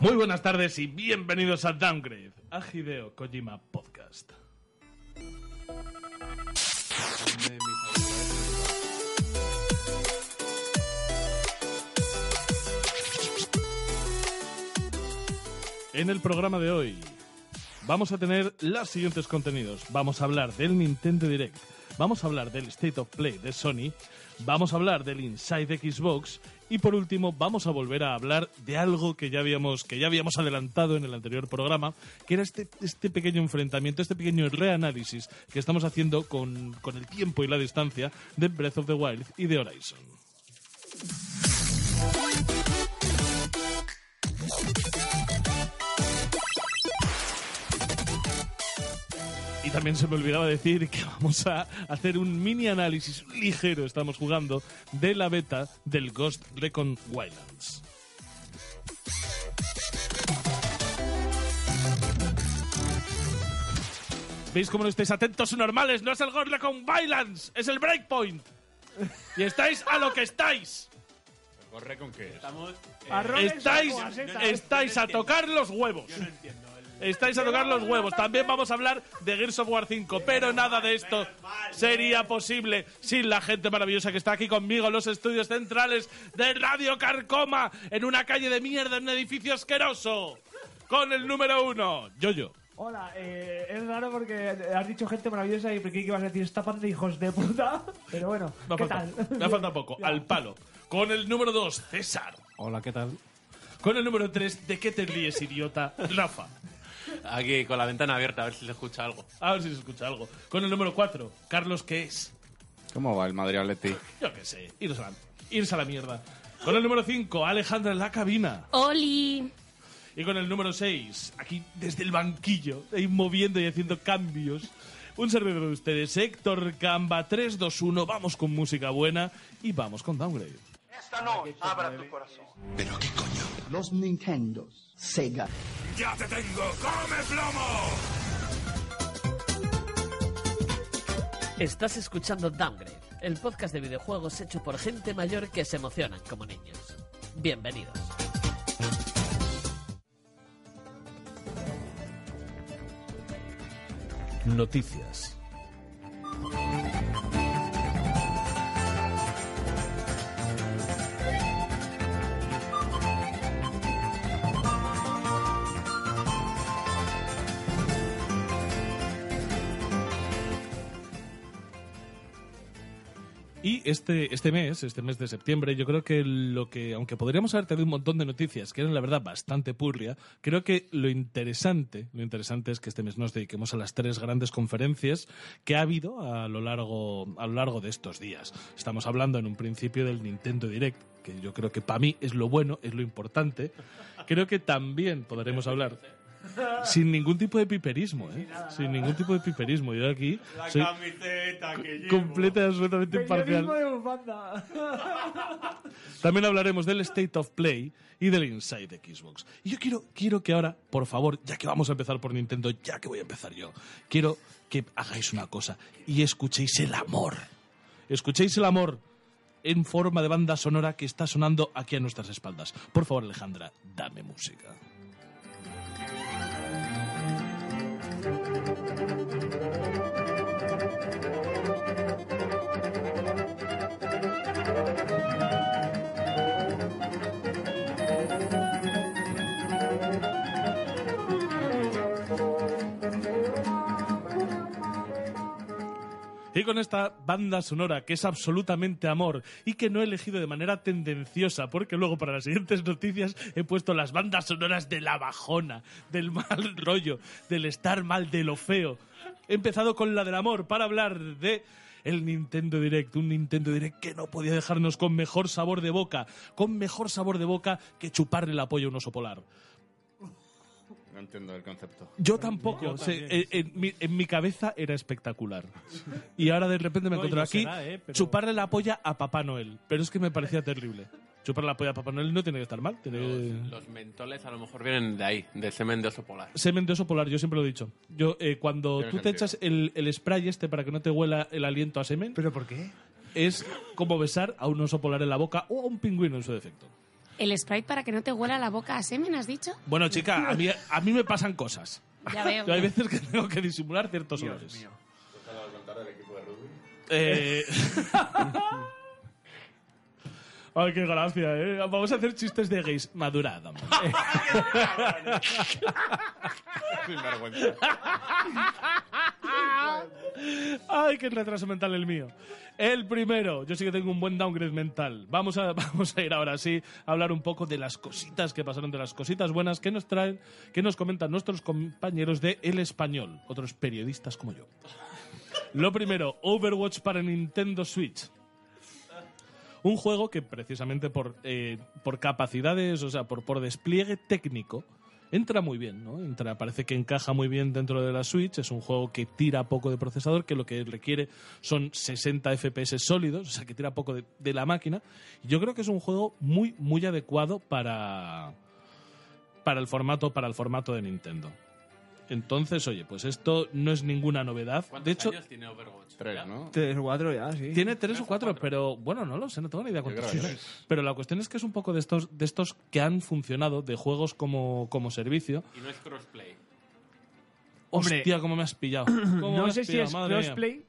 Muy buenas tardes y bienvenidos a Downgrade, a Hideo Kojima Podcast. En el programa de hoy vamos a tener los siguientes contenidos. Vamos a hablar del Nintendo Direct, vamos a hablar del State of Play de Sony, vamos a hablar del Inside Xbox y por último vamos a volver a hablar de algo que ya habíamos, que ya habíamos adelantado en el anterior programa, que era este, este pequeño enfrentamiento, este pequeño reanálisis que estamos haciendo con, con el tiempo y la distancia de Breath of the Wild y de Horizon. Y también se me olvidaba decir que vamos a hacer un mini análisis ligero, estamos jugando, de la beta del Ghost Recon Wildlands. ¿Veis cómo no estáis atentos normales? No es el Ghost Recon Wildlands, es el Breakpoint. Y estáis a lo que estáis. ¿Corre con qué es? Estamos. Arroz. Estáis, Yo no- yo no- estáis a tocar los huevos. no entiendo. el- Estáis a tocar los huevos. También vamos a hablar de Gears of War 5, pero nada de esto sería posible sin la gente maravillosa que está aquí conmigo en los estudios centrales de Radio Carcoma, en una calle de mierda, en un edificio asqueroso, con el número uno, Yoyo. Hola, eh, es raro porque has dicho gente maravillosa y creí que ibas a decir esta panda de hijos de puta. Pero bueno, Me ha ¿qué faltado- tal? Me ha faltado poco, al palo. Con el número dos, César. Hola, ¿qué tal? Con el número tres, ¿de qué te ríes, idiota? Rafa. Aquí con la ventana abierta, a ver si se escucha algo. A ver si se escucha algo. Con el número cuatro, Carlos, ¿qué es? ¿Cómo va el Madrid Atleti? Yo qué sé, irse a la, irse a la mierda. Con el número 5, Alejandra en la cabina. Oli. Y con el número 6, aquí desde el banquillo, ahí moviendo y haciendo cambios. Un servidor de ustedes, Héctor Camba 321. Vamos con música buena y vamos con Downgrade. Esta noche abra tu corazón. los Nintendos, Sega, Estás escuchando Downgrade, el podcast de videojuegos hecho por gente mayor que se emocionan como niños. Bienvenidos. Noticias. Y este, este mes, este mes de septiembre, yo creo que lo que, aunque podríamos haber tenido un montón de noticias que eran la verdad bastante purria, creo que lo interesante, lo interesante es que este mes nos dediquemos a las tres grandes conferencias que ha habido a lo largo, a lo largo de estos días. Estamos hablando en un principio del Nintendo Direct, que yo creo que para mí es lo bueno, es lo importante. Creo que también podremos hablar. Sin ningún tipo de piperismo, ¿eh? Sin ningún tipo de piperismo. Yo aquí La soy camiseta que llevo. completa y absolutamente imparcial. Periodismo de bufanda. También hablaremos del State of Play y del Inside Xbox. Y yo quiero, quiero que ahora, por favor, ya que vamos a empezar por Nintendo, ya que voy a empezar yo, quiero que hagáis una cosa y escuchéis el amor. Escuchéis el amor en forma de banda sonora que está sonando aquí a nuestras espaldas. Por favor, Alejandra, dame música. Y con esta banda sonora que es absolutamente amor y que no he elegido de manera tendenciosa, porque luego para las siguientes noticias he puesto las bandas sonoras de la bajona, del mal rollo, del estar mal, de lo feo. He empezado con la del amor para hablar de el Nintendo Direct, un Nintendo Direct que no podía dejarnos con mejor sabor de boca, con mejor sabor de boca que chuparle la polla a un oso polar. No entiendo el concepto. Yo tampoco. sé, eh, en, mi, en mi cabeza era espectacular. Y ahora de repente No, me y encuentro lo aquí será, eh, pero- chuparle la polla a Papá Noel. Pero es que me parecía terrible. Chuparle la polla a Papá Noel no tiene que estar mal. Tiene... Los, los mentoles a lo mejor vienen de ahí, del semen de oso polar. Semen de oso polar, yo siempre lo he dicho. Yo, eh, cuando Tiene tú te sentido. echas el, el spray este para que no te huela el aliento a semen, ¿Pero por qué? es como besar a un oso polar en la boca o a un pingüino en su defecto. El Sprite para que no te huela la boca a semen, ¿has dicho? Bueno, chica, a mí, a mí me pasan cosas. Ya veo. Yo hay veces que tengo que disimular ciertos olores. Eh... Ay, qué gracia, ¿eh? Vamos a hacer chistes de gays. Madurada. Sin vergüenza. Ay, qué retraso mental el mío. El primero, yo sí que tengo un buen downgrade mental. Vamos a, vamos a ir ahora sí a hablar un poco de las cositas que pasaron, de las cositas buenas que nos traen, que nos comentan nuestros compañeros de El Español, otros periodistas como yo. Lo primero, Overwatch para Nintendo Switch. Un juego que precisamente por, eh, por capacidades, o sea, por, por despliegue técnico, entra muy bien, ¿no? Entra, parece que encaja muy bien dentro de la Switch. Es un juego que tira poco de procesador, que lo que requiere son 60 FPS sólidos, o sea, que tira poco de, de la máquina. Yo creo que es un juego muy, muy adecuado para, para el formato, para el formato de Nintendo. Entonces, oye, pues esto no es ninguna novedad. ¿Cuántos De hecho, años tiene Overwatch? Tres, ¿no? Tres o cuatro ya, sí. tiene tres o cuatro, pero bueno, no lo sé, no tengo ni idea cuántos creo que tiene. Pero la cuestión es que es un poco de estos, de estos que han funcionado, de juegos como, como servicio. Y no es crossplay. Hombre, Hostia, cómo me has pillado. ¿Cómo me No has sé si pillado? es Madre mía. crossplay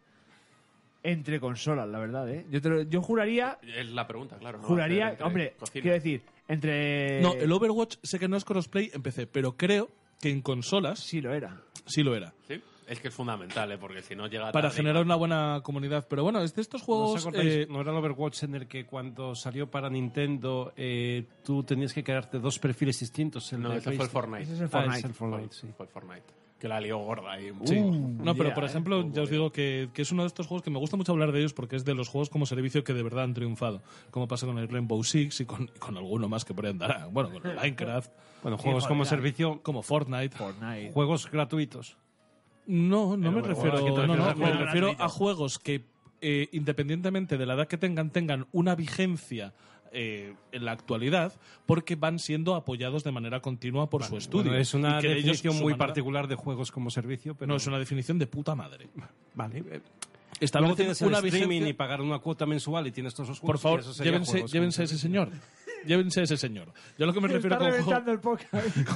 entre consolas, la verdad, ¿eh? Yo, te lo- yo juraría, Es la pregunta, claro. ¿no? juraría, Entre- hombre, cocina. quiero decir, entre... No, el Overwatch sé que no es crossplay en PC, pero creo que en consolas sí, Sí, lo era. lo era. ¿Sí? Es que es fundamental, ¿eh? porque si no llega Para tarde- generar una buena comunidad. Pero bueno, es de estos ¿No, os juegos. acordáis? eh, ¿No era el Overwatch en el que cuando salió para Nintendo eh, tú tenías que crearte dos perfiles distintos? El No, de ese fue el PlayStation. Fortnite. Ese es el Ah, Fortnite. es el Fortnite, sí. Fue el Fortnite. Que la lió gorda ahí. Sí. no, pero ya, por ¿eh? ejemplo, ya os digo que, que es uno de estos juegos que me gusta mucho hablar de ellos porque es de los juegos como servicio que de verdad han triunfado. Como pasa con el Rainbow Six y con, y con alguno más que por ahí andará. Bueno, con el Minecraft, Bueno, juegos como servicio, como Fortnite. Fortnite. juegos gratuitos. No, no me bueno, refiero, bueno, aquí te no, no, refieres a me juegos refiero gratuitos. a juegos que eh, independientemente de la edad que tengan, tengan una vigencia eh, en la actualidad porque van siendo apoyados de manera continua por su estudio. Bueno, es una Y que de ellos, definición su muy manera- particular de juegos como servicio, pero No, es una definición de puta madre. vale. eh, Luego Establecen tienes el una streaming vigencia... y pagar una cuota mensual y tienes todos esos Por juegos. favor, y eso sería llévense, juegos como llévense a ese servicio. señor. Llévense a ese señor. Yo lo que me refiero Está con juego, reventando el podcast.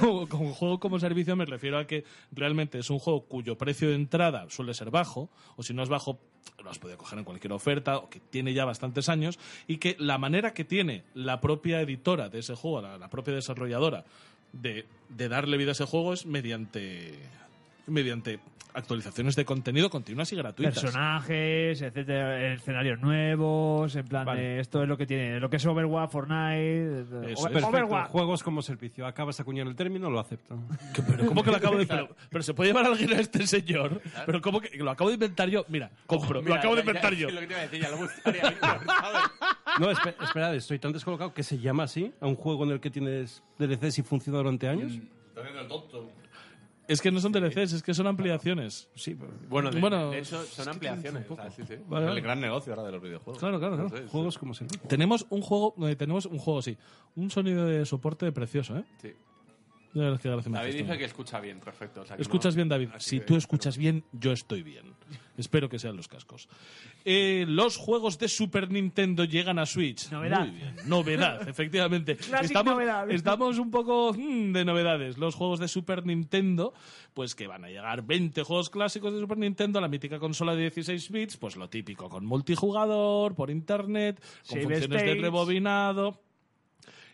como, como juego como servicio me refiero a que realmente es un juego cuyo precio de entrada suele ser bajo, o si no es bajo, lo has podido coger en cualquier oferta, o que tiene ya bastantes años, y que la manera que tiene la propia editora de ese juego, la, la propia desarrolladora, de, de darle vida a ese juego es mediante mediante actualizaciones de contenido continuas y gratuitas. personajes, etcétera, escenarios nuevos, en plan Vale. de esto es lo que tiene, lo que es Overwatch, Fortnite, eh, Eso Over- es. Perfecto, Overwatch. juegos como servicio. Acabas de acuñar el término, lo acepto. Que, pero ¿Cómo que lo acabo de pero, pero se puede llevar alguien a este señor? Pero ¿cómo que que lo acabo de inventar yo? Mira, compro, lo Mira, acabo de ya- ya- inventar es yo. Lo que te iba a decir, ya lo buscaría. Víctor, ¿sabes? No, espe- esperad, estoy tan descolocado que se llama así a un juego en el que tienes DLCs y funciona durante años. Mm. Es que no son DLCs, es que son ampliaciones. Sí, pero- Bueno, de, Bueno, de hecho, son ampliaciones. o sea, sí, sí. Vale, El vale. gran negocio ahora de los videojuegos. Claro, claro, claro. Entonces, juegos como servicio. Tenemos un juego, eh, tenemos un juego, sí. Un sonido de soporte precioso, ¿eh? sí. Ya verás qué gracia me David haces tú. dice que escucha bien, perfecto. o sea, que Escuchas no- bien, David. así Si que- tú escuchas bien, yo estoy bien. Espero que sean los cascos. Eh, los juegos de Super Nintendo llegan a Switch. Novedad. Muy bien. Novedad, efectivamente. Classic estamos, novedad. estamos un poco mm, de novedades. Los juegos de Super Nintendo, pues que van a llegar 20 juegos clásicos de Super Nintendo a la mítica consola de 16 bits, pues lo típico, con multijugador, por internet, con Save funciones de states. rebobinado.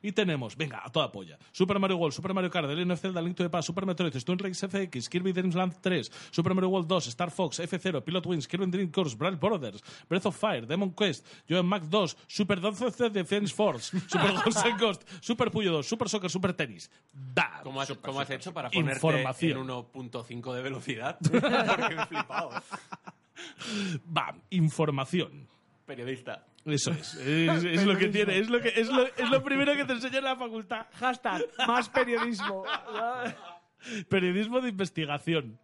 Y tenemos, venga, a toda polla. Super Mario World, Super Mario Kart, The Legend of Zelda, Link to the Past, Super Metroid, Stone Race FX, Kirby Dream Land 3, Super Mario World 2, Star Fox, F0, Pilot Wings, Kirby Dream Course, Brawl Brothers, Breath of Fire, Demon Quest, Joan Mac 2, Super Dance Defense Force, Super Ghost and Ghost, Super Puyo 2, Super Soccer, Super Tennis. Da. ¿Cómo has, Super, cómo has super, hecho para super. ponerte Información. en 1.5 de velocidad? Porque me he flipado. Bam, información. Periodista. Eso es, es, es lo que tiene, es lo, que, es, lo, es lo primero que te enseña en la facultad. Hashtag, más periodismo. Periodismo de investigación.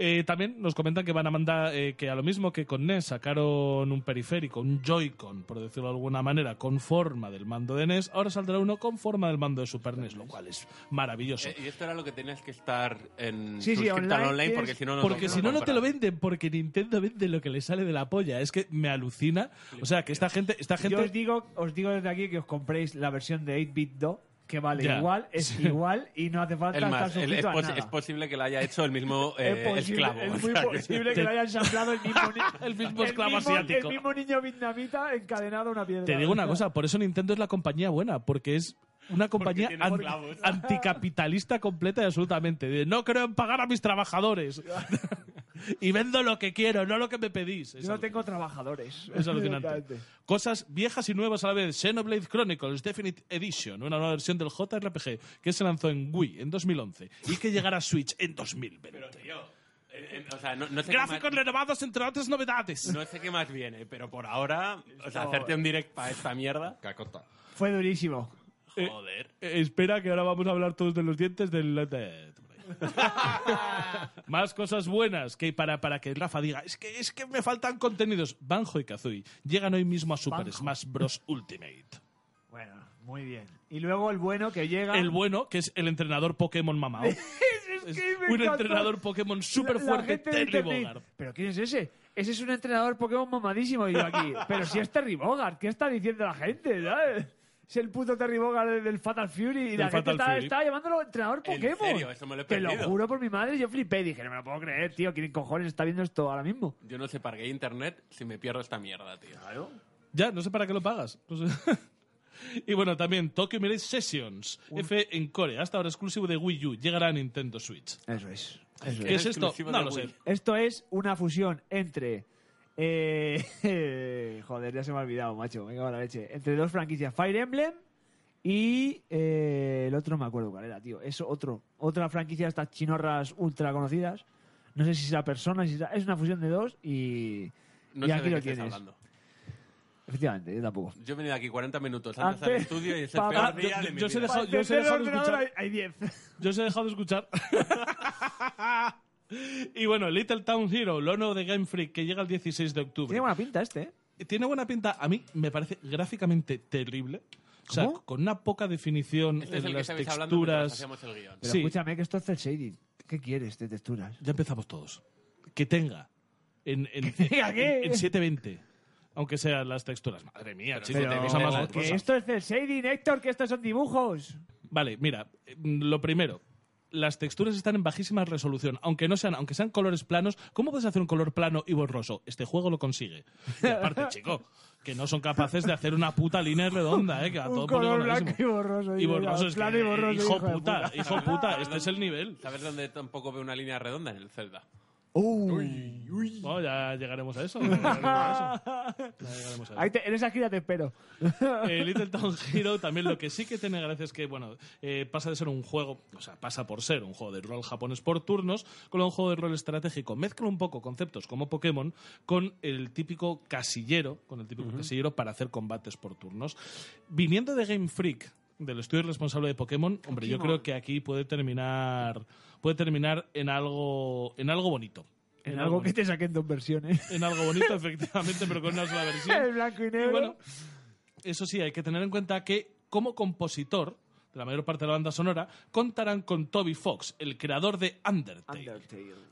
Eh, también nos comentan que van a mandar, eh, que a lo mismo que con NES sacaron un periférico, un Joy-Con, por decirlo de alguna manera, con forma del mando de NES, ahora saldrá uno con forma del mando de Super NES, lo cual es maravilloso. Eh, y esto era lo que tenías que estar en Sí, sí, suscripto al online, online, es- porque si no no porque no si no, no te lo compras. venden, porque Nintendo vende lo que le sale de la polla. Es que me alucina. O sea, que esta gente, esta gente Yo os digo, os digo desde aquí que os compréis la versión de 8-bit 2, que vale Ya. igual, es igual y no hace falta Es más, estar el- es, suscrito a posi- nada. es posible que lo haya hecho el mismo eh, posible- esclavo. es o muy sea que- eh, posible que lo hayan ensamblado el mismo, ni- El mismo esclavo mismo- asiático. El mismo niño vietnamita encadenado a una piedra. Te digo una cosa, por eso Nintendo es la compañía buena, porque es una compañía tiene an- esclavos. anticapitalista completa y absolutamente. De, no creo en pagar a mis trabajadores. y vendo lo que quiero, no lo que me pedís. Es Yo no alucinante. tengo trabajadores. Es alucinante. Directamente. Cosas viejas y nuevas a la vez. Xenoblade Chronicles Definite Edition, una nueva versión del JRPG que se lanzó en Wii en 2011 y que llegará a Switch en 2020. Eh, eh, o sea, no, no sé qué más- Gráficos renovados, entre otras novedades. No sé qué más viene, pero por ahora, o sea, hacerte un direct para esta mierda. Cacota. Fue durísimo. Joder. Eh, espera, que ahora vamos a hablar todos de los dientes del. de- Más cosas buenas que para, para que Rafa diga, es que, es que me faltan contenidos. Banjo y Kazooie llegan hoy mismo a Super Banjo. Smash Bros. Ultimate. Bueno, muy bien. Y luego el bueno que llega. El bueno, que es el entrenador Pokémon mamao. Es Es que me un encantó. entrenador Pokémon súper La- la fuerte, gente de Terry internet, Bogard. ¿Pero quién es ese? Ese es un entrenador Pokémon mamadísimo. Y yo aquí, pero si es Terry Bogard, ¿qué está diciendo la gente? ¿sabes? Es el puto Terry Bogard de- del Fatal Fury. Y Del la gente Fatal está, Fury. está llamándolo entrenador ¿En Pokémon. serio? Eso me lo he Te lo perdido. juro por mi madre, yo flipé. Dije, no me lo puedo creer, tío. ¿Quién cojones está viendo esto ahora mismo? Yo no sé para qué internet si me pierdo esta mierda, tío. Ya, no sé para qué lo pagas. No sé. y bueno, también Tokyo Mirage Sessions, F en Corea, hasta ahora exclusivo de Wii U, llegará a Nintendo Switch. Eso es. ¿Qué es esto? exclusivo No de lo Wii. sé. Esto es una fusión entre. eh, joder, ya se me ha olvidado, macho. Me cago en la leche. Entre dos franquicias, Fire Emblem y. eh, el otro no me acuerdo cuál era, tío. Es otro. Otra franquicia de estas chinorras ultra conocidas. No sé si será persona, si será- es una fusión de dos y. No y sé aquí de qué lo estás tienes. hablando. Efectivamente, yo tampoco. Yo he venido aquí 40 minutos antes Antes- al estudio y es el pa- peor pa- día yo- de mi yo sé vida. deja- yo os he Encender dejado Pues el de ordenador, escuchar. hay- Hay 10. Yo os he dejado de escuchar. y bueno, Little Town Hero, lo nuevo de Game Freak, que llega el 16 de octubre. Tiene buena pinta este, ¿eh? Tiene buena pinta. A mí me parece gráficamente terrible. O sea, ¿Cómo? con una poca definición Este es en el que las estabais hablando mientras texturas. hacíamos el guión. Pero Sí. escúchame que esto es el shading. ¿Qué quieres de texturas? Ya empezamos todos. Que tenga en, en, tenga en- qué? en 720. Aunque sean las texturas. Madre mía, chicos, Pero tenéis a más que pues cosas. esto es el shading, Héctor, que estos son dibujos. Vale, mira, eh, lo primero. Las texturas están en bajísima resolución, aunque no sean, aunque sean colores planos. ¿Cómo puedes hacer un color plano y borroso? Este juego lo consigue. Y aparte, chico, que no son capaces de hacer una puta línea redonda, eh, que a todo un color poligonalismo. blanco y borroso. Y borroso es claro que, y borroso, hijo, de puta, hijo puta, este es el nivel. ¿Sabes dónde tampoco veo una línea redonda? En el Zelda. No, ya llegaremos a eso. ya llegaremos a eso. Ya llegaremos a eso. Ahí te- en esa gira te espero. Eh, Little Town Hero también lo que sí que tiene gracia es que, bueno, eh, pasa de ser un juego, o sea, pasa por ser un juego de rol japonés por turnos, con un juego de rol estratégico. Mezcla un poco conceptos como Pokémon con el típico casillero, con el típico casillero para hacer combates por turnos. Viniendo de Game Freak, del estudio responsable de Pokémon, hombre, yo creo que aquí puede terminar, puede terminar en algo, en algo bonito. en algo que bonito. te saquen dos versiones. En algo bonito, efectivamente, pero con una sola versión. el blanco y negro. Y bueno, eso sí, hay que tener en cuenta que como compositor de la mayor parte de la banda sonora, contarán con Toby Fox, el creador de Undertale,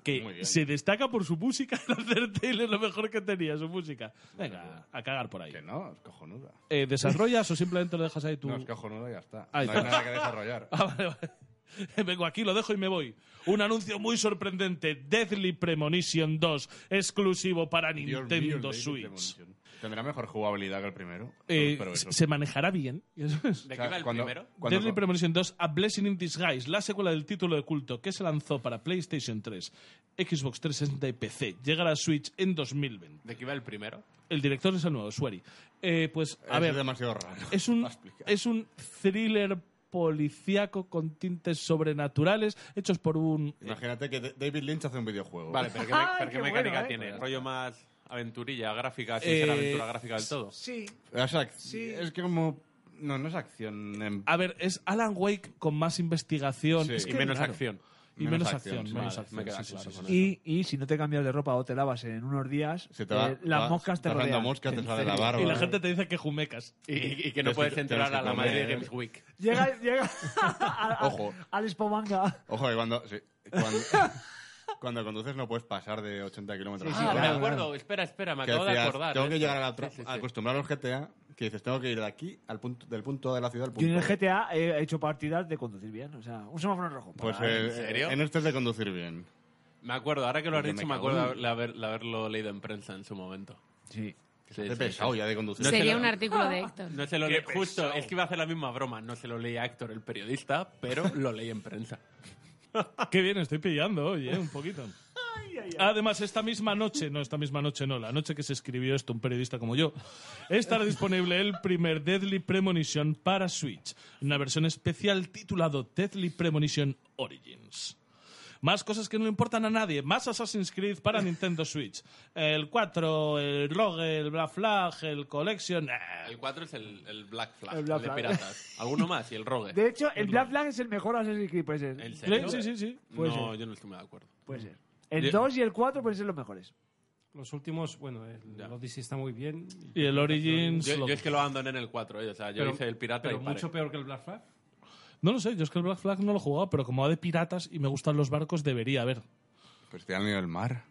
que se destaca por su música. El Undertale es lo mejor que tenía, su música. Venga, a cagar por ahí. Que no, es cojonuda. Eh, ¿Desarrollas o simplemente lo dejas ahí tú? No, es cojonuda y ya está. Ahí no hay está. nada que desarrollar. Ah, vale, vale. Vengo aquí, lo dejo y me voy. Un anuncio muy sorprendente, Deadly Premonition 2, exclusivo para Dios mío, Nintendo el Daisy Switch. Premonition. Tendrá mejor jugabilidad que el primero. Eh, Pero eso. se manejará bien. eso es. ¿De O sea, qué va el cuando- primero? cuando- Deadly Premonition 2 A Blessing in Disguise, la secuela del título de culto que se lanzó para PlayStation 3, Xbox 360 y PC, llegará a Switch en 2020. ¿De qué va el primero? El director es el nuevo, Sueri. Eh, pues, a Es ver, demasiado raro. es un, para explicar. es un thriller policíaco con tintes sobrenaturales hechos por un... Imagínate que David Lynch hace un videojuego. Vale, pero ¿qué, me- pero qué mecánica tiene? ¿Rollo más aventurilla, gráfica, sin ser Eh, aventura gráfica del todo? Es, ac- es que como... No, no es acción. en- A ver, es Alan Wake con más investigación. Sí. Es Y que y menos raro. acción. y menos, acción. menos vale, acción, me queda sí, claro sí, sí, con sí. Y, y si no te cambias de ropa o te lavas en unos días, Se te va- eh, las va moscas te agarrando rodean. moscas, te En sale la serio. barba. Y la gente te dice que jumecas. Y, y que no Tienes puedes que- entrar tienes a que la Madrid comer. Games Week. Llega, llega al- al- Ojo. al Expo Manga. Ojo, que cuando, sí, cuando, cuando conduces no puedes pasar de 80 kilómetros. Sí, por Ah, hora. me acuerdo. Espera, espera, me Que acabo de decías, acordar. Tengo de que esto. llegar a la tro- Sí, sí, a sí. acostumbrar a los GTA, que dices, tengo que ir de aquí al punto, del punto de la ciudad al punto. Yo en el B. GTA he hecho partidas de conducir bien. O sea, un semáforo en rojo. Pues Vale. eh, ¿en serio? en este es de conducir bien. Me acuerdo, ahora que lo has Yo me dicho, me cago acuerdo en- de haber- de haberlo leído en prensa en su momento. Sí. Sí, Te sí, he pesado sí. ya de conducir. No Sería lo- un artículo de Héctor. No se lo leí, justo, es que iba a hacer la misma broma. No se lo leí a Héctor, el periodista, pero lo leí en prensa. Qué bien, estoy pillando hoy, ¿eh? Un poquito. Además, esta misma noche, no, esta misma noche no, la noche que se escribió esto, un periodista como yo, estará disponible el primer Deadly Premonition para Switch, una versión especial titulado Deadly Premonition Origins. Más cosas que no le importan a nadie, más Assassin's Creed para Nintendo Switch. El 4, el Rogue, el Black Flag, el Collection. eh, El 4 es el, el Black Flag, El el, Black de Flag. piratas. Alguno más y el eh, Rogue. De hecho, el Black Flag es el mejor Assassin's Creed, puede ser. ¿En serio? Sí, sí, sí. Puede no, ser. yo no estoy muy de acuerdo. Puede ser. El Yo- 2 y el 4 pueden ser los mejores. Los últimos, bueno, el Ya. Odyssey está muy bien. Y el Origins. Yo, lo- yo es que lo abandoné en el 4, eh, o sea, yo Pero- hice el pirata pero y paré. mucho peor que el Black Flag. No lo sé, yo es que el Black Flag no lo he jugado, pero como va de piratas y me gustan los barcos, debería haber. Pues estoy al medio del mar.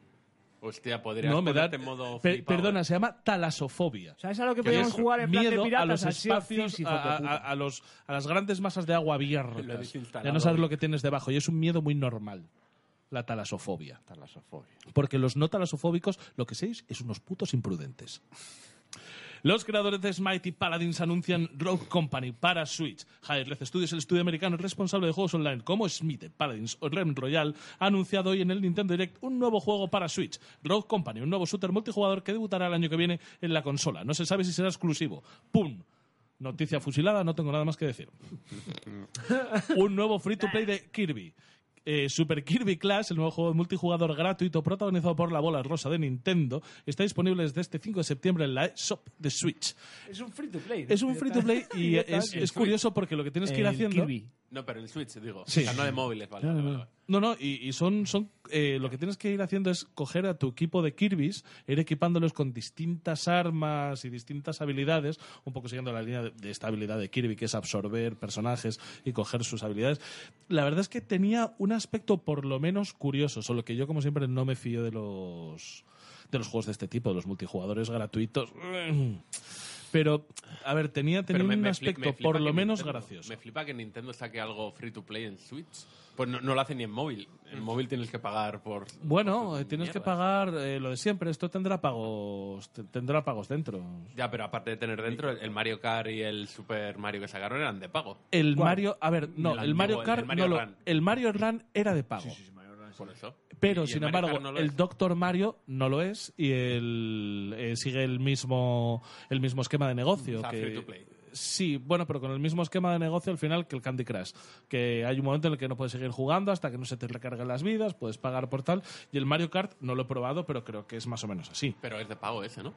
Hostia, podrías No, me da. ponerte en modo Pe- flipado, perdona, eh. se llama talasofobia. O sea, es a lo que Que podemos es jugar en plan de Miedo piratas. a los al Sea of espacios, Thieves, hijo a, de puta. a- a los, a las grandes masas de agua Lo abiertas. habéis Ya no instalado. sabes lo que tienes debajo. Y es un miedo muy normal, la talasofobia. Talasofobia. Porque los no talasofóbicos, lo que seis, es unos putos imprudentes. Los creadores de Smite y Paladins anuncian Rogue Company para Switch. Higher Studios, el estudio americano responsable de juegos online como Smite, Paladins o Realm Royal, ha anunciado hoy en el Nintendo Direct un nuevo juego para Switch, Rogue Company, un nuevo shooter multijugador que debutará el año que viene en la consola. No se sabe si será exclusivo. ¡Pum! Noticia fusilada, no tengo nada más que decir un nuevo free to play de Kirby. Eh, Super Kirby Clash, el nuevo juego de multijugador gratuito protagonizado por la bola rosa de Nintendo, está disponible desde este 5 de septiembre en la shop de Switch. Es un free to play. Es un free to Eh, play y es, es curioso porque lo que tienes que ir haciendo. No, pero en Switch, digo. Sí. O sea, no de móviles, vale. vale, vale. No, no, y, y son, son eh, lo que tienes que ir haciendo es coger a tu equipo de Kirby's, ir equipándolos con distintas armas y distintas habilidades, un poco siguiendo la línea de, de esta habilidad de Kirby, que es absorber personajes y coger sus habilidades. La verdad es que tenía un aspecto por lo menos curioso, solo que yo como siempre no me fío de los de los juegos de este tipo, de los multijugadores gratuitos. Pero, a ver, tenía, tenía Pero me- un me fli- aspecto me flipa por lo que menos Nintendo- gracioso. Me flipa que Nintendo saque algo free to play en Switch. Pues no, no lo hace ni en móvil. Mm. En móvil tienes que pagar por. Bueno, por eh, tus tienes que mierdas. pagar eh, lo de siempre. Esto tendrá pagos, te- tendrá pagos dentro. Ya, pero aparte de tener dentro, el Mario Kart y el Super Mario que sacaron eran de pago. El Mario, a ver, no, El el, antiguo, Mario el- el Kart, Mario no lo- Run. el Mario Run era de pago. Por eso. Y Pero el sin Mario embargo, Kart no lo el es. Doctor Mario no lo es y el, eh, sigue el mismo el mismo esquema de negocio. O sea, que- free to play. Sí, bueno, pero con el mismo esquema de negocio al final que el Candy Crush, que hay un momento en el que no puedes seguir jugando hasta que no se te recarguen las vidas, puedes pagar por tal. Y el Mario Kart no lo he probado, pero creo que es más o menos así. Pero es de pago ese, ¿no?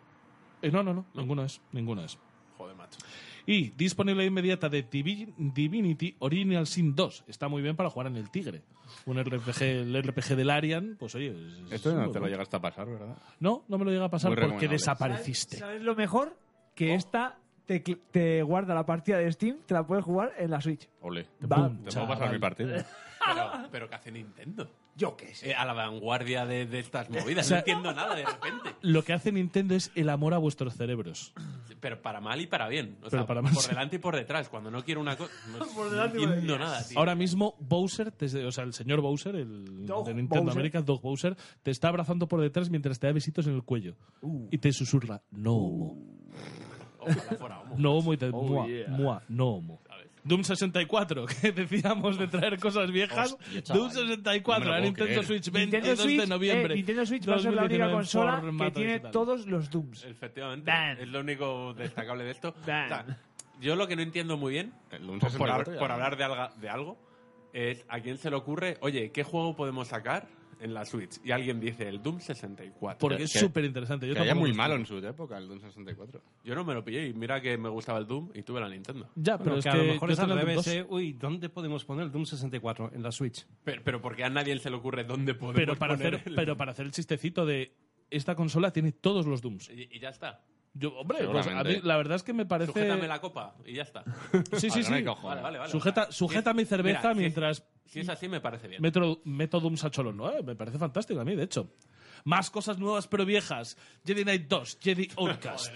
Eh, no, no, no, ninguno es, ninguno es. Joder, macho. Y disponible inmediata de Divi- Divinity Original Sin 2. Está muy bien para jugar en el Tigre. Un RPG, el RPG del Arian, pues oye. es- Esto es no muy te lo bueno. llegaste a pasar, ¿verdad? No, no me lo llega a pasar Muy porque recomendable. desapareciste. ¿Sabes lo mejor? Oh. Que esta te, cl- te guarda la partida de Steam, te la puedes jugar en la Switch. Ole. Te Va, puedo, te puedo chaval. pasar mi partida. Pero, pero ¿qué hace Nintendo? Yo qué sé. Eh, a la vanguardia de, de estas movidas. O sea- no entiendo nada de repente. Lo que hace Nintendo es el amor a vuestros cerebros. Pero para mal y para bien. O Pero sea, para mal, por sí. delante y por detrás. Cuando no quiero una cosa. No, no entiendo nada, tío. Ahora mismo, Bowser, te- o sea, el señor Bowser, el Doug de Nintendo Bowser. América, Doug Bowser, te está abrazando por detrás mientras te da besitos en el cuello. Uh. Y te susurra, no homo. Ojalá fuera homo. No homo y Oh, te... mua, yeah. mua, no homo. ¿sabes? Doom 64, que decíamos de traer cosas viejas. Doom 64, No me la lo Nintendo puedo creer. Switch, 22 Nintendo Switch, de noviembre. eh, Nintendo Switch va a ser la 2019 única en consola que formato tiene digital. Eh, todos los Dooms. Efectivamente. Dan. Es lo único destacable de esto. Dan. O sea, yo lo que no entiendo muy bien, El por, Doom por 64 hab- ya por no. hablar de, alga- de algo, es a quién se le ocurre, oye, ¿qué juego podemos sacar en la Switch y alguien dice el Doom 64. Porque es que- súper interesante. Yo que era tampoco muy me malo en gusta. su época, el Doom 64. Yo no me lo pillé y mira que me gustaba el Doom y tuve la Nintendo. Ya, pero Pero es que que, a lo mejor yo es al tengo el Doom revés, 2. ¿eh? Uy, ¿dónde podemos poner el Doom 64? En la Switch. Pero, pero porque a nadie se le ocurre dónde podemos pero para poner hacer el- pero para hacer el chistecito de esta consola tiene todos los dooms Y, y ya está. yo hombre pues a Seguramente. mí la verdad es que me parece Sujétame la copa y ya está. sí sí Ah, no hay sí cojones. Vale, vale, vale. Sujeta, Si es- sujeta mi cerveza mira, si es- mientras Si es así, me parece bien. meto, meto Dooms a Cholón. ¿no? Eh, me parece fantástico a mí, de hecho. Más cosas nuevas pero viejas. Jedi Knight 2, Jedi Outcast.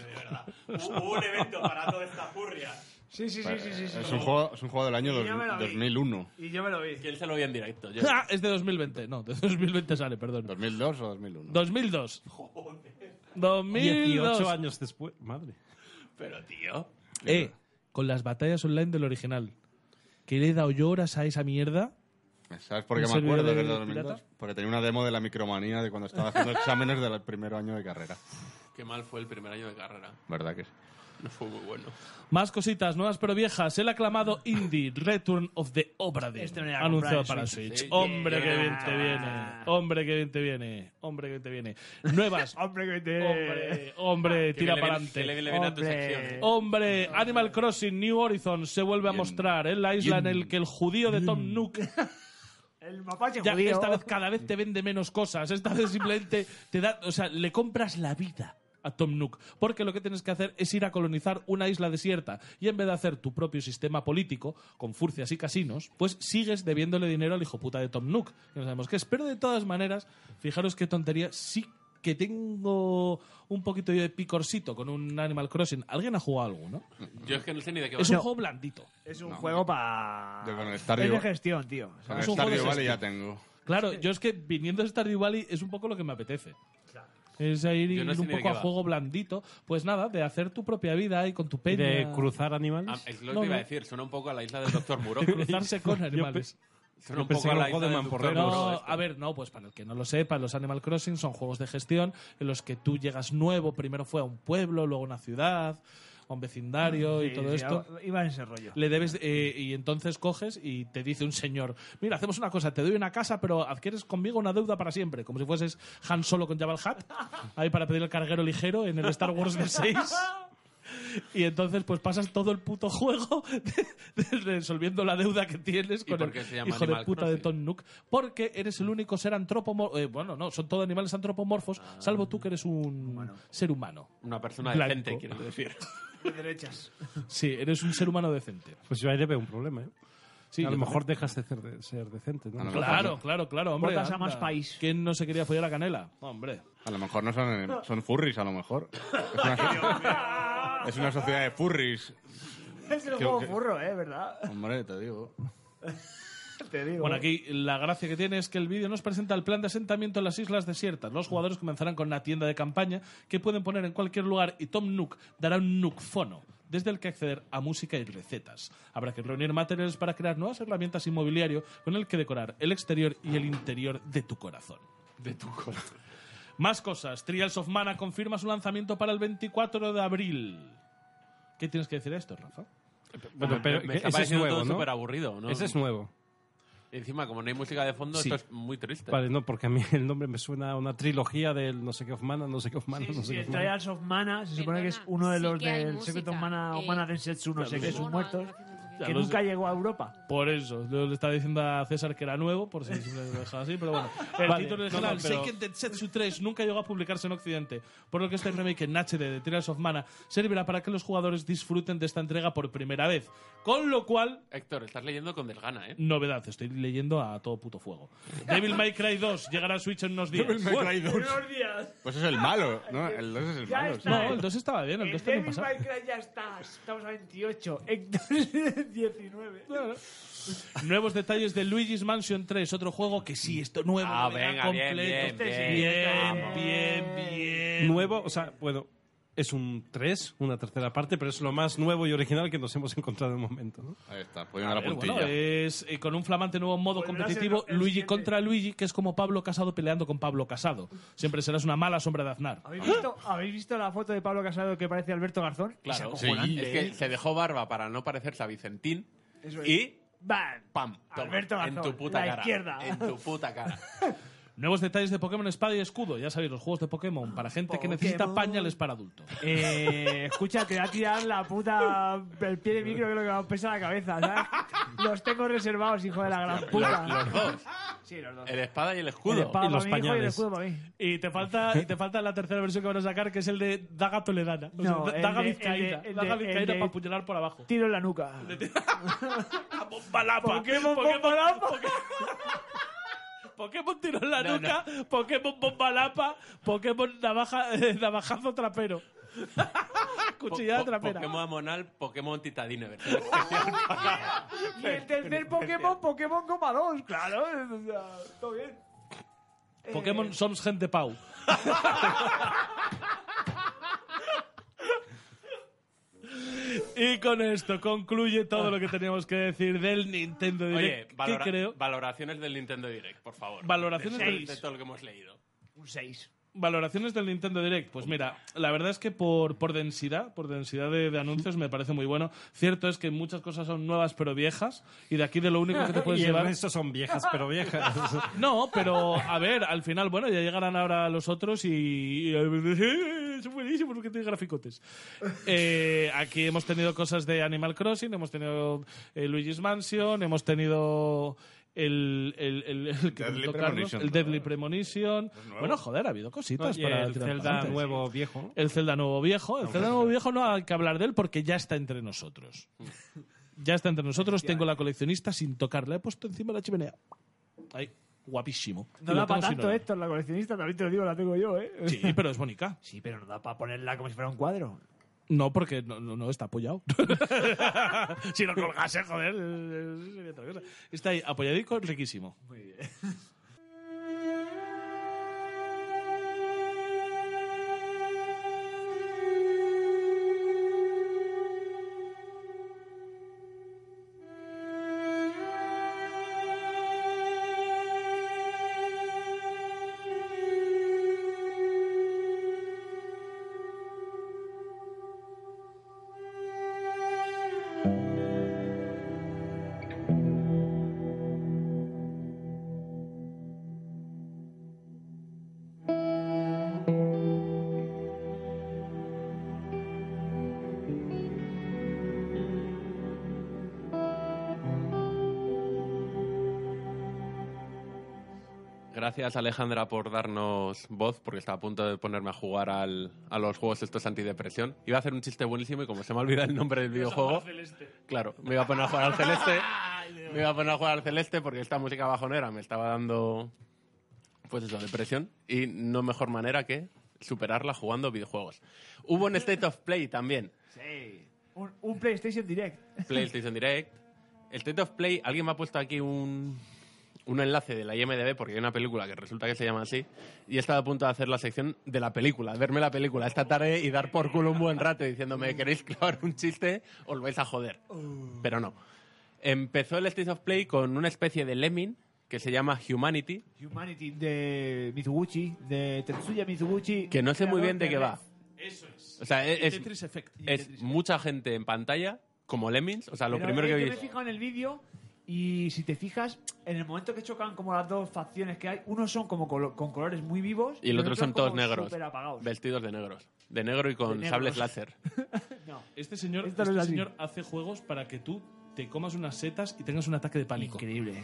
Hubo un evento para toda esta furria. Sí, sí, sí, eh, sí, sí. sí. Es un juego, es un juego del año Y ya me la vi. 2001. Y yo me lo vi. ¿Quién se lo vio en directo? Yo. Ah, es de 2020, no, de 2020 sale, perdón. 2002 o 2001. 2002. 18 2002. años después. Madre. Pero, tío. Eh, con las batallas online del original. Que le he dado yo horas a esa mierda. ¿Sabes por qué ¿Un me acuerdo servidor del de 2002? pirata? Porque tenía una demo de la micromanía de cuando estaba haciendo exámenes del primer año de carrera. Qué mal fue el primer año de carrera. ¿Verdad que sí? No fue muy bueno. Más cositas nuevas pero viejas. El aclamado indie Return of the Obradin. Este me lo voy a anunciado comprar para en Switch. Sí, Hombre, yo- que yo- bien te viene. Hombre, que bien te viene. Hombre, que bien te viene. Nuevas. Hombre, que te... Hombre, hombre, Eh, Que tira le para viene- Que le, adelante. le viene a tu Hombre. sección. eh. Hombre, Animal Crossing New Horizons se vuelve a mostrar en la isla en el que el judío de Tom Nook El mapache ya judío. esta vez cada vez te vende menos cosas, esta vez simplemente te da, o sea, le compras la vida a Tom Nook, porque lo que tienes que hacer es ir a colonizar una isla desierta y en vez de hacer tu propio sistema político con furcias y casinos, pues sigues debiéndole dinero al hijo puta de Tom Nook, que no sabemos qué es, pero de todas maneras, fijaros qué tontería, sí que tengo un poquito yo de picorcito con un Animal Crossing. ¿Alguien ha jugado alguno? Yo es que no sé ni de qué va. Es un juego blandito. Es un juego para... Yo con el Es Stardew- de gestión, tío. O sea, Con es un juego de Stardew Valley gestión. ya tengo. Claro, yo es que viniendo de Stardew Valley es un poco lo que me apetece. Es a ir, Yo no ir sé un ni de qué poco a va. juego blandito. Pues nada, de hacer tu propia vida y con tu ¿Y peña. ¿De cruzar Ah, animales? es lo que No, te iba a no. decir. Suena un poco a la isla del Doctor Muro. cruzarse con animales. Suena un Yo pensé poco a que la era isla un juego de del Doctor mamporreros. Muro. No, esto. a ver, no, pues para el que no lo sepa, los Animal Crossing son juegos de gestión en los que tú llegas nuevo, primero fue a un pueblo, luego a una ciudad, a un vecindario Ah, sí, y todo sí, esto. algo- Iba en ese rollo. Le debes eh, y entonces coges y te dice un señor, mira, hacemos una cosa, te doy una casa, pero adquieres conmigo una deuda para siempre, como si fueses Han Solo con Jabal Hat, ahí para pedir el carguero ligero en el Star Wars de 6. Y entonces pues pasas todo el puto juego de- de- resolviendo la deuda que tienes ¿Y con por el qué se llama hijo de Animal puta de Crossing? Tom Nook, porque eres el único ser antropomorfo, bueno, no, son todos animales antropomorfos, Ah. salvo tú que eres un ser humano. Una persona Blanco. decente, quiero decir. De derechas. Sí, eres un ser humano decente. Pues yo ahí le veo un problema, ¿eh? Sí, a lo yo mejor dejas de ser, de- ser decente, ¿no? A lo mejor Claro, claro, claro, hombre. Botas a anda. más país. ¿Quién no se quería follar a Canela? Hombre. A lo mejor no son, enem- son furries, a lo mejor. Es una, so- es una sociedad de furries. Es el Qué- juego qué- furro, ¿eh? ¿Verdad? Hombre, te digo. Te digo. Bueno, aquí la gracia que tiene es que el vídeo nos presenta el plan de asentamiento en las islas desiertas. Los jugadores comenzarán con una tienda de campaña que pueden poner en cualquier lugar y Tom Nook dará un Nookfono, desde el que acceder a música y recetas. Habrá que reunir materiales para crear nuevas herramientas inmobiliario con el que decorar el exterior y el interior de tu corazón. De tu corazón. Más cosas. Trials of Mana confirma su lanzamiento para el 24 de abril. ¿Qué tienes que decir a esto, Rafa? Bueno, pero me que está ese es pareciendo nuevo, todo ¿no? súper aburrido. ¿no? Ese es nuevo. Encima, como no hay música de fondo, Sí. esto es muy triste. Vale, no, porque a mí el nombre me suena a una trilogía del no sé qué of mana, no sé qué of mana, Sí, no sí, sé sí, qué of el mana. Trials of Mana se supone que es Perdona, uno de sí los que hay del música, Secret of Mana, eh, Mana Densetsu, no sé qué, sus Mono, muertos, Ya que lo nunca sé. llegó a Europa. Por eso, yo le estaba diciendo a César que era nuevo, por si siempre lo dejaba así, pero bueno. El Vale, título no, no, original, pero- Seiken Densetsu 3, nunca llegó a publicarse en Occidente, por lo que este remake en HD de Trials of Mana servirá para que los jugadores disfruten de esta entrega por primera vez. Con lo cual, Héctor, estás leyendo con desgana, ¿eh? novedad, estoy leyendo a todo puto fuego. Devil May Cry 2 llegará a Switch en unos días. Pues es el malo, ¿no? El 2 es el Ya malo. está. No, el 2 estaba bien, el 2 también pasaba. ya está. Estamos a 28, Héctor 19. Nuevos detalles de Luigi's Mansion 3, otro juego que sí, esto nuevo, Ah, novedad venga, bien, completo. bien, bien. bien, Vamos. bien, bien. Nuevo, o sea, bueno, es un 3, una tercera parte, pero es lo más nuevo y original que nos hemos encontrado en el momento, ¿no? Ahí está, pues poniendo la Eh, bueno, puntilla. es eh, con un flamante nuevo modo Volverá a ser competitivo, Pues el Luigi siguiente. contra Luigi, que es como Pablo Casado peleando con Pablo Casado. Siempre serás una mala sombra de Aznar. ¿Habéis visto, ¿Habéis visto la foto de Pablo Casado que parece Alberto Garzón? Claro, sí. acojonante, es ¿eh? que se dejó barba para no parecerse a Vicentín Eso es. y ¡Bam! ¡pam! Toma, Alberto Garzón, en tu puta la cara. izquierda. En tu puta cara. Nuevos detalles de Pokémon Espada y Escudo. Ya sabéis, los juegos de Pokémon para gente que necesita Pokémon. pañales para adultos. Eh, escucha, te va a tirar la puta. El pie de micro que es lo que va a pesar la cabeza, ¿sabes? Los tengo reservados, hijo de la gran puta. Los, los dos. Sí, los dos. El espada y el El escudo. espada y los para mi hijo Y el pañales. escudo para mí. Y te falta, y te falta la tercera versión que van a sacar, que es el de Daga Toledana. O sea, No, da- el daga de- el Vizcaína. de- el daga de- el Vizcaína de- para apuñalar por abajo. Tiro en la nuca. Balapa. Pokémon Bombalapa. Pokémon tiro en la nuca, Pokémon bombalapa, Pokémon navaja, eh, navajazo trapero. Po- Cuchillada po- trapera. Pokémon amonal, Pokémon titadine. ¿verdad? Y el tercer Pokémon, Pokémon Goma 2, claro. o sea, todo bien. Pokémon somos gente pau. Y con esto concluye todo lo que teníamos que decir del Nintendo Oye, Direct. que valora- creo? valoraciones del Nintendo Direct, por favor. Valoraciones de, del- de todo lo que hemos leído. Un 6. Valoraciones del Nintendo Direct. Pues mira, la verdad es que por, por densidad, por densidad de, de anuncios me parece muy bueno. Cierto es que muchas cosas son nuevas pero viejas y de aquí de lo único que te puedes y el llevar... resto son viejas, pero viejas. No, pero a ver, al final, bueno, ya llegarán ahora los otros y. y- Son buenísimos porque tienen graficotes. Eh, aquí hemos tenido cosas de Animal Crossing, hemos tenido eh, Luigi's Mansion, hemos tenido. El, el, el, el que Deadly comentó Carlos, Premonition. el Deadly Premonition. Bueno, joder, ha habido cositas Y para el tirar para Zelda adelante. nuevo viejo. El Zelda Nuevo Viejo. El Zelda Nuevo Viejo no hay que hablar de él porque ya está entre nosotros. Mm. Ya está entre nosotros. Tengo la coleccionista sin tocarla. He puesto encima de la chimenea. Ahí, guapísimo. No Y lo da para tengo sin tanto oler. Héctor, la coleccionista, también te lo digo, la tengo yo, ¿eh? Sí, pero es bonita. Sí, pero no da para ponerla como si fuera un cuadro. No, porque no, no- no está apoyado. si lo colgase, joder, eso sería otra cosa. Está ahí, apoyadico, riquísimo. Gracias, Alejandra, por darnos voz, porque estaba a punto de ponerme a jugar al- a los juegos estos antidepresión. Iba a hacer un chiste buenísimo y como se me ha olvidado el nombre del videojuego... Claro, me iba a poner a jugar al celeste. me iba a poner a jugar al celeste porque esta música bajonera me estaba dando... Pues eso, depresión. Y no mejor manera que superarla jugando videojuegos. Hubo un State of Play también. Un, un PlayStation Direct. PlayStation Direct. El State of Play, alguien me ha puesto aquí un, un enlace de la IMDB porque hay una película que resulta que se llama así y he estado a punto de hacer la sección de la película, verme la película esta tarde y dar por culo un buen rato diciéndome queréis clavar un chiste os vais a joder. Pero no. Empezó el State of Play con una especie de lemming que se llama Humanity, Humanity de Mizuguchi, de Tetsuya Mizuguchi. que no sé muy bien de qué va. Eso es. O sea, es, es- Tetris Effect. es mucha gente en pantalla como lemmings, o sea, lo primero que yo vi me he fijado en el vídeo y si te fijas, en el momento que chocan como las dos facciones que hay, unos son como colo- con colores muy vivos y el otro otros son todos como negros, superapagados. vestidos de negros, de negro y con negros. sables láser. No. Este señor, Esto no este es así. señor hace juegos para que tú te comas unas setas y tengas un ataque de pánico. Increíble.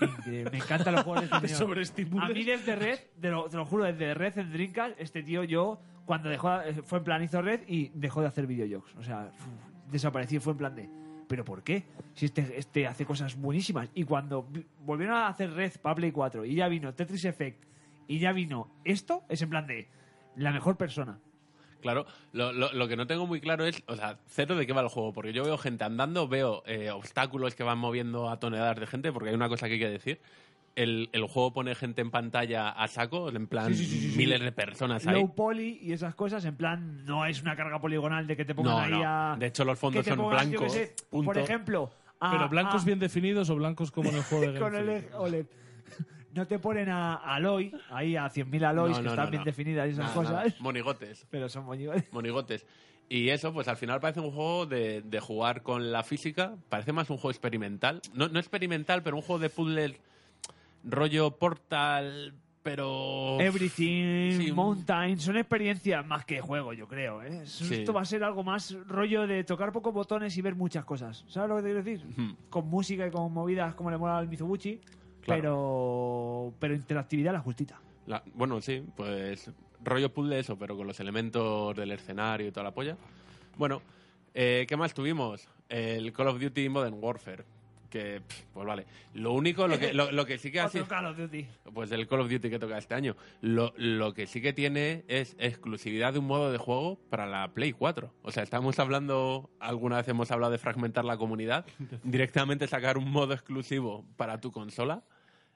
Increíble. Me encantan los juegos de este Te señor. A sobreestimulas. mí desde Red, te lo, te lo juro, desde Red en Dreamcast, este tío yo, cuando dejó, eh, fue en plan hizo Red y dejó de hacer videojuegos. O sea, uf, desapareció, fue en plan de, ¿pero por qué? Si este, este hace cosas buenísimas. Y cuando vi- volvieron a hacer Red para Play 4 y ya vino Tetris Effect y ya vino esto, es en plan de, la mejor persona. Claro, lo, lo- lo que no tengo muy claro es, o sea, cero de qué va el juego, porque yo veo gente andando, veo eh, obstáculos que van moviendo a toneladas de gente, porque hay una cosa que hay que decir. El, el juego pone gente en pantalla a saco, en plan Sí, sí, sí, sí, sí. miles de personas ahí. Low poly y esas cosas, en plan, no es una carga poligonal de que te pongan No, ahí no. a... De hecho, los fondos que te son pongan, yo blancos. qué sé, punto. Por ejemplo... a- Pero blancos a- bien definidos o blancos como en el juego de con Game el Freak. eje OLED. No te ponen a Aloy, ahí a 100.000 Aloys, No, que no, están no, bien no. definidas y esas Nada, cosas, nada. Monigotes. pero son moñigones. monigotes. Y eso, pues al final parece un juego de, de jugar con la física, parece más un juego experimental. No, no experimental, pero un juego de puzzle rollo portal, Pero. Everything, Sí, un- Mountain, son experiencias más que juego, yo creo. ¿eh? Es- Sí. Esto va a ser algo más rollo de tocar pocos botones y ver muchas cosas. ¿Sabes lo que te quiero decir? Con música y con movidas como le mola al Mizuguchi, pero, pero interactividad la justita. La- bueno, sí, pues rollo puzzle eso, pero con los elementos del escenario y toda la polla. Bueno, eh, ¿qué más tuvimos? El Call of Duty Modern Warfare. Que, pff, pues vale. Lo único, lo que, lo, lo que sí que así. Otro Call of Duty. Pues del Call of Duty que toca este año. Lo, lo que sí que tiene es exclusividad de un modo de juego para la Play 4. O sea, estamos hablando, alguna vez hemos hablado de fragmentar la comunidad. Directamente sacar un modo exclusivo para tu consola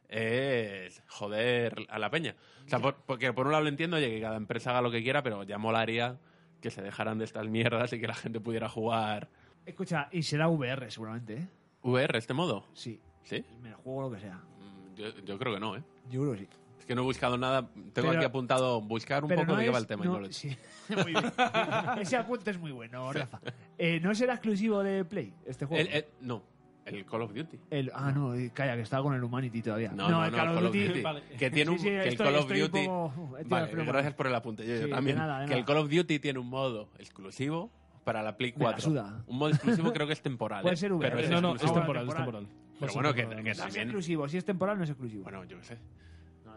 es joder a la peña. O sea, por- porque por un lado lo entiendo, oye, que cada empresa haga lo que quiera, pero ya molaría que se dejaran de estas mierdas y que la gente pudiera jugar Escucha, y será VR seguramente, ¿eh? VR este modo. Sí, ¿Sí? me la juego lo que sea. Mm, Yo, yo creo que no, ¿eh? Yo creo que sí. Es que no he buscado nada. Tengo Pero- aquí apuntado buscar un Pero poco no de qué va es- el tema. y no- no lo he hecho. sí. Muy bien. Ese apunte es muy bueno, Rafa. Eh, ¿No será exclusivo de Play este juego? El- el- no, el Call of Duty. El- ah, no, eh, calla, que estaba con el Humanity todavía. No, no, el no, el Call of Duty. Que tiene un. Sí, sí, que el estoy- Call of estoy un Duty. poco- uh, estoy Vale, de acuerdo. gracias por el apunte. Yo, yo Sí, de también. nada, de que el nada. Call of Duty tiene un modo exclusivo para la Play Me la 4. suda. Un modo exclusivo creo que es temporal. Puede ¿eh? ser VR, Pero es no, no, es exclusivo. temporal, es temporal. temporal. Va a Pero ser bueno, que, temporal, que además. No es también. exclusivo, si es temporal, no es exclusivo. Bueno, yo qué sé.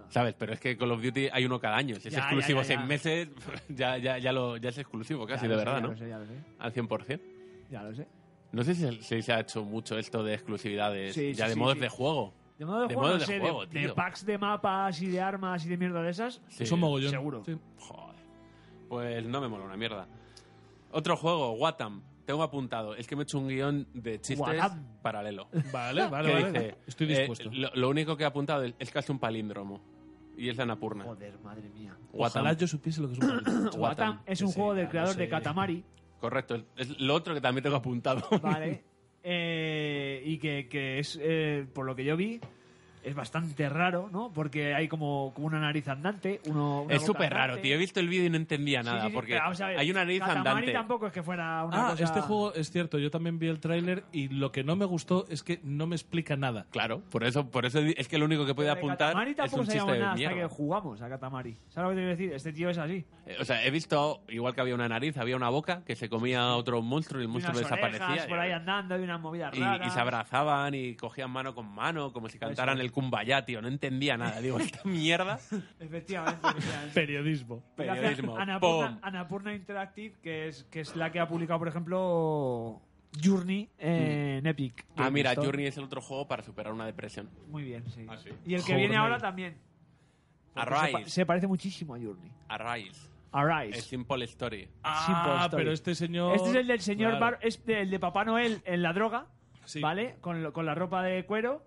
¿Sabes? Pero es que Call of Duty hay uno cada año. Si es Ya, ya, exclusivo ya, ya. seis meses, ya, ya, ya, lo, ya es exclusivo Ya casi, lo de sé, verdad, ya ¿no? Lo sé, ya lo sé. Al 100%. Ya lo sé. No sé si, si se ha hecho mucho esto de exclusividades, Sí, ya sí, de sí, modos sí. de juego. De modo de, De juego, modo no de sé, juego, de, tío. packs de mapas y de armas y de mierda de esas. Sí. Son mogollón. Seguro. Sí. Joder. Pues no me mola una mierda. Otro juego, Watam. Tengo apuntado. Es que me he hecho un guión de chistes Watam. paralelo. Vale, vale, Que vale. dice, Estoy eh, dispuesto. lo, lo único que he apuntado es, es casi un palíndromo. Y es de Anapurna. Joder, madre mía. Watam. Ojalá yo supiese lo que es un palíndromo. Guatam. Watam es un Sí, juego del ya creador lo de sé. Katamari. Correcto. Es lo otro que también tengo apuntado. Vale. Eh, y que, que es, eh, por lo que yo vi, es bastante raro, ¿no? Porque hay como, como una nariz andante, uno... una es boca súper raro, andante. tío. He visto el vídeo y no entendía Sí, nada. sí, sí, porque pero vamos a ver, hay una nariz Katamari andante. tampoco es que fuera una Ah, cosa- este juego es cierto. Yo también vi el tráiler y lo que no me gustó es que no me explica nada. Claro, por eso, por eso es que lo único que puede Pero de apuntar Katamari es tampoco un chiste sabíamos de nada mierda. hasta que jugamos a Katamari. ¿Sabes lo que te quiero decir? Este tío es así. Eh, O sea, he visto, igual que había una nariz, había una boca que se comía a otro monstruo y el Y monstruo unas desaparecía. orejas por ahí y- andando y unas movidas y, raras. y se abrazaban y cogían mano con mano, como si cantaran Eso. el Kumbaya, tío. No entendía nada. Digo, esta mierda. Efectivamente. efectivamente. Periodismo. Gracias, Periodismo. Annapurna, ¡Pum! Annapurna Interactive, que es, que es la que ha publicado, por ejemplo, Journey en Epic. Ah, Games mira, Store. Journey es el otro juego para superar una depresión. Muy bien, sí. Ah, sí. Y el que Journey. viene ahora también. Porque se, pa- Arise. se parece muchísimo a Journey. Arise. Arise. Es Simple Story. Simple Ah, Story. pero este señor... Este es el del señor Claro. Bar- es el de Papá Noel en la droga, Sí. ¿vale? Con, lo- con la ropa de cuero.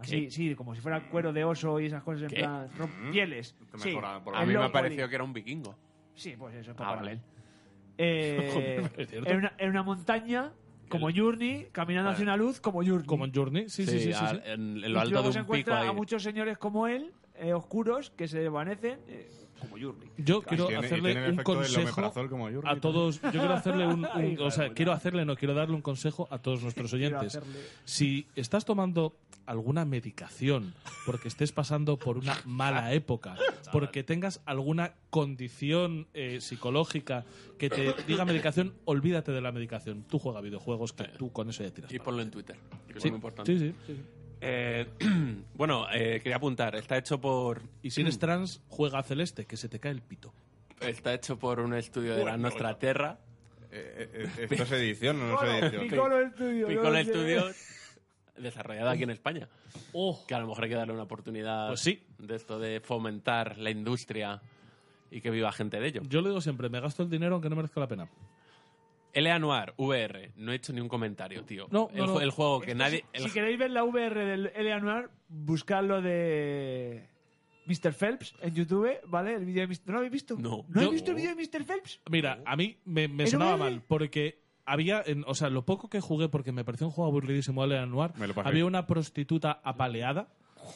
Así, sí, como si fuera cuero de oso y esas cosas en ¿Qué? Mm. plan rom- pieles. Te Sí, mejora, por- A El mí me Longpoli. ha parecido que era un vikingo. Sí, pues eso, Papá Ah, Noel. vale. Eh, Joder, es cierto. en, una, en una montaña, como Journey, caminando hacia una luz, como Journey. Como en Journey. Sí, sí, sí. sí, sí. al- En, en Y lo alto luego de se un pico encuentra ahí. a muchos señores como él, eh, oscuros, que se desvanecen, eh, como Journey. Yo Y quiero tiene- y tiene hacerle el un efecto del consejo omeprazol como Jurgen. a todos. Yo quiero hacerle un, un- Ay, o sea, bueno. quiero hacerle, no quiero darle un consejo a todos nuestros oyentes. hacerle- Si estás tomando alguna medicación porque estés pasando por una mala época, porque tengas alguna condición eh, psicológica que te diga medicación, olvídate de la medicación. Tú juega videojuegos que tú con eso ya tiras. Y para ponlo en Twitter. que es Sí, muy importante. sí, sí, sí, sí. Eh, bueno, eh, quería apuntar. Está hecho por. Y si eres trans, juega a celeste, que se te cae el pito. Está hecho por un estudio de la nuestra tierra. Eh, eh, eh, ¿Esto es edición o no es edición? Piccolo Studio. Piccolo no sé. Studios, desarrollada aquí en España. ¡Oh! Que a lo mejor hay que darle una oportunidad Pues sí. de esto de fomentar la industria y que viva gente de ello. Yo lo digo siempre, me gasto el dinero aunque no merezca la pena. L.A. Noir, VR. No he hecho ni un comentario, tío. No, el, no, ju- no. el juego que Esto, nadie... si, el- si queréis ver la VR del Eleanor, buscad lo de Mr. Phelps en YouTube, ¿vale? El vídeo de Mr. ¿No lo habéis visto? No. ¿No Yo- habéis visto el vídeo de Mr. Phelps? Mira, a mí me, me ¿Pero sonaba vale? mal porque había, en- o sea, lo poco que jugué porque me pareció un juego aburridísimo de Noir, Me lo pasé. había una prostituta apaleada,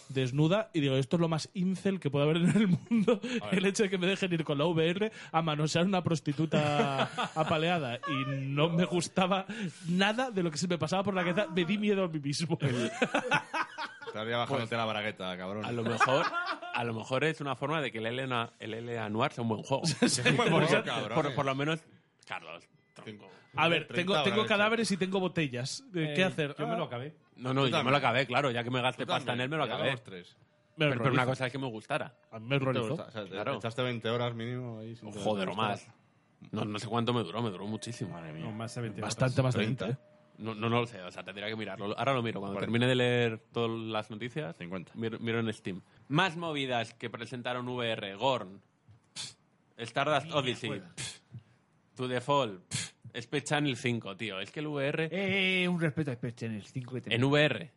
desnuda, y digo, esto es lo más incel que puede haber en el mundo, el hecho de que me dejen ir con la VR a manosear una prostituta apaleada. Y no me gustaba nada de lo que se me pasaba por la cabeza, me di miedo a mí mismo. Estaría bajándote la bragueta, cabrón. Pues- A lo mejor... A lo mejor es una forma de que el LA, el LA Noir sea un buen juego. un buen juego, Por- cabrón, por, eh. por lo menos, Carlos. tronco. A ver, 30 tengo, tengo dólares, cadáveres y tengo botellas. Eh, ¿Qué Eh, hacer? Yo me lo Ah. acabé. No, no, yo me también. lo acabé, claro. Ya que me gasté Este Tú pasta en él, me lo acabé. también. Llevamos Pero, tres. Ah, Me horrorizo. pero una cosa es que me gustara. A mí me horrorizó. O sea, te- Claro. Echaste 20 horas mínimo ahí. sin tener Joder, o gusto. más. No, no sé cuánto me duró, me duró muchísimo. No, más de 20 horas. Bastante más de 30. 20. ¿eh? No, no, no lo sé, o sea, tendría que mirarlo. Ahora lo miro, cuando Vale. termine de leer todas las noticias, 50. miro, miro en Steam. Más movidas que presentaron VR, Gorn, Stardust Odyssey, pff, To The Fall, pff, Space Channel 5, tío. Es que el VR... Eh, eh, un respeto a Space Channel 5 que En tenemos. VR.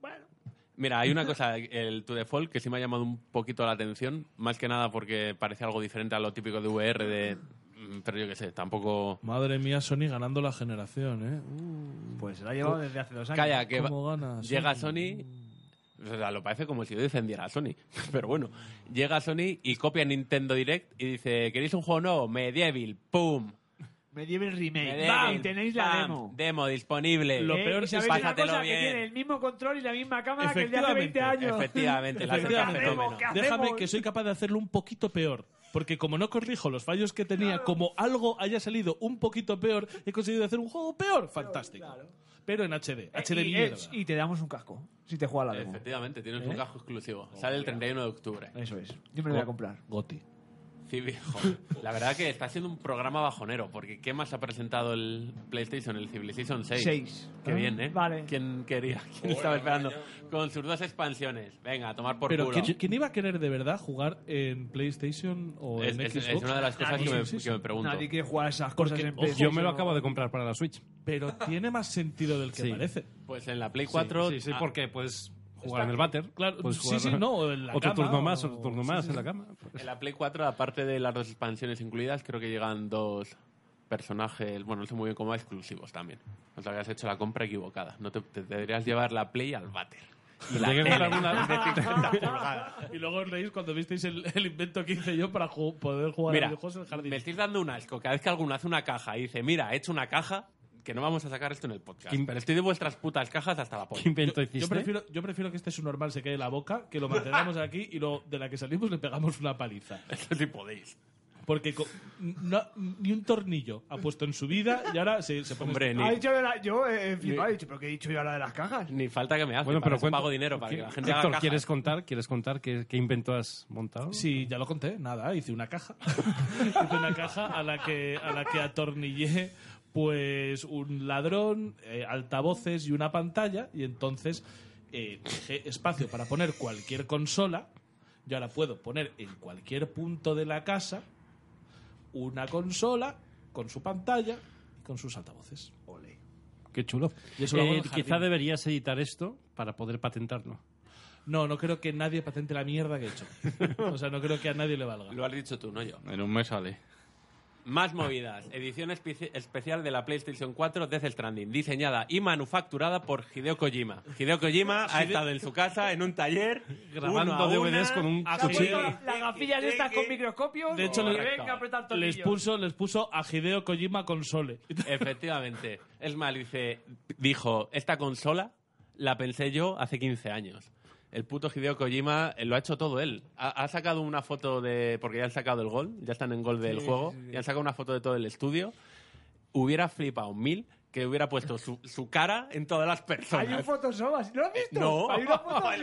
Bueno. Este, Mira, hay una cosa, el To The Fall, que sí me ha llamado un poquito la atención, más que nada porque parece algo diferente a lo típico de VR, de... mm, Pero yo qué sé, tampoco... Madre mía, Sony ganando la generación, ¿eh? Uh, Pues se la ha llevado desde hace dos años. Calla, que va- ¿Cómo gana? llega Sony... O sea, lo parece como si yo defendiera a Sony. Pero bueno, llega Sony y copia Nintendo Direct y dice, ¿queréis un juego nuevo? Medieval, ¡pum! Me lleve el remake. Medieval, Y tenéis la ¡pam! demo. Demo disponible. Lo Eh, peor y es- sabéis una pásatelo cosa bien. que tiene el mismo control y la misma cámara que el de hace 20 Efectivamente, años. Efectivamente, la hacen Efectivamente. fenómeno. ¿Qué hacemos? Déjame que soy capaz de hacerlo un poquito peor. Porque como no corrijo los fallos que tenía, como algo haya salido un poquito peor, he conseguido hacer un juego peor. Fantástico. Pero en HD. Eh, HD y, mierda. eh, y te damos un casco si te juega la demo. Efectivamente, tienes un casco exclusivo. Sale el 31 de octubre. Eso es. Yo me lo voy Oh, a comprar. Goti. Sí, viejo. La verdad que está siendo un programa bajonero, porque ¿qué más ha presentado el PlayStation, el Civilization 6? Seis. Qué Ah, bien, ¿eh? Vale. ¿Quién quería? ¿Quién estaba esperando? Con sus dos expansiones. Venga, a tomar por Pero culo. ¿quién, quién iba a querer de verdad jugar en PlayStation o Es, en es- Xbox? es una de las cosas Nadie, que me, sí, sí. que me pregunto. Nadie quiere jugar a esas cosas Porque, en ojo, PC. Yo me lo acabo de comprar para la Switch. Pero tiene más sentido del que Sí. parece. Pues en la Play 4... Sí, sí, ah, porque puedes jugar en el váter. Claro, puedes sí, sí, no, en la cama, otro turno más, o- otro turno sí, más sí, en la sí. cama. En la Play 4, aparte de las dos expansiones incluidas, creo que llegan dos personajes, bueno, no sé muy bien cómo, exclusivos también. O sea, que has hecho la compra equivocada. No te, te deberías llevar la Play al váter. Y la Tendría que tele. comprar Pues una- de 50 pulgadas. Y luego os reís cuando visteis el, el invento que hice yo para ju- poder jugar a Mira, videojuegos en el jardín. me estáis dando un asco. Cada vez que alguno hace una caja y dice, mira, he hecho una caja, que no vamos a sacar esto en el podcast. ¿Qué- Pero estoy de vuestras putas cajas hasta la polla. ¿Qué invento hiciste? Yo prefiero, yo prefiero que este es un normal, se quede en la boca, que lo mantengamos aquí y luego de la que salimos le pegamos una paliza. Eso sí podéis. Porque co- no- ni un tornillo ha puesto en su vida y ahora se, se pone... Hombre, Ha ni, dicho de la- yo eh, he flipado, he dicho, pero ¿qué he dicho yo ahora de las cajas? ni falta que me hace. Bueno, para pero eso cuento- pago dinero para ¿Qué- que la gente haga Héctor, cajas. ¿quieres contar? ¿Quieres contar qué, qué invento has montado? Sí, ya lo conté, nada, hice una caja. hice una caja a la que, a la que atornillé pues un ladrón, eh, altavoces y una pantalla y entonces eh, dejé espacio para poner cualquier consola y ahora puedo poner en cualquier punto de la casa una consola con su pantalla y con sus altavoces. Qué chulo. Y eso lo hago en el jardín. Eh, quizá deberías editar esto para poder patentarlo. No, no creo que nadie patente la mierda que he hecho. O sea, no creo que a nadie le valga. Lo has dicho tú, no yo. En un mes sale. Más movidas. Edición espe- especial de la PlayStation 4 Death Stranding. Diseñada y manufacturada por Hideo Kojima. Hideo Kojima ha estado en su casa, en un taller, uno a Grabando DVDs una, con un a Se ha puesto cuchillo. la- las gafillas estas con microscopios. Ah, De hecho, y le- venga, apretar les tornillos. puso, les puso a Hideo Kojima console. Efectivamente. Es más, dice, dijo, esta consola la pensé yo hace 15 años. El puto Hideo Kojima eh, lo ha hecho todo él. Ha, ha sacado una foto de... Porque ya han sacado el gol, ya están en gol del juego. Y han sacado una foto de todo el estudio. Hubiera flipado mil que hubiera puesto su, su cara en todas las personas. Hay un Photoshop así, ¿lo has visto? No. Hay una foto así.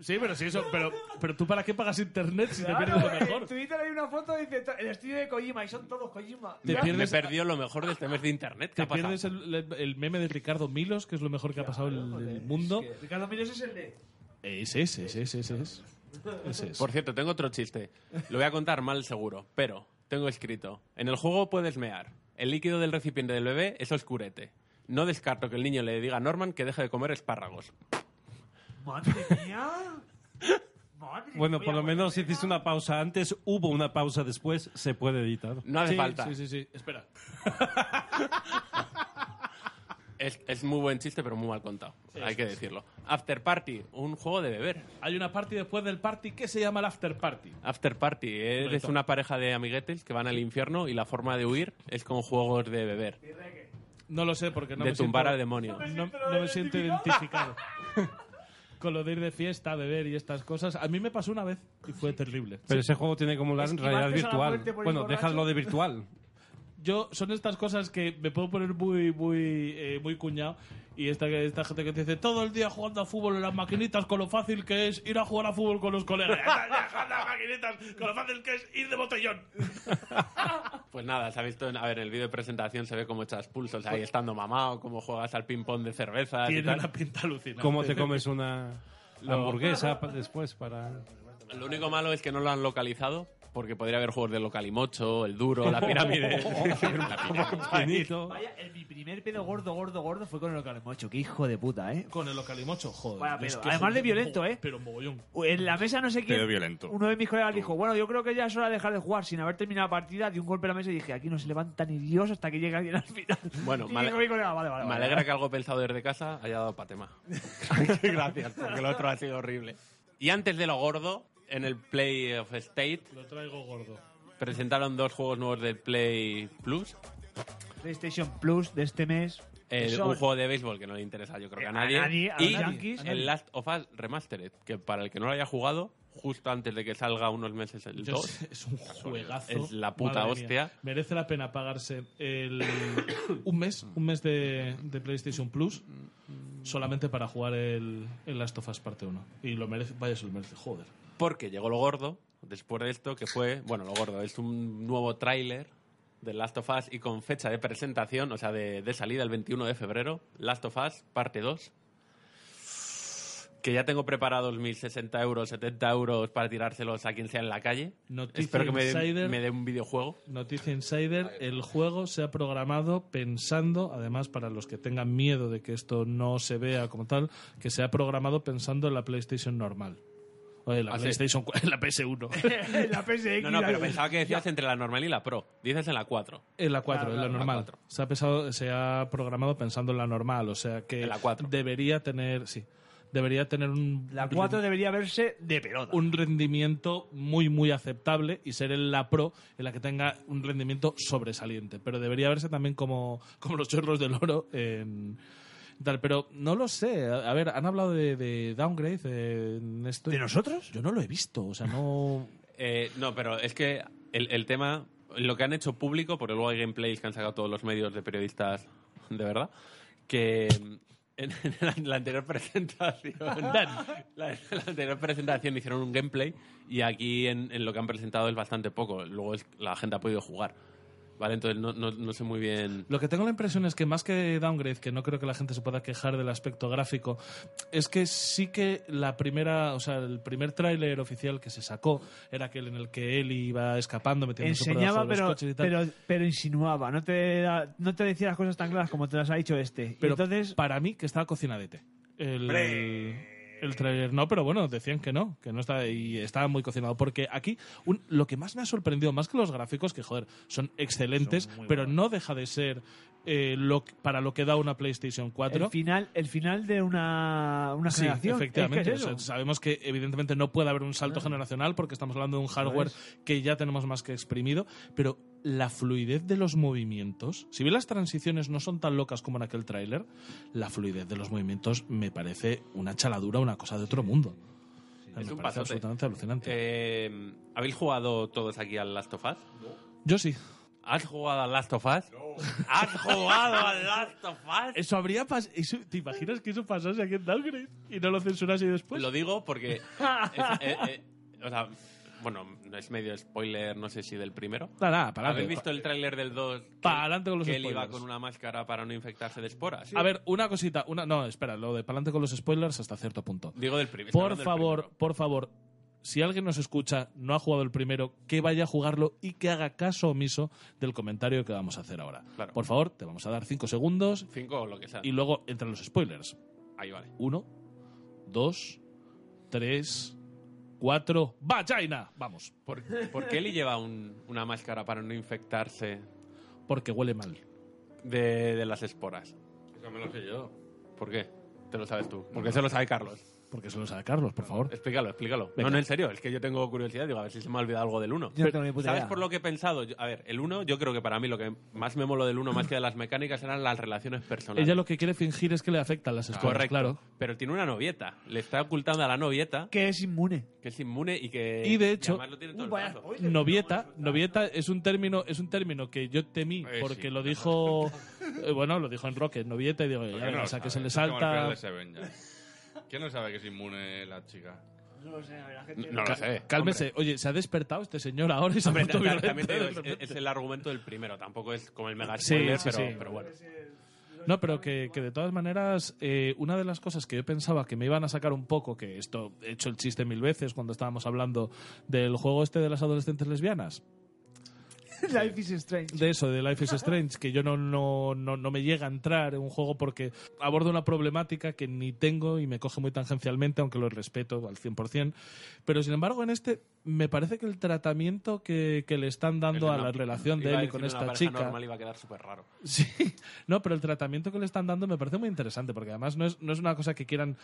Sí, pero sí, eso. Pero, pero tú para qué pagas internet si te Claro, pierdes lo En mejor. Twitter hay una foto y dice el estudio de Kojima y son todos Kojima. Te Me pierdes, perdió lo mejor de este mes de internet. ¿Qué te ha pasado? pierdes el, el- el meme de Ricardo Milos, que es lo mejor que ha pasado en el, Joder, mundo. es que Ricardo Miles es el de. Ese es, ese es, ese es. Ese es. Por cierto, tengo otro chiste. Lo voy a contar mal seguro, pero tengo escrito. En el juego puedes mear. El líquido del recipiente del bebé es oscurete. No descarto que el niño le diga a Norman que deje de comer espárragos. ¡Madre mía! Madre Bueno, mía, por lo madre menos mía. hiciste una pausa antes, hubo una pausa después, se puede editar. No hace Sí, falta. Sí, sí, sí. Espera. Es, es muy buen chiste, pero muy mal contado. Hay que decirlo. After Party, un juego de beber. Hay una party después del party que se llama el after party. After Party, eh, eres Correcto. una pareja de amiguetes que van al infierno y la forma de huir es con juegos de beber. No lo sé porque no de me tumbar siento, al demonio. No, no me siento identificado. con lo de ir de fiesta, beber y estas cosas. A mí me pasó una vez y fue terrible. Pero ese juego tiene como la Esquivarte realidad a la virtual. muerte por ir Bueno, borracho. déjalo de virtual. Yo, son estas cosas que me puedo poner muy, muy, eh, muy cuñado. Y esta, esta gente que te dice todo el día jugando a fútbol en las maquinitas con lo fácil que es ir a jugar a fútbol con los colegas. Jugando a maquinitas con lo fácil que es ir de botellón. Pues nada, se ha visto, en- a ver, en el vídeo de presentación se ve cómo echas pulsos ahí estando mamado, cómo juegas al ping-pong de cervezas y Tiene tal. una pinta alucinante. ¿Cómo te comes una hamburguesa pa- después para...? Lo único malo es que no lo han localizado, porque podría haber juegos de localimocho, el duro, la pirámide. La pirámide. Finito. Vaya, el- mi primer pedo gordo, gordo, gordo fue con el Calimocho. Qué hijo de puta, ¿eh? Con el localimocho, joder. Vaya es pedo. que Además de joder, violento, mo- ¿eh? Pero mogollón. En la mesa no sé Pedo quién... violento. Uno de mis colegas dijo, bueno, yo creo que ya es hora de dejar de jugar. Sin haber terminado la partida, di un golpe a la mesa y dije, aquí no se levanta ni Dios hasta que llegue alguien al final. Bueno, Y me ale- dijo mi colega, vale, vale, Me vale. alegra que algo pensado desde casa haya dado patema. Gracias, porque lo otro ha sido horrible. Y antes de lo gordo, en el Play of State Lo traigo gordo. presentaron dos juegos nuevos del Play Plus. PlayStation Plus de este mes. El- Eso- Eh, un juego de béisbol que no le interesa yo creo que a A nadie. nadie, a y los Yankees. el Last of Us Remastered, que para el que no lo haya jugado, justo antes de que salga unos meses el Yo 2. sé, es un juegazo. Es la puta Madre mía. hostia. Merece la pena pagarse el, un mes, un mes de, de PlayStation Plus solamente para jugar el, el Last of Us parte 1. Y lo merece, vaya, se lo merece, joder. Porque llegó lo gordo, después de esto, que fue, bueno, lo gordo, es un nuevo tráiler de Last of Us y con fecha de presentación, o sea, de, de salida el 21 de febrero, Last of Us parte 2. Que ya tengo preparados mis 60 euros, 70 euros para tirárselos a quien sea en la calle. Noticia Espero que me dé, Insider. me dé un videojuego. Noticia Insider, el juego se ha programado pensando, además para los que tengan miedo de que esto no se vea como tal, que se ha programado pensando en la PlayStation normal. O en la Ah, sí. PlayStation cu- en la PS1. la PSX. No, no, pero pensaba que decías entre la normal y la pro. Dices en la 4. En la 4, Claro, en claro, la la normal. cuatro. se, ha pesado- se ha programado pensando en la normal, o sea que En la cuatro. debería tener, sí, debería tener un, La 4 debería verse de pelota. un rendimiento muy, muy aceptable y ser en la Pro en la que tenga un rendimiento sobresaliente. Pero debería verse también como, como los chorros del oro en tal. Pero no lo sé. A a ver, han hablado de, de downgrade eh, en esto. ¿De nosotros? Yo no lo he visto, o sea, no... Eh, no, pero es que el, el tema, lo que han hecho público, porque luego hay gameplays que han sacado todos los medios de periodistas de verdad, que en, en la anterior presentación la, en la anterior presentación hicieron un gameplay y aquí en, en lo que han presentado es bastante poco. Luego es- la gente ha podido jugar. Vale, entonces no, no- no sé muy bien. Lo que tengo la impresión es que más que downgrade, que no creo que la gente se pueda quejar del aspecto gráfico, es que sí que la primera, o sea, el primer tráiler oficial que se sacó era aquel en el que Eli iba escapando, metiéndose Enseñaba, por debajo de los pero, coches y tal. pero, pero insinuaba. No te, da- no te decía las cosas tan claras como te las ha dicho este. Y Pero entonces, para mí que estaba cocinadete. El, el trailer no, pero bueno, decían que no, que no estaba y estaba muy cocinado. Porque aquí un- lo que más me ha sorprendido, más que los gráficos, que joder, son excelentes, pero no deja de ser eh, lo, que- para lo que da una PlayStation 4. el final, el final de una, una Sí, generación. Es que efectivamente. es eso. O sea, sabemos que evidentemente no puede haber un salto generacional porque estamos hablando de un hardware que ya tenemos más que exprimido, pero la fluidez de los movimientos, si bien las transiciones no son tan locas como en aquel tráiler, la fluidez de los movimientos me parece una chaladura, una cosa de otro mundo. Me Es un parece pasote. absolutamente alucinante. Eh, ¿Habéis jugado todos aquí al Last of Us? Yo sí. ¿Has jugado al Last of Us? ¿Has jugado al Last of Us? Eso habría pas- eso- ¿Te imaginas que eso pasase aquí en Downgrade y no lo censurase después? Pues Lo digo porque. es- eh, eh, o sea, bueno, no es medio spoiler, no sé si del primero. Nada, nada, para ¿Habéis adelante. visto el tráiler del 2? Pa' adelante con los Que él iba spoilers. con una máscara para no infectarse de esporas. A ver, una cosita, una no, espera, lo de pa'lante con los spoilers hasta cierto punto. Digo del prim- Por hablando del favor, primero. por favor, si alguien nos escucha, no ha jugado el primero, que vaya a jugarlo y que haga caso omiso del comentario que vamos a hacer ahora. Claro. Por favor, te vamos a dar cinco segundos Cinco o lo que sea. y luego entran los spoilers. Ahí vale. Uno, dos, tres, cuatro. ¡Vagina! Vamos, ¿Por, por qué Eli lleva un- una máscara para no infectarse porque huele mal. de, de las esporas? Eso me lo sé yo. ¿Por qué? Te lo sabes tú. Porque se lo sabe Carlos. Porque se lo sabe Carlos, por favor. Explícalo, explícalo. No, no, en serio, es que yo tengo curiosidad, digo, a ver si se me ha olvidado algo del 1. Yo no tengo ni puta ¿Sabes idea. por lo que he pensado? Yo- a ver, el 1, yo creo que para mí lo que más me moló del 1, más que de las mecánicas, eran las relaciones personales. Ah, Ella lo que quiere fingir es que le afectan las escuelas, Correcto. claro. Pero tiene una novieta. Le está ocultando a la novieta Que es inmune. que es inmune Eh, y que. Y de hecho- además lo tiene todo el rato. Novieta, novieta es un término, es un término que yo temí Eh, porque sí. lo dijo, eh, bueno, lo dijo en Rocket, novieta y digo, ya ¿Quién no verás, lo a que sabe? se le Es como el final salta. de Seven, ya. ¿Quién no sabe que es inmune la chica? No lo sé, a ver, la gente. No lo sé. Cálmese, oye, se ha despertado este señor ahora y se ha Hombre, puesto ta- ta- violento también te digo, de es, repente. es el argumento del primero, tampoco es como el mega Sí, spoiler, sí, pero, sí. pero bueno. No, pero que, que de todas maneras, eh, una de las cosas que yo pensaba que me iban a sacar un poco, que esto he hecho el chiste mil veces cuando estábamos hablando del juego este de las adolescentes lesbianas, Life is strange. de eso, de Life is Strange, que yo no, no, no, no me llega a entrar en un juego porque aborda una problemática que ni tengo y me coge muy tangencialmente, aunque lo respeto al 100%. Pero sin embargo, en este me parece que el tratamiento que, que le están dando Él a no- la relación de iba a él y decir con una esta pareja chica. normal iba a quedar súper raro. Sí, no, pero el tratamiento que le están dando me parece muy interesante, porque además no es, no es una cosa que quieran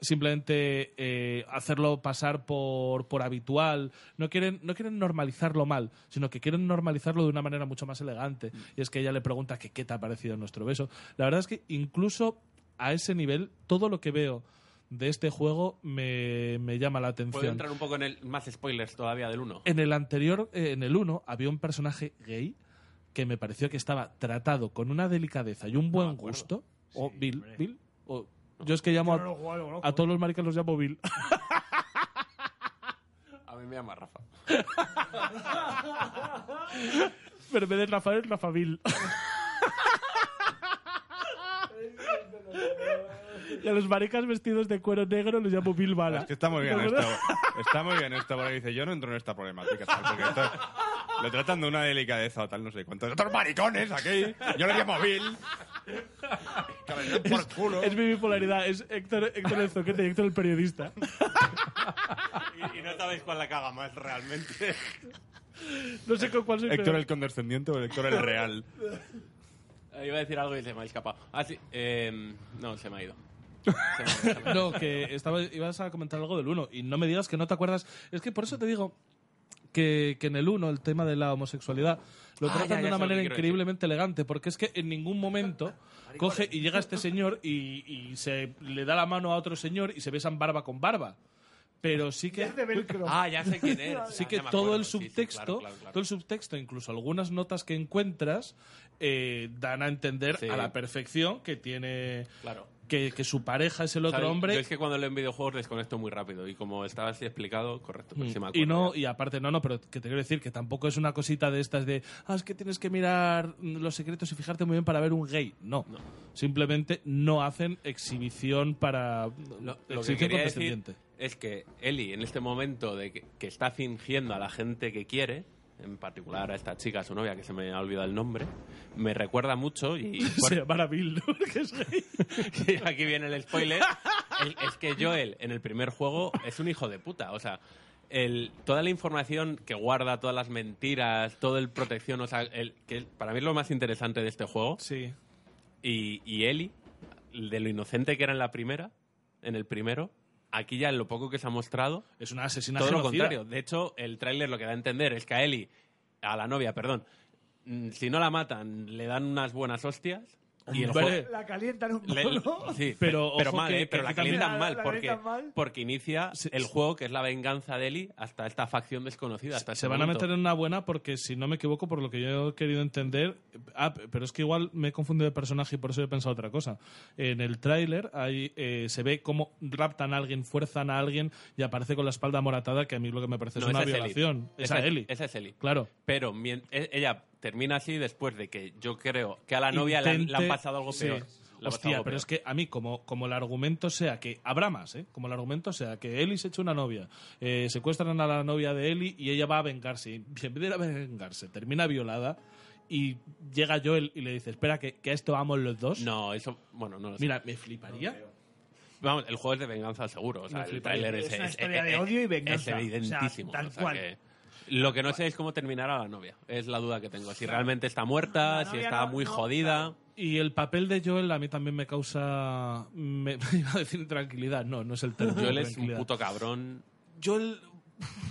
simplemente eh, hacerlo pasar por, por habitual, no quieren, no quieren normalizarlo mal, sino que quieren normalizarlo de una manera mucho más elegante. Y es que ella le pregunta que qué te ha parecido nuestro beso. La verdad es que incluso a ese nivel, todo lo que veo de este juego me, me llama la Puedo atención. entrar un poco en el más spoilers todavía del 1. En el anterior, eh, en el 1, había un personaje gay que me pareció que estaba tratado con una delicadeza y un buen gusto. O Bill. Bill. o- yo es que llamo a, a todos los maricas los llamo Bill. A mí me llama Rafa. Pero en vez de Rafael, Rafa Bill. y a los maricas vestidos de cuero negro los llamo Bill Bala. Es que está muy bien esto. Está muy bien esto, porque dice, yo no entro en esta problemática, tal, porque esto lo tratan de una delicadeza o tal, no sé cuántos. ¡Otros maricones aquí! Yo le llamo Bill. Que me den por culo. Es mi bipolaridad, es Héctor, Héctor el zoquete y Héctor el periodista. Y, no sabéis cuál la caga más realmente. No sé con cuál soy Héctor peor. el condescendiente o el Héctor el real. Eh, Iba a decir algo y se me ha escapado. Ah, sí. eh, no, se me ha ido. Se me ha ido, se me ha ido. No, que estaba, ibas a comentar algo del 1 y no me digas que no te acuerdas. Es que por eso te digo que, que en el 1 el tema de la homosexualidad lo Ah, tratan ya, ya de una sé lo que manera quiero increíblemente elegante, porque es que en ningún momento coge y llega este señor y, y se le da la mano a otro señor y se besan barba con barba. Pero sí que... Ah, ya sé quién es. Sí Ya, que ya me todo acuerdo. el Sí, sí, subtexto, claro, claro, claro. todo el subtexto, incluso algunas notas que encuentras, eh, dan a entender Sí. a la perfección que tiene Claro. que, que su pareja es el otro ¿Sabes? hombre Yo es que cuando leo en videojuegos desconecto muy rápido y como estaba así explicado, correcto. pues sí me Mm. Y acuerdo no, ya. y aparte, no, no, pero que te quiero decir que tampoco es una cosita de estas de, ah, es que tienes que mirar mm, los secretos y fijarte muy bien para ver un gay. No. Simplemente no hacen exhibición para. Lo, lo que exhibición quería decir condescendiente. es que Eli, en este momento de que, que está fingiendo a la gente que quiere, en particular a esta chica, a su novia, que se me ha olvidado el nombre, me recuerda mucho y... Se llamará Bill, ¿no? que es gay. Y aquí viene el spoiler. El- es que Joel, en el primer juego, es un hijo de puta. O sea, el, toda la información que guarda, todas las mentiras, todo el protección, o sea, el, que para mí es lo más interesante de este juego. Sí. Y, y Eli, de lo inocente que era en la primera, en el primero, aquí ya en lo poco que se ha mostrado, Es una asesina todo lo genocida. contrario. De hecho, el tráiler lo que da a entender es que a Eli, a la novia, perdón, mm, si no la matan, le dan unas buenas hostias. Y el Hombre, juego, La calientan un le- poco. sí, Pero, pero, pero ojo mal, que- ¿eh? Pero que la también- calientan mal, La- la porque, calientan mal. porque inicia Sí, el sí. juego que es la venganza de Eli hasta esta facción desconocida. Hasta Se van a meter en una buena porque, si no me equivoco, por lo que yo he querido entender. Ah, p- pero es que igual me he confundido de personaje y por eso he pensado otra cosa. En el tráiler ahí, eh, se ve cómo raptan a alguien, fuerzan a alguien y aparece con la espalda moratada, que a mí lo que me parece No, es una esa es Ellie. violación. Es a Esa es- Ellie. Esa es Eli. Claro. Pero mien- e- ella termina así después de que yo creo que a la novia le han- le, han, Intente- pasado algo sí. peor. Le ha pasado Hostia, algo pero peor. es que a mí, como, como el argumento sea que. Habrá más, ¿eh? Como el argumento sea que Eli se echa una novia, eh, secuestran a la novia de Eli y ella va a vengarse. Y en vez de ir a vengarse, termina violada y llega Joel y le dice: Espera, que, que a esto vamos los dos. No, eso, bueno, no lo sé. Mira, me fliparía. Vamos, el juego es de venganza seguro. O sea, Me el fliparía. tráiler es, Es una es- historia es- de es- odio y es venganza. evidentísimo. O sea, tal o sea cual. que- lo que no sé es cómo terminará la novia. Es la duda que tengo. Si realmente está muerta, La si novia está no- muy no, jodida. Y el papel de Joel a mí también me causa. Me, me iba a decir intranquilidad. No, no es el término. Joel es un intranquilidad. puto cabrón. Joel.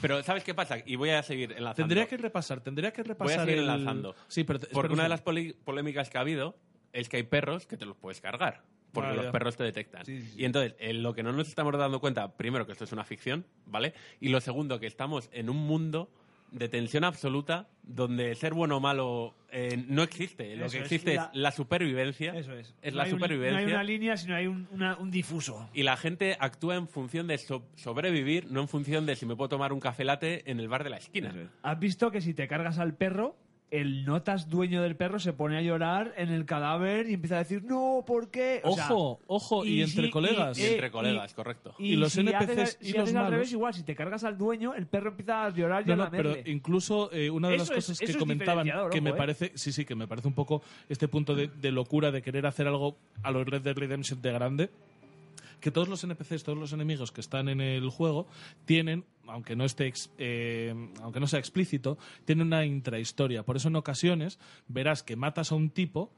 Pero ¿sabes qué pasa? Y voy a seguir enlazando. Tendría que repasar, tendría que Voy a repasar. seguir el- enlazando. Sí, pero. te- Porque espera una de un las poli- polémicas que ha habido es que hay perros que te los puedes cargar. Porque Ah, los ya. perros te detectan. Sí, sí, sí. Y entonces, en lo que no nos estamos dando cuenta, primero, que esto es una ficción, ¿vale? Y lo segundo, que estamos en un mundo de tensión absoluta donde ser bueno o malo eh, no existe. Lo Eso que es, existe es la, la- supervivencia. Eso es. Es No la hay un- supervivencia. no hay una línea, sino hay un, una- un difuso. Y la gente actúa en función de so- sobrevivir, no en función de si me puedo tomar un café latte en el bar de la esquina. ¿Has visto que si te cargas al perro, el notas dueño del perro se pone a llorar en el cadáver y empieza a decir, no, ¿por qué? O sea, Ojo, ojo, y, y entre si- colegas. Y entre colegas, correcto. Eh, y los si NPCs haces- y si los haces al malos. revés, igual, si te cargas al dueño, el perro empieza a llorar y No, a no, pero lamerle. incluso eh, una de las Eso es- cosas eso que es comentaban diferenciador, que ojo, me eh. parece, sí, sí, que me parece un poco este punto de, de locura de querer hacer algo a los Red Dead Redemption de grande, que todos los NPCs, todos los enemigos que están en el juego tienen, aunque no esté ex- eh, aunque no sea explícito, tienen una intrahistoria. Por eso en ocasiones verás que matas a un tipo,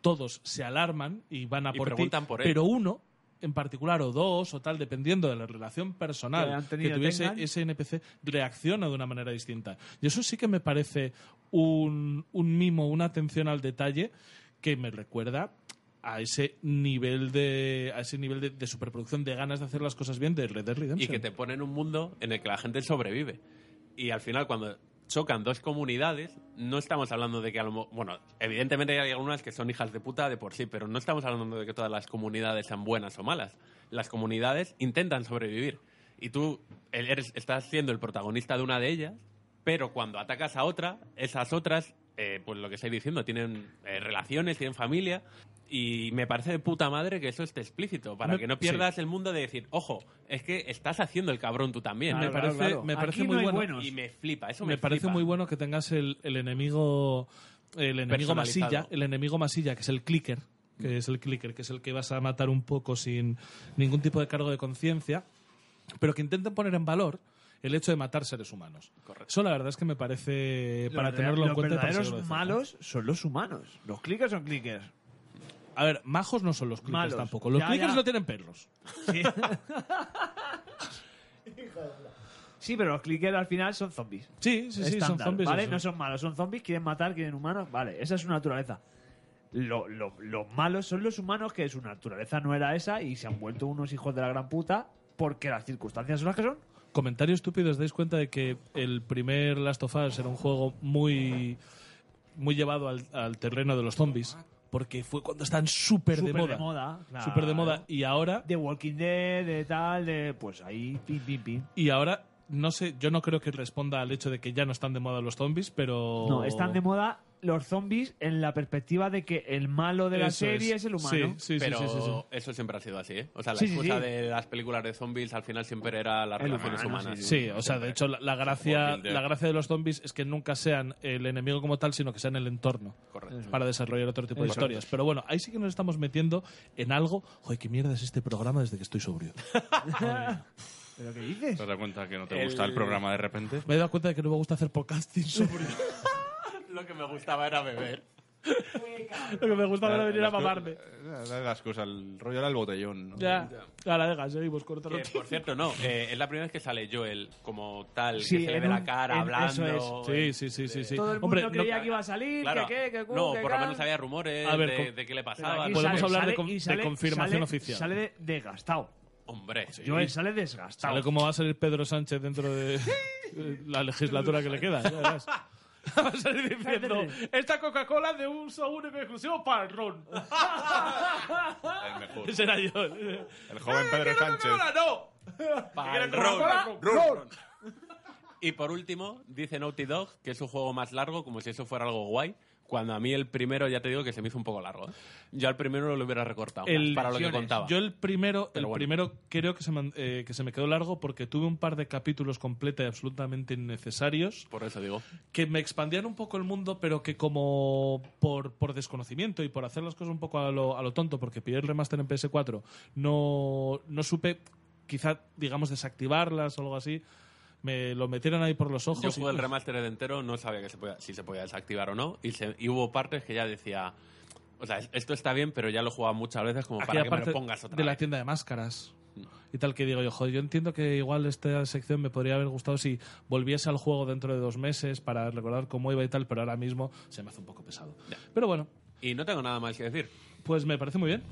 todos se alarman y van a Y por ti, preguntan por él. pero uno en particular o dos o tal dependiendo de la relación Que personal han que, tenido, tuviese tengan. ese NPC reacciona de una manera distinta y eso sí que me parece un, un mimo una atención al detalle que me recuerda a ese nivel de a ese nivel de, de superproducción de ganas de hacer las cosas bien de Red Dead y Redemption que te ponen un mundo en el que la gente sobrevive. Y al final, cuando chocan dos comunidades, no estamos hablando de que a lo mo- Bueno, evidentemente hay algunas que son hijas de puta de por sí, pero no estamos hablando de que todas las comunidades sean buenas o malas. Las comunidades intentan sobrevivir. Y tú eres- estás siendo el protagonista de una de ellas, pero cuando atacas a otra, esas otras, eh, pues lo que estoy diciendo, tienen eh, relaciones, tienen familia. Y me parece de puta madre que eso esté explícito, para Me- que no sí. pierdas el mundo de decir, ojo, es que estás haciendo el cabrón tú también. me Claro, parece claro. me Aquí parece no muy hay bueno buenos. Y me flipa, eso me, me parece flipa. muy bueno que tengas el, el enemigo el enemigo Personalizado. masilla el enemigo masilla que es el clicker que es el clicker que es el que vas a matar un poco sin ningún tipo de cargo de conciencia pero que intenten poner en valor el hecho de matar seres humanos eso la verdad es que me parece para Los tenerlo en los cuenta y para verdaderos seguirlo de cerca. malos son los humanos. Los clickers son clickers. a ver majos no son los clickers Malos. tampoco los Ya, clickers ya. no tienen perros Sí. Sí, pero los clickers al final son zombies. sí sí sí son Estándar, zombies ¿vale? eso. No son malos, son zombies, quieren matar, quieren humanos, vale, esa es su naturaleza. Lo- lo- los malos son los humanos que su naturaleza no era esa y se han vuelto unos hijos de la gran puta porque las circunstancias son las que son. comentario estúpido, os dais cuenta de que el primer Last of Us era un juego muy, muy llevado al, al terreno de los zombies, porque fue cuando están súper de Súper moda. de moda, claro. Súper de moda. Y ahora, De Walking Dead, de tal, de pues ahí, pim, pim, pim. y ahora, no sé, yo no creo que responda al hecho de que ya no están de moda los zombies, pero... No, están de moda los zombies en la perspectiva de que el malo de la Eso serie es, el humano. Sí, sí, pero sí, sí, sí, sí. eso siempre ha sido así, ¿eh? O sea, la Sí, sí, excusa sí. de las películas de zombies al final siempre era las El relaciones humano, humanas. Sí, o sea, de hecho, la, la gracia, Walking Dead. la gracia de los zombies es que nunca sean el enemigo como tal, sino que sean el entorno. Correcto. para desarrollar otro tipo de historias. Pero bueno, ahí sí que nos estamos metiendo en algo. Joder, qué mierda es este programa desde que estoy sobrio. ¿Pero qué dices? ¿Te das cuenta que no te El- gusta el programa de repente? Me he dado cuenta de que no me gusta hacer podcasting sobrio. Lo que me gustaba era beber. Lo que me gusta era venir a mamarme. Dale eh, la excusa, el rollo era el botellón. ¿no? Ya. Ahora, deja, ¿eh? seguimos con otra Que, noticia. por cierto, no, eh, es la primera vez que sale Joel como tal, Sí, que se le en ve la un- cara en- hablando. eso eh. Sí, sí, sí, sí, sí. Todo el mundo Hombre, creía no- que iba a salir, Claro. que qué, que cu, no, que por lo can. menos había rumores A ver, de, con- de qué le Pero pasaba. aquí Podemos sale- hablar de sale con- y de confirmación sale- oficial. Sale de- desgastado. Hombre, Joel sale desgastado. Sale cómo va a salir Pedro Sánchez dentro de eh, la legislatura que le queda. ya verás. Va a salir diciendo, esta Coca-Cola de un único y exclusivo para el ron. El mejor. Será yo. El joven Pedro Sánchez. no! pa'l ron. Y por último, dice Naughty Dog que es un juego más largo, como si eso fuera algo guay. Cuando a mí el primero, ya te digo que se me hizo un poco largo. Yo al primero lo hubiera recortado más, El- para lo que contaba. Yo el primero, el Pero bueno. primero creo que se, me, eh, que se me quedó largo porque tuve un par de capítulos completa y absolutamente innecesarios Por eso digo. que me expandían un poco el mundo, pero que como por, por desconocimiento y por hacer las cosas un poco a lo, a lo tonto, porque pillé el remaster en PS4, no, no supe quizá, digamos, desactivarlas o algo así. Me lo metieron ahí por los ojos. Yo y- jugué el remaster de entero, no sabía que se podía- si se podía desactivar o no. Y, se- y hubo partes que ya decía, O sea, es- esto está bien, pero ya lo he jugado muchas veces como para Aquella que me parte lo pongas otra de la vez. Mm. tienda de máscaras. Y tal que digo yo, joder, yo entiendo que igual esta sección me podría haber gustado si volviese al juego dentro de dos meses para recordar cómo iba y tal, pero ahora mismo se me hace un poco pesado. Pero bueno, Y no tengo nada más que decir. pues me parece muy bien.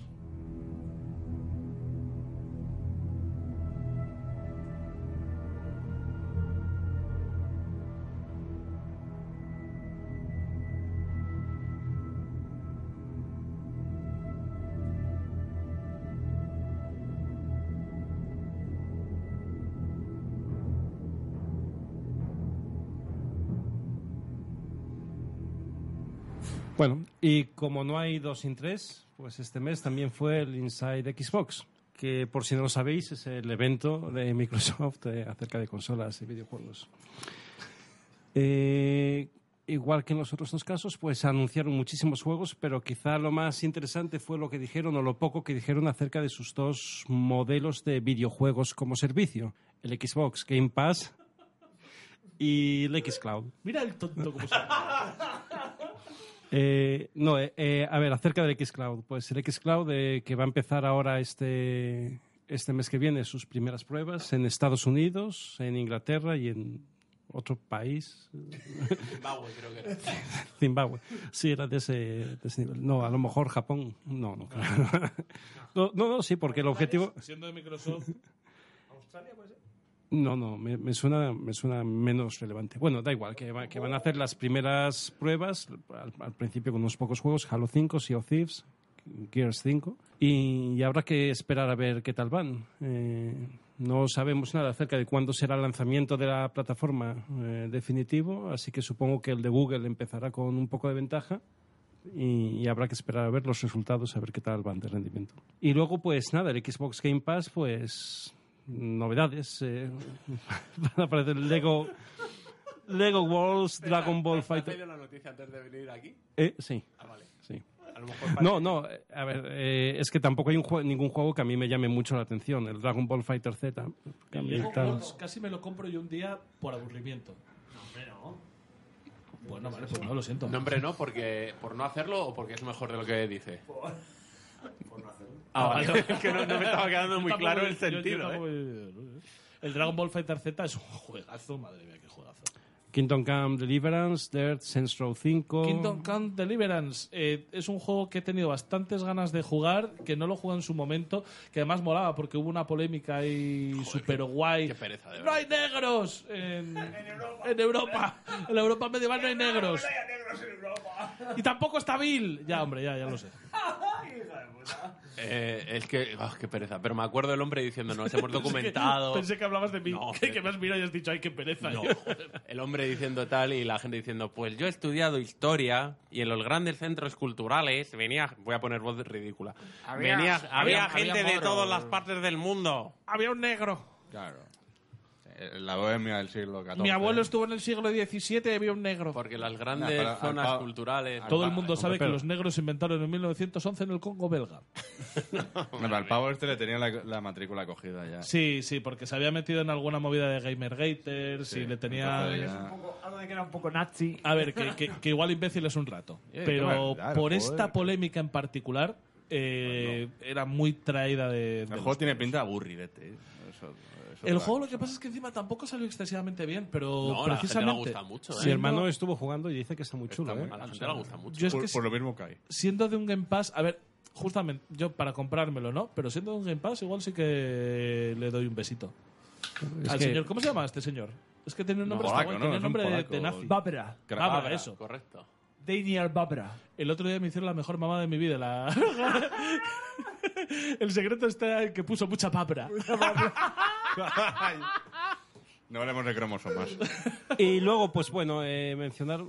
Bueno, y como no hay dos sin tres, pues este mes también fue el Inside Xbox, que por si no lo sabéis es el evento de Microsoft eh, acerca de consolas y videojuegos. Eh, igual que en los otros dos casos, pues anunciaron muchísimos juegos, pero quizá lo más interesante fue lo que dijeron o lo poco que dijeron acerca de sus dos modelos de videojuegos como servicio, el Xbox Game Pass y el Xcloud. Mira el tonto como Eh, no, eh, eh, a ver, acerca del xCloud. Pues el xCloud eh, que va a empezar ahora este, este mes que viene sus primeras pruebas en Estados Unidos, en Inglaterra y en otro país. Zimbabue, creo que era. Zimbabue. Sí, era de ese, de ese nivel. No, a lo mejor Japón. No, no, claro. No, no, no, sí, porque el objetivo... Siendo de Microsoft. No, no, me, me suena, me suena menos relevante. Bueno, da igual, que, va- que van a hacer las primeras pruebas, al, al principio con unos pocos juegos, Halo 5, Sea of Thieves, Gears 5, y, y habrá que esperar a ver qué tal van. Eh, no sabemos nada acerca de cuándo será el lanzamiento de la plataforma eh, definitivo, así que supongo que el de Google empezará con un poco de ventaja y, y habrá que esperar a ver los resultados, a ver qué tal van de rendimiento. Y luego, pues nada, el Xbox Game Pass, pues novedades. eh, van a aparecer Lego, Lego Worlds, Dragon Ball Fighter. la noticia antes de venir aquí? Ah, Eh, sí. Sí. A lo mejor No, no, eh, a ver, eh, es que tampoco hay un jue- ningún juego que a mí me llame mucho la atención. El Dragon Ball Fighter Z. que a mí tal- casi me lo compro yo un día por aburrimiento. Bueno, vale, pues no, lo siento. No, hombre, no, porque por no hacerlo o porque es mejor de lo que dice. Por, no hacerlo. Ah, Ah, vale. vale. Es que no, no me estaba quedando muy Yo tampoco- claro el yo- yo sentido. tampoco- ¿eh? El Dragon Ball Fighter Z es un juegazo, madre mía, qué juegazo. Kingdom Come Deliverance, Dirt, Saints Row 5. Kingdom Come Deliverance eh, es un juego que he tenido bastantes ganas de jugar, que no lo jugué en su momento, que además molaba porque hubo una polémica ahí super guay. Qué pereza, de ¡No verdad. hay negros! En, Europa. En Europa. En la Europa medieval no hay negros. Y tampoco está Bill. Ya, hombre, ya, ya lo sé. Eh, es que, ah, qué pereza. Pero me acuerdo del hombre diciendo, nos hemos documentado. Pensé que hablabas de mí. No, que, que me has mirado y has dicho, ay, qué pereza. No, el hombre diciendo tal y la gente diciendo, pues yo he estudiado historia y en los grandes centros culturales venía, voy a poner voz ridícula, Había- venía, había, había- gente había de moros. todas las partes del mundo. Había un negro. Claro. Eh, La bohemia del siglo XIV. Mi abuelo estuvo en el siglo XVII y había un negro. Porque las grandes pero al zonas pavo- culturales... Todo el Ah, mundo sabe que pero- los negros se inventaron en 1911 en el Congo belga. No, pero al pavo este le tenía la, la matrícula cogida ya. Sí, sí, porque se había metido en alguna movida de Gamer Gators y le entonces tenía... ya- Un poco- Algo de que era un poco nazi. A ver, que, que- que igual imbécil es un rato. Eh, Pero no, claro, por joder. Pues esta polémica en particular, eh, era muy traída de... de El juego los- tiene pinta de aburridete. eh. Eso- eso El va. juego lo que pasa es que encima tampoco salió excesivamente bien, No, pero a la gente precisamente... le gusta mucho, ¿eh? Mi hermano estuvo jugando y dice que está muy chulo. muy ¿eh? A la gente le gusta mucho. Yo es Por, que por lo mismo que hay. siendo de un Game Pass, a ver, justamente yo para comprármelo, ¿no? Pero siendo de un Game Pass, igual sí que le doy un besito. Es Al que- señor, ¿cómo se llama este señor? Es que tiene un No, nombre, está guay, polaco, ¿no? tiene Es un nombre de, polaco. de nazi. Bábara. Bábara, Bárbara, eso. Correcto. Daniel Bábara. El otro día me hicieron la mejor mamá de mi vida. La... el secreto está en que puso mucha papra. No hablemos de cromosomas. Y luego, pues bueno, eh, mencionar eh,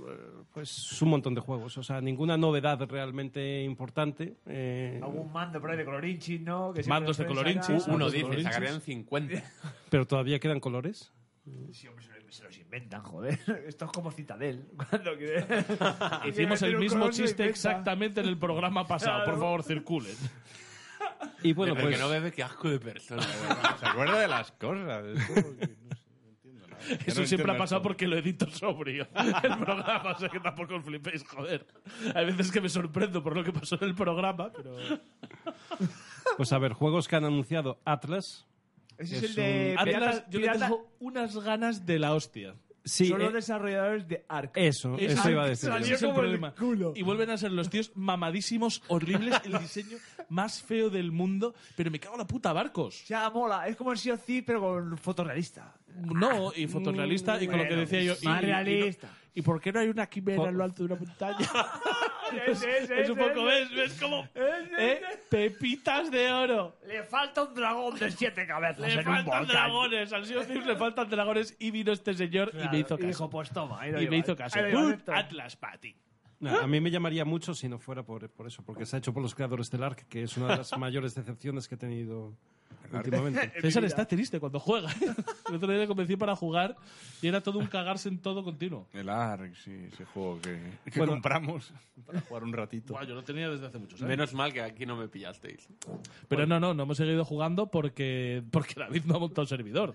pues un montón de juegos. O sea, ninguna novedad realmente importante. eh, Algún mando por ahí de colorinchis, ¿no? Que siempre Mandos de nos ponen colorinchis, sacar. Uno Los dice, colorinches. sacarían 50. pero todavía quedan colores. Sí, hombre, se lo- se los inventan, joder. Esto es como Citadel. Cuando quiere- Hicimos el Tiene un mismo color, se lo chiste inventa. exactamente en el programa pasado. Por favor, circulen. Y bueno, Pero pues que no bebe, qué asco de persona. de verdad. Se acuerda de las cosas. es como que no sé, no entiendo nada. Eso no siempre entiendo ha pasado esto. porque lo edito sobrio. El programa, o sea que tampoco os flipéis, joder. Hay veces que me sorprendo por lo que pasó en el programa, pero. Pues a ver, juegos que han anunciado Atlas. Ese Es es, el de. un- Atlas, pirata- yo le pirata- tengo unas ganas de la hostia. Sí, son los eh, desarrolladores de Ark. Eh. eso, Es- eso iba a decir. Salió yo. ese como el problema. culo. Y vuelven a ser los tíos mamadísimos, horribles, el diseño más feo del mundo. Pero me cago en la puta, barcos. O sea, mola. Es como el Sea of Thieves, pero con fotorrealista. No, y fotorrealista, y con lo que Bueno, decía yo. y- más y- y no- realista. ¿Y por qué no hay una quimera Fo- en lo alto de una montaña? es, Ese, ese, es un ese, poco, ese. ¿ves? ¿Ves cómo? Ese, ¿Eh? Pepitas de oro. Le falta un dragón de siete cabezas. Le faltan dragones. Al Sea of Thieves le faltan dragones. Y vino este señor y me hizo Y dijo, caso. pues toma. ahí lo Y me llevas. hizo caso. Ahí lo Pues llevas, Un Héctor. Atlas para ti. No, a mí me llamaría mucho si no fuera por, por eso, porque se ha hecho por los creadores del ARC, que es una de las mayores decepciones que he tenido últimamente. César está triste cuando juega. El otro día le convencí para jugar y era todo un cagarse en todo continuo. El ARC, sí, ese juego que, que Bueno. compramos para jugar un ratito. Buah, yo lo tenía desde hace muchos años. Menos mal que aquí no me pillasteis. Pero no, no, no hemos seguido jugando porque, porque David no ha montado servidor.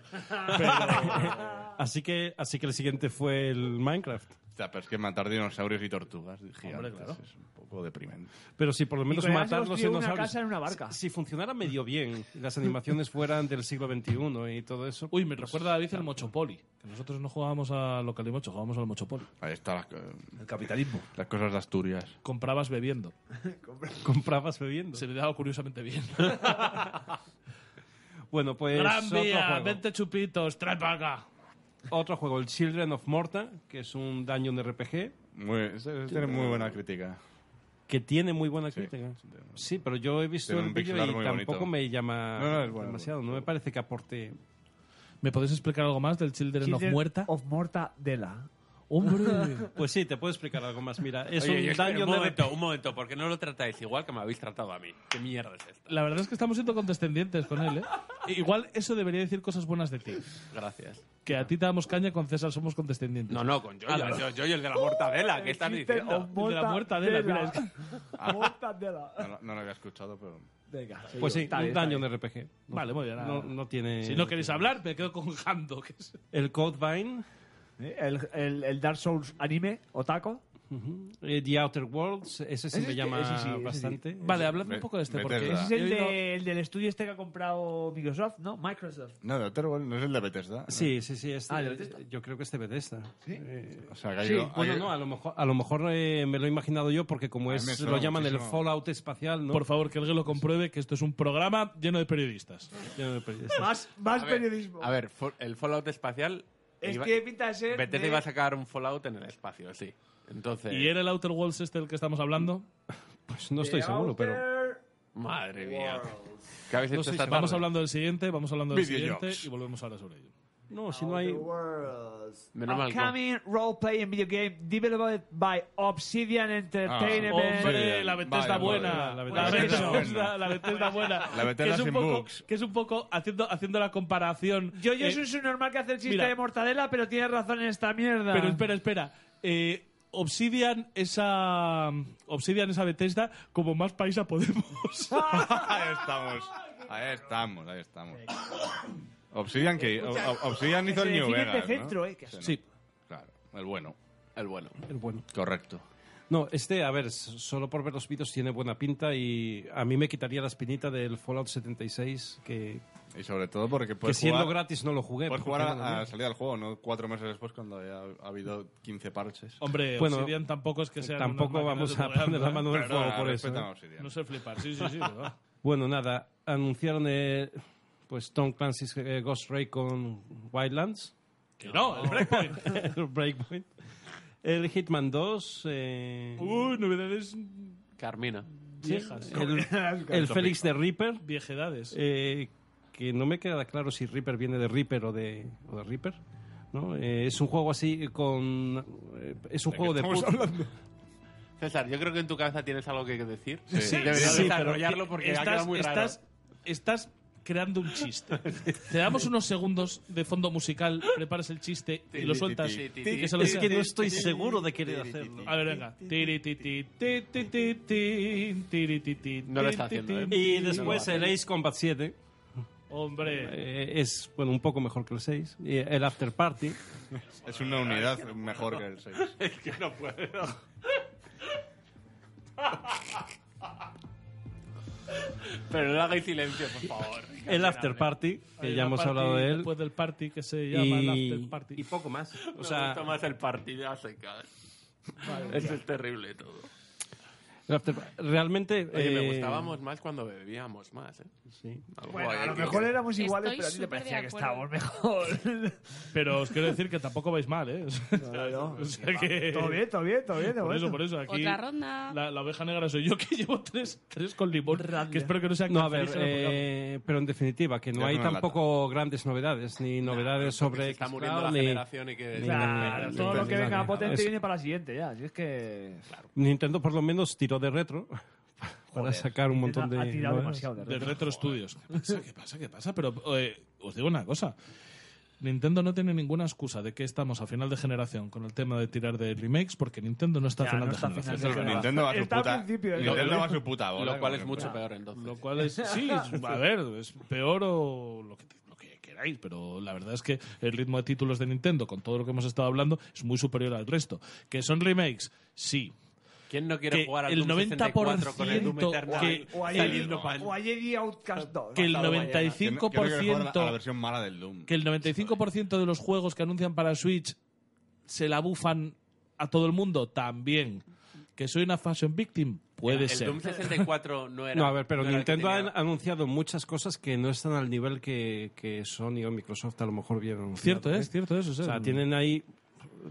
Así que, así que el siguiente fue el Minecraft. O sea, pero es que matar dinosaurios y tortugas gigantes claro. es un poco deprimente. Pero si por lo menos Pues con él se matar los construyó una dinosaurios. casa en una barca. Si, si funcionara medio bien, y las animaciones fueran del siglo XXI y todo eso. pues, Uy, me recuerda a David el Mochopoli. Que nosotros no jugábamos a Localimocho, jugábamos al Mochopoli. Ahí está las, el capitalismo. Las cosas de Asturias. Comprabas bebiendo. comprabas bebiendo. Se le daba curiosamente bien. Bueno, pues Gran otro Vía, juego. 20 chupitos, trae para acá. Otro juego, el Children of Morta, que es un dungeon RPG Muy, ese- ese tiene muy buena crítica. que tiene muy buena Sí, crítica. sí, Sí, tiene- pero yo he visto tiene el un pixel vídeo y art muy tampoco bonito. me llama No, no, es bueno, demasiado. No me parece que aporte. ¿Me podéis explicar algo más del Children, Children of Muerta? Of Mortadela. Hombre. Pues sí, te puedo explicar algo más. Mira, es Oye, y un esto- dungeon un RPG. momento, un momento, porque no lo tratáis igual que me habéis tratado a mí. ¿Qué mierda es esta? La verdad es que estamos siendo condescendientes con él, ¿eh? Igual eso debería decir cosas buenas de ti. Gracias. Que a ti te damos caña, con César somos condescendientes. No, no, con Joyo, Ah, no. yo, Joyo, el de la mortadela, ¿qué estás Children diciendo? of El de la Mortadela, mira, es No, Mortadela. lo- no lo había escuchado, pero. Venga, Pues sí, está un bien, está dungeon bien. RPG. No- Vale, muy bien. No, no tiene. Si no queréis hablar, me quedo con Jando. que es- El Codevine, ¿Eh? El, el, el Dark Souls anime, Otaco. eh, The Outer Worlds, ese sí Ese me sí, llama ese sí, ese sí. bastante. Vale, habladme Be- un poco de este, porque Bethesda. Ese es el, he oído- de- el del estudio este que ha comprado Microsoft, ¿no? Microsoft. No, de Otterworld no es el de Bethesda. Sí, sí, sí. este- Ah, ¿de Bethesda? Yo creo que este Bethesda. O sea, que hay- Sí, hay- bueno, no, a lo mejor, a lo mejor eh, me lo he imaginado yo porque como A mí es, me suena lo llaman el muchísimo. Fallout espacial, ¿no? Por favor, que alguien lo compruebe, que esto es un programa lleno de periodistas. Ya pues, me he perdido. Más, A más ver, periodismo. A ver, fo- el Fallout espacial. es iba- que pinta de ser. Bethesda de- iba a sacar un Fallout en el espacio, sí. Entonces. ¿Y era el Outer Worlds este del que estamos hablando? Pues no estoy seguro, pero... Madre mía. ¿Qué habéis No hecho esta sé, se- tarde? Vamos hablando del siguiente, vamos hablando del Videojuegos. siguiente y volvemos ahora sobre ello. No, si no hay... Menos mal que. Upcoming role-playing video game developed by Obsidian Ah, Entertainment. Obsidian. Hombre, Sí, la Bethesda vale, buena. vale. La La Bethesda Bethesda buena. La Bethesda buena. La Bethesda que es un sin poco, bugs. Que es un poco, haciendo, haciendo la comparación... Yo, yo eh, soy un subnormal que hace el chiste mira. de mortadela, pero tiene razón en esta mierda. Pero espera, espera. Eh, Obsidian esa Obsidian esa Bethesda como más país a Podemos. ahí estamos. Ahí estamos, ahí estamos. Obsidian, que, o- o- Obsidian hizo se el New definen de Vegas. ¿no? centro, eh, que Sí, ¿no? sí. Claro, el bueno. El bueno. el bueno. Correcto. No, este, a ver, s- solo por ver los vídeos tiene buena pinta y a mí me quitaría la espinita del Fallout 76, que, Y sobre todo porque que puedes siendo jugar, gratis no lo jugué. puedes porque jugar era lo a, a mismo. salida del juego, no cuatro meses después cuando ya ha habido 15 parches. Hombre, Bueno, Obsidian tampoco es que sea Tampoco vamos a poner la mano en el Perdona, fuego por eso. ah, respeta a ¿eh? Obsidian. No sé flipar. Sí, sí, sí, verdad. Bueno, nada, anunciaron eh, pues Tom Clancy's eh, Ghost Recon Wildlands. Que no, el Breakpoint. el Breakpoint. El Hitman 2. eh, Uh, novedades Carmina. viejas. el, el Félix de Reaper. Viejedades. eh, que no me queda claro si Reaper viene de Reaper o de, o de Reaper. ¿no? Eh, es un juego así con. eh, es un juego de. estamos pu- hablando? César, yo creo que en tu cabeza tienes algo que decir. Sí. Deberías sí, pero desarrollarlo porque ha quedado muy raro. Estás, estás creando un chiste. Te damos unos segundos de fondo musical, preparas el chiste y lo ti, sueltas. ti, y ti, que ti, se lo Es sea. que no estoy seguro de querer hacerlo. A ver, venga. Tiri, ti, ti, ti, ti, ti, ti, tiri, ti, ti, No lo ti, está ti, haciendo, ti, ¿eh? Y después No, el Ace Combat 7. Hombre. Eh, es bueno, un poco mejor que el 6. Y el After Party. Es una unidad mejor que el 6. Es que no puedo. Pero no hagáis silencio, por favor. El After Party, Hay que una ya hemos party hablado de él. Después del party que se llama el Y, after party. y poco más. O Me sea, gusta más el partido a secas. Eso es terrible todo. el after pa- realmente. Oye, me eh, gustábamos más cuando bebíamos más, ¿eh? sí. Algo Bueno, hay a lo aquí mejor que- éramos iguales, Estoy pero a ti te súper parecía de que acuerdo. estábamos mejor. Pero os quiero decir que tampoco vais mal, ¿eh? No, no, no. O sea que- Todo bien, todo bien, todo bien. de Por eso, momento. por eso, aquí Otra ronda. La, la oveja negra soy yo que llevo tres, tres con limón, Rabia. que espero que no sea No, a ver, cancerígeno el programa. eh, pero en definitiva, que no Ya hay no la lata. tampoco grandes novedades, porque ni novedades se sobre. está Xcloud, muriendo la ni- generación y que... ni- Claro, Sí, todo lo sí, que sí, venga sí. potente Es- viene para la siguiente ya. Si es que. Nintendo por lo menos tiró de retro para sacar un montón de. Ha tirado novedades. demasiado de De repente. Retro Studios. ¿Qué pasa? ¿Qué pasa? ¿Qué pasa? Pero eh, os digo una cosa. Nintendo no tiene ninguna excusa de que estamos a final de generación con el tema de tirar de remakes porque Nintendo no está a Ya, final no de está a generación. final de generación. Nintendo va a su Está al puta. principio, ¿eh? Nintendo va a su puta bola. Lo cual como es que- mucho peor, entonces. Lo cual es, sí, es- a ver, es peor o lo que, lo que queráis, pero la verdad es que el ritmo de títulos de Nintendo, con todo lo que hemos estado hablando, es muy superior al resto. ¿Que son remakes, sí. ¿Quién no quiere que jugar al el Doom 64 con el Doom 90% Eternal que- O ayer, saliendo pan? o ayer y Outcast 2. Que el Pasado mañana. Que no- que no quiero jugar a la- a la 95%, versión mala del Doom. que el 95 de los juegos que anuncian para Switch se la bufan a todo el mundo, también. ¿Que soy una fashion victim? Puede el ser. Doom 64 no era... No, a ver, pero no era el que Nintendo tenía- ha anunciado muchas cosas que no están al nivel que, que Sony o Microsoft a lo mejor vieron. Cierto es, cierto es. O O sea, sea, tienen ahí,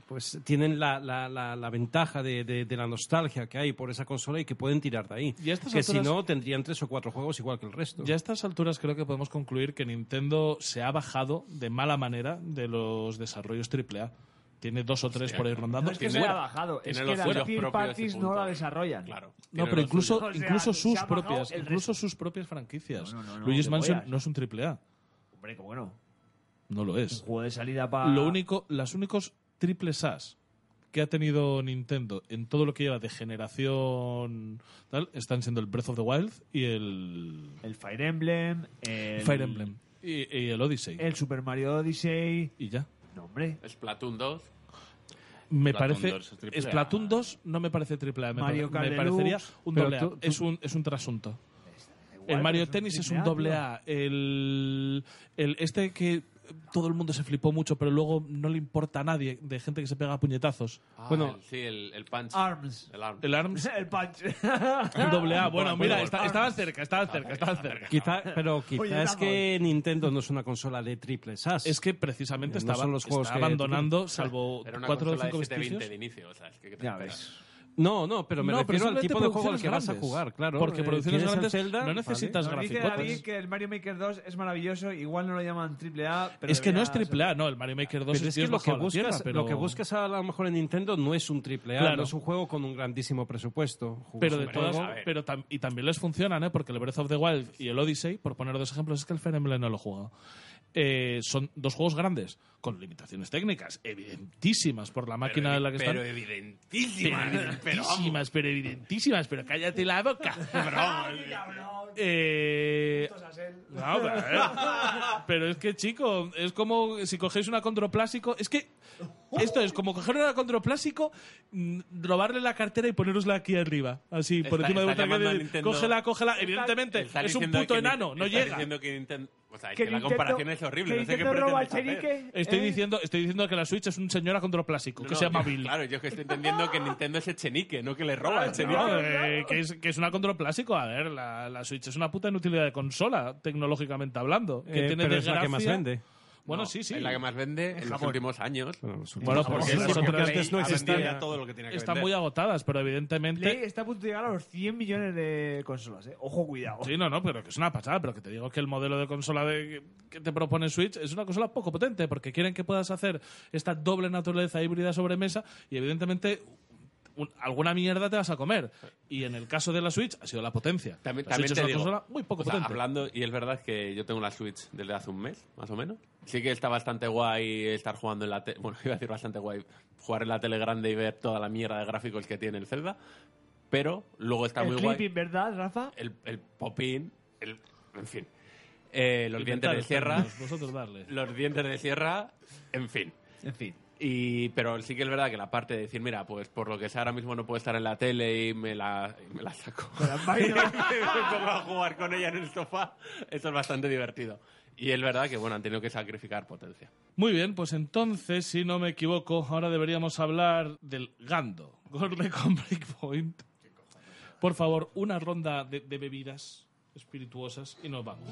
pues tienen la, la, la, la ventaja de, de, de la nostalgia que hay por esa consola y que pueden tirar de ahí. Y a estas que si alturas- no, tendrían tres o cuatro juegos igual que el resto. Ya a estas alturas creo que podemos concluir que Nintendo se ha bajado de mala manera de los desarrollos AAA. Tiene dos o tres por ahí rondando. No es que se Fuera. ha bajado, es tiene que los las suyos third propios ese parties punto. no la desarrollan. Claro. No, tiene pero lo incluso, suyo. O sea, incluso se sus ha bajado propias, el incluso resto. sus propias franquicias. No, no, no, Luigi's te Mansion follas. no es un AAA, Hombre, cómo no. no lo es. Juego de salida para. Lo único, las únicos triples As que ha tenido Nintendo en todo lo que lleva de generación tal están siendo el Breath of the Wild y el El Fire Emblem. El Fire Emblem y, y el Odyssey El Super Mario Odyssey. y ya. No, hombre. Splatoon 2. Me Splatoon parece. 2 es triple A. Splatoon 2 no me parece triple A. Me, Mario pare- me Kart Deluxe. parecería un Pero doble A. tú- tú- Es, un, es un trasunto. Igual, El Mario pero Tennis es triple un doble tío. A. El, el este que todo el mundo se flipó mucho, pero luego no le importa a nadie, de gente que se pega a puñetazos. Ah, Bueno. el- sí, el, el Punch. Arms. El Arms. El ARMS. El Punch. Un doble A. Ah, Bueno, Ah, mira, está- estaban cerca, estaban cerca, estaban cerca. Quizá, pero quizá Oye, es Ramón. que Nintendo no es una consola de triple SAS. Es que precisamente No estaba, son los juegos está que- abandonando, salvo Era una cuatro o consola cinco de 720 vestigios. de inicio. O sea, es que ¿qué te Ya esperas? ves. No, no, pero me No, pero refiero al simplemente tipo de juego al producciones que vas a grandes. jugar, claro. Porque Eh, producciones tienes el grandes Zelda, no ¿vale? necesitas Nos dice graficotes. David que el Mario Maker 2 es maravilloso. Igual no lo llaman triple A, pero. Es que no es debería ser- triple A, no, el Mario Maker 2 Pero es Dios que lo que, bajado a la buscas, tierra, pero... lo que buscas a lo mejor en Nintendo no es un triple A, Claro. no es un juego con un grandísimo presupuesto. Jugas Pero de un todas, juego- ver. pero tam- y también les funcionan, ¿eh? porque el Breath of the Wild y el Odyssey, por poner dos ejemplos, es que el Fire Emblem no lo juega. Eh, son dos juegos grandes, con limitaciones técnicas, evidentísimas por la máquina e- en la que Pero están. evidentísima. Pero evidentísimas, pero evidentísimas, pero cállate la boca. Eh, no, pero, a ver. Pero es que, chico, es como si cogéis una controplástico. Es que esto es como coger una controplástico, mm, robarle la cartera y ponerosla aquí arriba. Así, por Está- encima de está otra. llamando a que- Nintendo- Cógela, cógela. Evidentemente, Está es un diciendo puto que Ni- enano, no está llega. diciendo que Nintendo... O sea, es Que que la Nintendo- comparación es horrible. que No sé qué Nintendo roba pretendes el hacer. cherique, Estoy, eh, diciendo, estoy diciendo que la Switch es un señora controplástico, que No, se no, llama yo- Bill. Claro, yo es que estoy entendiendo que Nintendo es el chenique, no que le roba el chenique. No, eh, que, es, que es una controplástico. A ver, la, la Switch es una puta inutilidad de consola, tecnológicamente hablando. Que Eh, tiene pero es la que desgracia. más vende. Bueno, No, sí, sí. Es la que más vende en los últimos años. Bueno, resulta- Bueno, Porque porque sí, las porque otras Play no ha vendido existían. ya todo lo que tenía que están vender. muy agotadas, pero evidentemente. Play está a punto de llegar a los 100 millones de consolas, ¿eh? Ojo, cuidado. Sí, no, no, pero que es una pasada, pero que te digo que el modelo de consola de, que te propone Switch es una consola poco potente, porque quieren que puedas hacer esta doble naturaleza híbrida sobre mesa y evidentemente un- alguna mierda te vas a comer. Y en el caso de la Switch ha sido la potencia. También, La también Switch te es una digo, consola muy poco o sea, potente. hablando, y es verdad que yo tengo la Switch desde hace un mes, más o menos. Sí que está bastante guay estar jugando en la tele. Bueno, iba a decir bastante guay jugar en la tele grande y ver toda la mierda de gráficos que tiene el Zelda. Pero luego está el muy clipping, guay ¿verdad, Rafa? el, el popín, el, en fin. eh, los dientes de Inventaros sierra, términos, Vosotros darle. los dientes de sierra, en fin. En fin. Y, pero sí que es verdad que la parte de decir, mira, pues por lo que sea ahora mismo no puedo estar en la tele y me la, y me la saco. y me pongo a jugar con ella en el sofá. Eso es bastante divertido. Y es verdad que, bueno, han tenido que sacrificar potencia. Muy bien, pues entonces, si no me equivoco, ahora deberíamos hablar del Gando. Gorle con Breakpoint. Por favor, una ronda de, de bebidas espirituosas y nos vamos.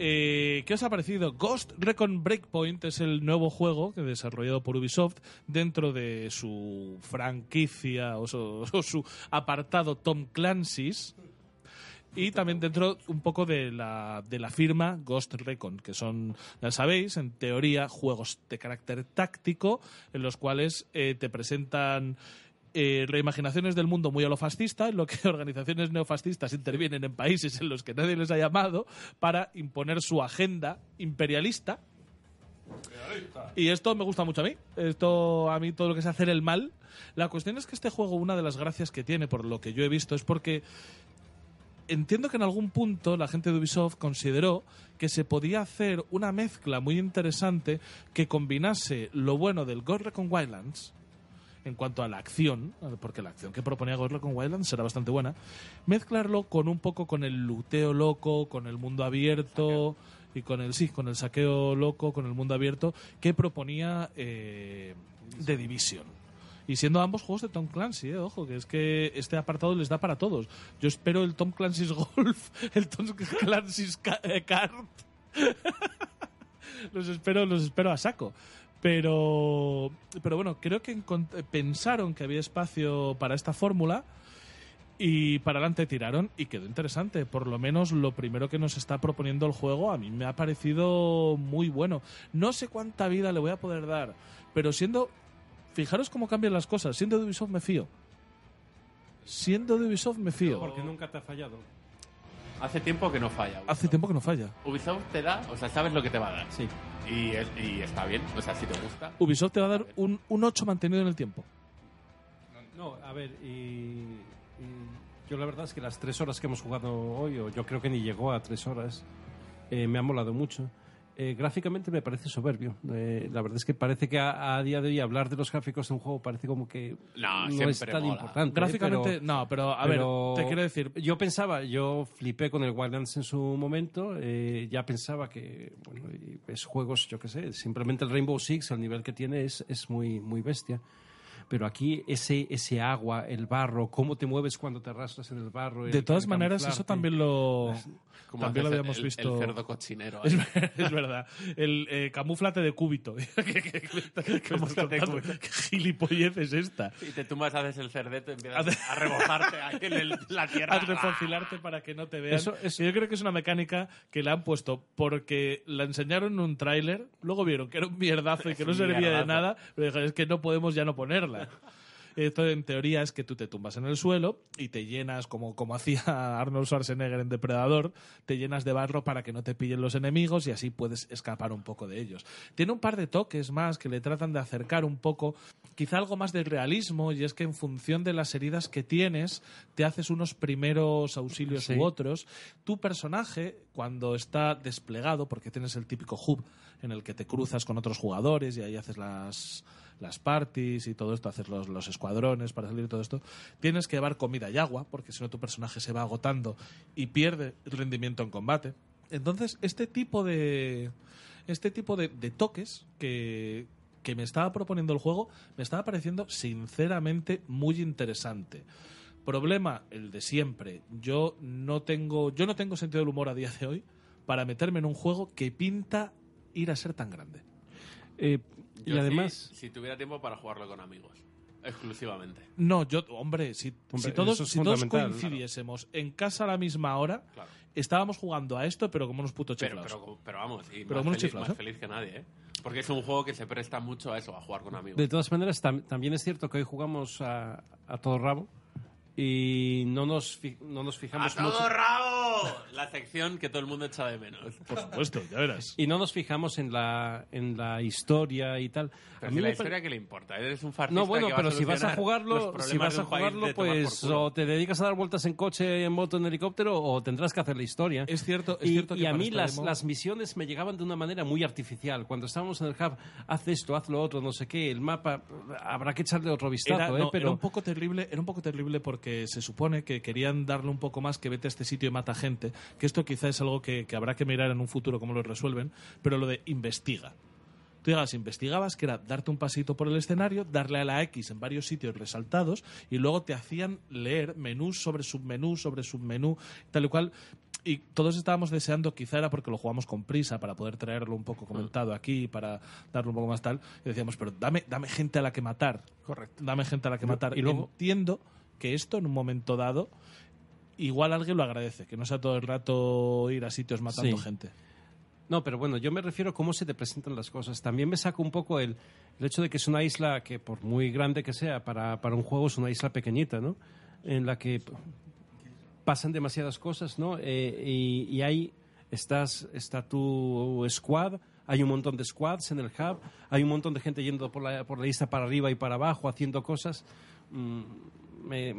Eh, ¿Qué os ha parecido? Ghost Recon Breakpoint es el nuevo juego que desarrollado por Ubisoft dentro de su franquicia o su, o su apartado Tom Clancy's. Y también dentro un poco de la, de la firma Ghost Recon, que son, ya sabéis, en teoría juegos de carácter táctico, en los cuales eh, te presentan eh, reimaginaciones del mundo muy a lo fascista, en lo que organizaciones neofascistas intervienen en países en los que nadie les ha llamado para imponer su agenda imperialista. Y esto me gusta mucho a mí. Esto a mí todo lo que es hacer el mal. La cuestión es que este juego, una de las gracias que tiene, por lo que yo he visto, es porque entiendo que en algún punto la gente de Ubisoft consideró que se podía hacer una mezcla muy interesante que combinase lo bueno del Ghost Recon Wildlands en cuanto a la acción, porque la acción que proponía Ghost Recon Wildlands era bastante buena, mezclarlo con un poco con el luteo loco, con el mundo abierto y con el sí, con el saqueo loco, con el mundo abierto que proponía eh, The Division. Y siendo ambos juegos de Tom Clancy, eh, ojo, que es que este apartado les da para todos. Yo espero el Tom Clancy's Golf, el Tom Clancy's Ca- eh, Kart. los espero, los espero a saco. Pero, pero bueno, creo que encont- pensaron que había espacio para esta fórmula y para adelante tiraron y quedó interesante. Por lo menos lo primero que nos está proponiendo el juego a mí me ha parecido muy bueno. No sé cuánta vida le voy a poder dar, pero siendo... Fijaros cómo cambian las cosas. Siendo de Ubisoft me fío. Siendo de Ubisoft me fío. Porque nunca te ha fallado. Hace tiempo que no falla. Ubisoft. Hace tiempo que no falla. Ubisoft te da, o sea, sabes lo que te va a dar. Sí. Y, es- y está bien, o sea, si te gusta. Ubisoft te va a dar un, un 8 mantenido en el tiempo. No, a ver, y, y yo la verdad es que las tres horas que hemos jugado hoy, o yo creo que ni llegó a tres horas, eh, me ha molado mucho. Eh, gráficamente me parece soberbio. Eh, la verdad es que parece que a, a día de hoy hablar de los gráficos de un juego parece como que No, no, siempre es tan mola. importante. eh, Gráficamente, pero- no, pero a pero ver, te quiero decir, Yo pensaba, yo flipé con el Wildlands en su momento, eh, ya pensaba que, bueno, y es juegos, yo qué sé, simplemente el Rainbow Six, el nivel que tiene es, es muy, muy bestia. Pero aquí ese, ese agua, el barro, cómo te mueves cuando te arrastras en el barro. el- De todas el maneras, eso camuflarte. también lo, Como también lo haces habíamos el- visto. El cerdo cochinero. es, ahí. ver- es verdad. El eh, camuflate de cúbito. ¿Qué- qué- qué- qué me estás Camúflate de contando? cúbito. ¿Qué gilipollez es esta? Y te tumbas, haces el cerdeto y Hace- empiezas a rebozarte ahí en el- la tierra. A refocilarte para que no te vean. Eso- eso- Yo creo que es una mecánica que la han puesto porque la enseñaron en un tráiler, luego vieron que era un mierdazo y que no un servía de mierdazo. nada, pero dijeron, es que no podemos ya no ponerla. Esto en teoría es que tú te tumbas en el suelo y te llenas, como, como hacía Arnold Schwarzenegger en Depredador, te llenas de barro para que no te pillen los enemigos y así puedes escapar un poco de ellos. Tiene un par de toques más que le tratan de acercar un poco, quizá algo más de realismo, y es que en función de las heridas que tienes, te haces unos primeros auxilios Sí. u otros. Tu personaje, cuando está desplegado, porque tienes el típico hub en el que te cruzas con otros jugadores y ahí haces las las parties y todo esto, hacer los, los escuadrones para salir y todo esto, tienes que llevar comida y agua, porque si no tu personaje se va agotando y pierde rendimiento en combate. Entonces, este tipo de. Este tipo de, de toques que, que me estaba proponiendo el juego me estaba pareciendo sinceramente muy interesante. Problema, el de siempre. Yo no tengo, yo no tengo sentido del humor a día de hoy para meterme en un juego que pinta ir a ser tan grande. Eh, Yo y sí, además, si tuviera tiempo para jugarlo con amigos, exclusivamente. No, yo, hombre, si, Hombre, si todos, eso es si todos fundamental, coincidiésemos en casa a la misma hora, Claro. estábamos jugando a esto, pero como unos putos Pero, chiflados. pero, pero vamos, y Pero más, muy feliz, chiflados, más ¿eh? feliz que nadie, ¿eh? Porque es un juego que se presta mucho a eso, a jugar con amigos. de todas maneras, tam- también es cierto que hoy jugamos a, a todo rabo y no nos, fi- no nos ¡A fijamos mucho. todo rabo! La sección que todo el mundo echa de menos. Por supuesto, ya verás. Y no nos fijamos en la, en la historia y tal. Pero A si mí la me historia pare- que le importa, eres un fartista No, bueno, que va pero si vas a solucionar los jugarlo, problemas si vas de a un país jugarlo, de tomar por pues culo. o te dedicas a dar vueltas en coche, en moto, en helicóptero, o tendrás que hacer la historia. Es cierto, es y, cierto que y a para mí esta las, demo- las misiones me llegaban de una manera muy artificial. Cuando estábamos en el hub, haz esto, haz lo otro, no sé qué, el mapa, habrá que echarle otro vistazo, Era, ¿eh? no, pero era un poco terrible, era un poco terrible porque se supone que querían darle un poco más que vete a este sitio y mata gente, que esto quizá es algo que, que habrá que mirar en un futuro cómo lo resuelven, pero lo de investiga. Tú llegas, investigabas, que era darte un pasito por el escenario, darle a la X en varios sitios resaltados y luego te hacían leer menú sobre submenú sobre submenú, tal y cual. Y todos estábamos deseando, quizá era porque lo jugamos con prisa para poder traerlo un Mm. poco comentado aquí, para darle un poco más tal. Y decíamos, pero dame, dame gente a la que matar. Correcto. Dame gente a la que matar. y Y luego- luego entiendo que esto en un momento dado igual alguien lo agradece, que no sea todo el rato ir a sitios matando Sí. gente. No, pero bueno, yo me refiero a cómo se te presentan las cosas. También me saco un poco el, el hecho de que es una isla que, por muy grande que sea, para, para un juego es una isla pequeñita, ¿no? En la que p- pasan demasiadas cosas, ¿no? Eh, y, y ahí estás, está tu squad, hay un montón de squads en el hub, hay un montón de gente yendo por la, por la isla para arriba y para abajo, haciendo cosas. Mm, me,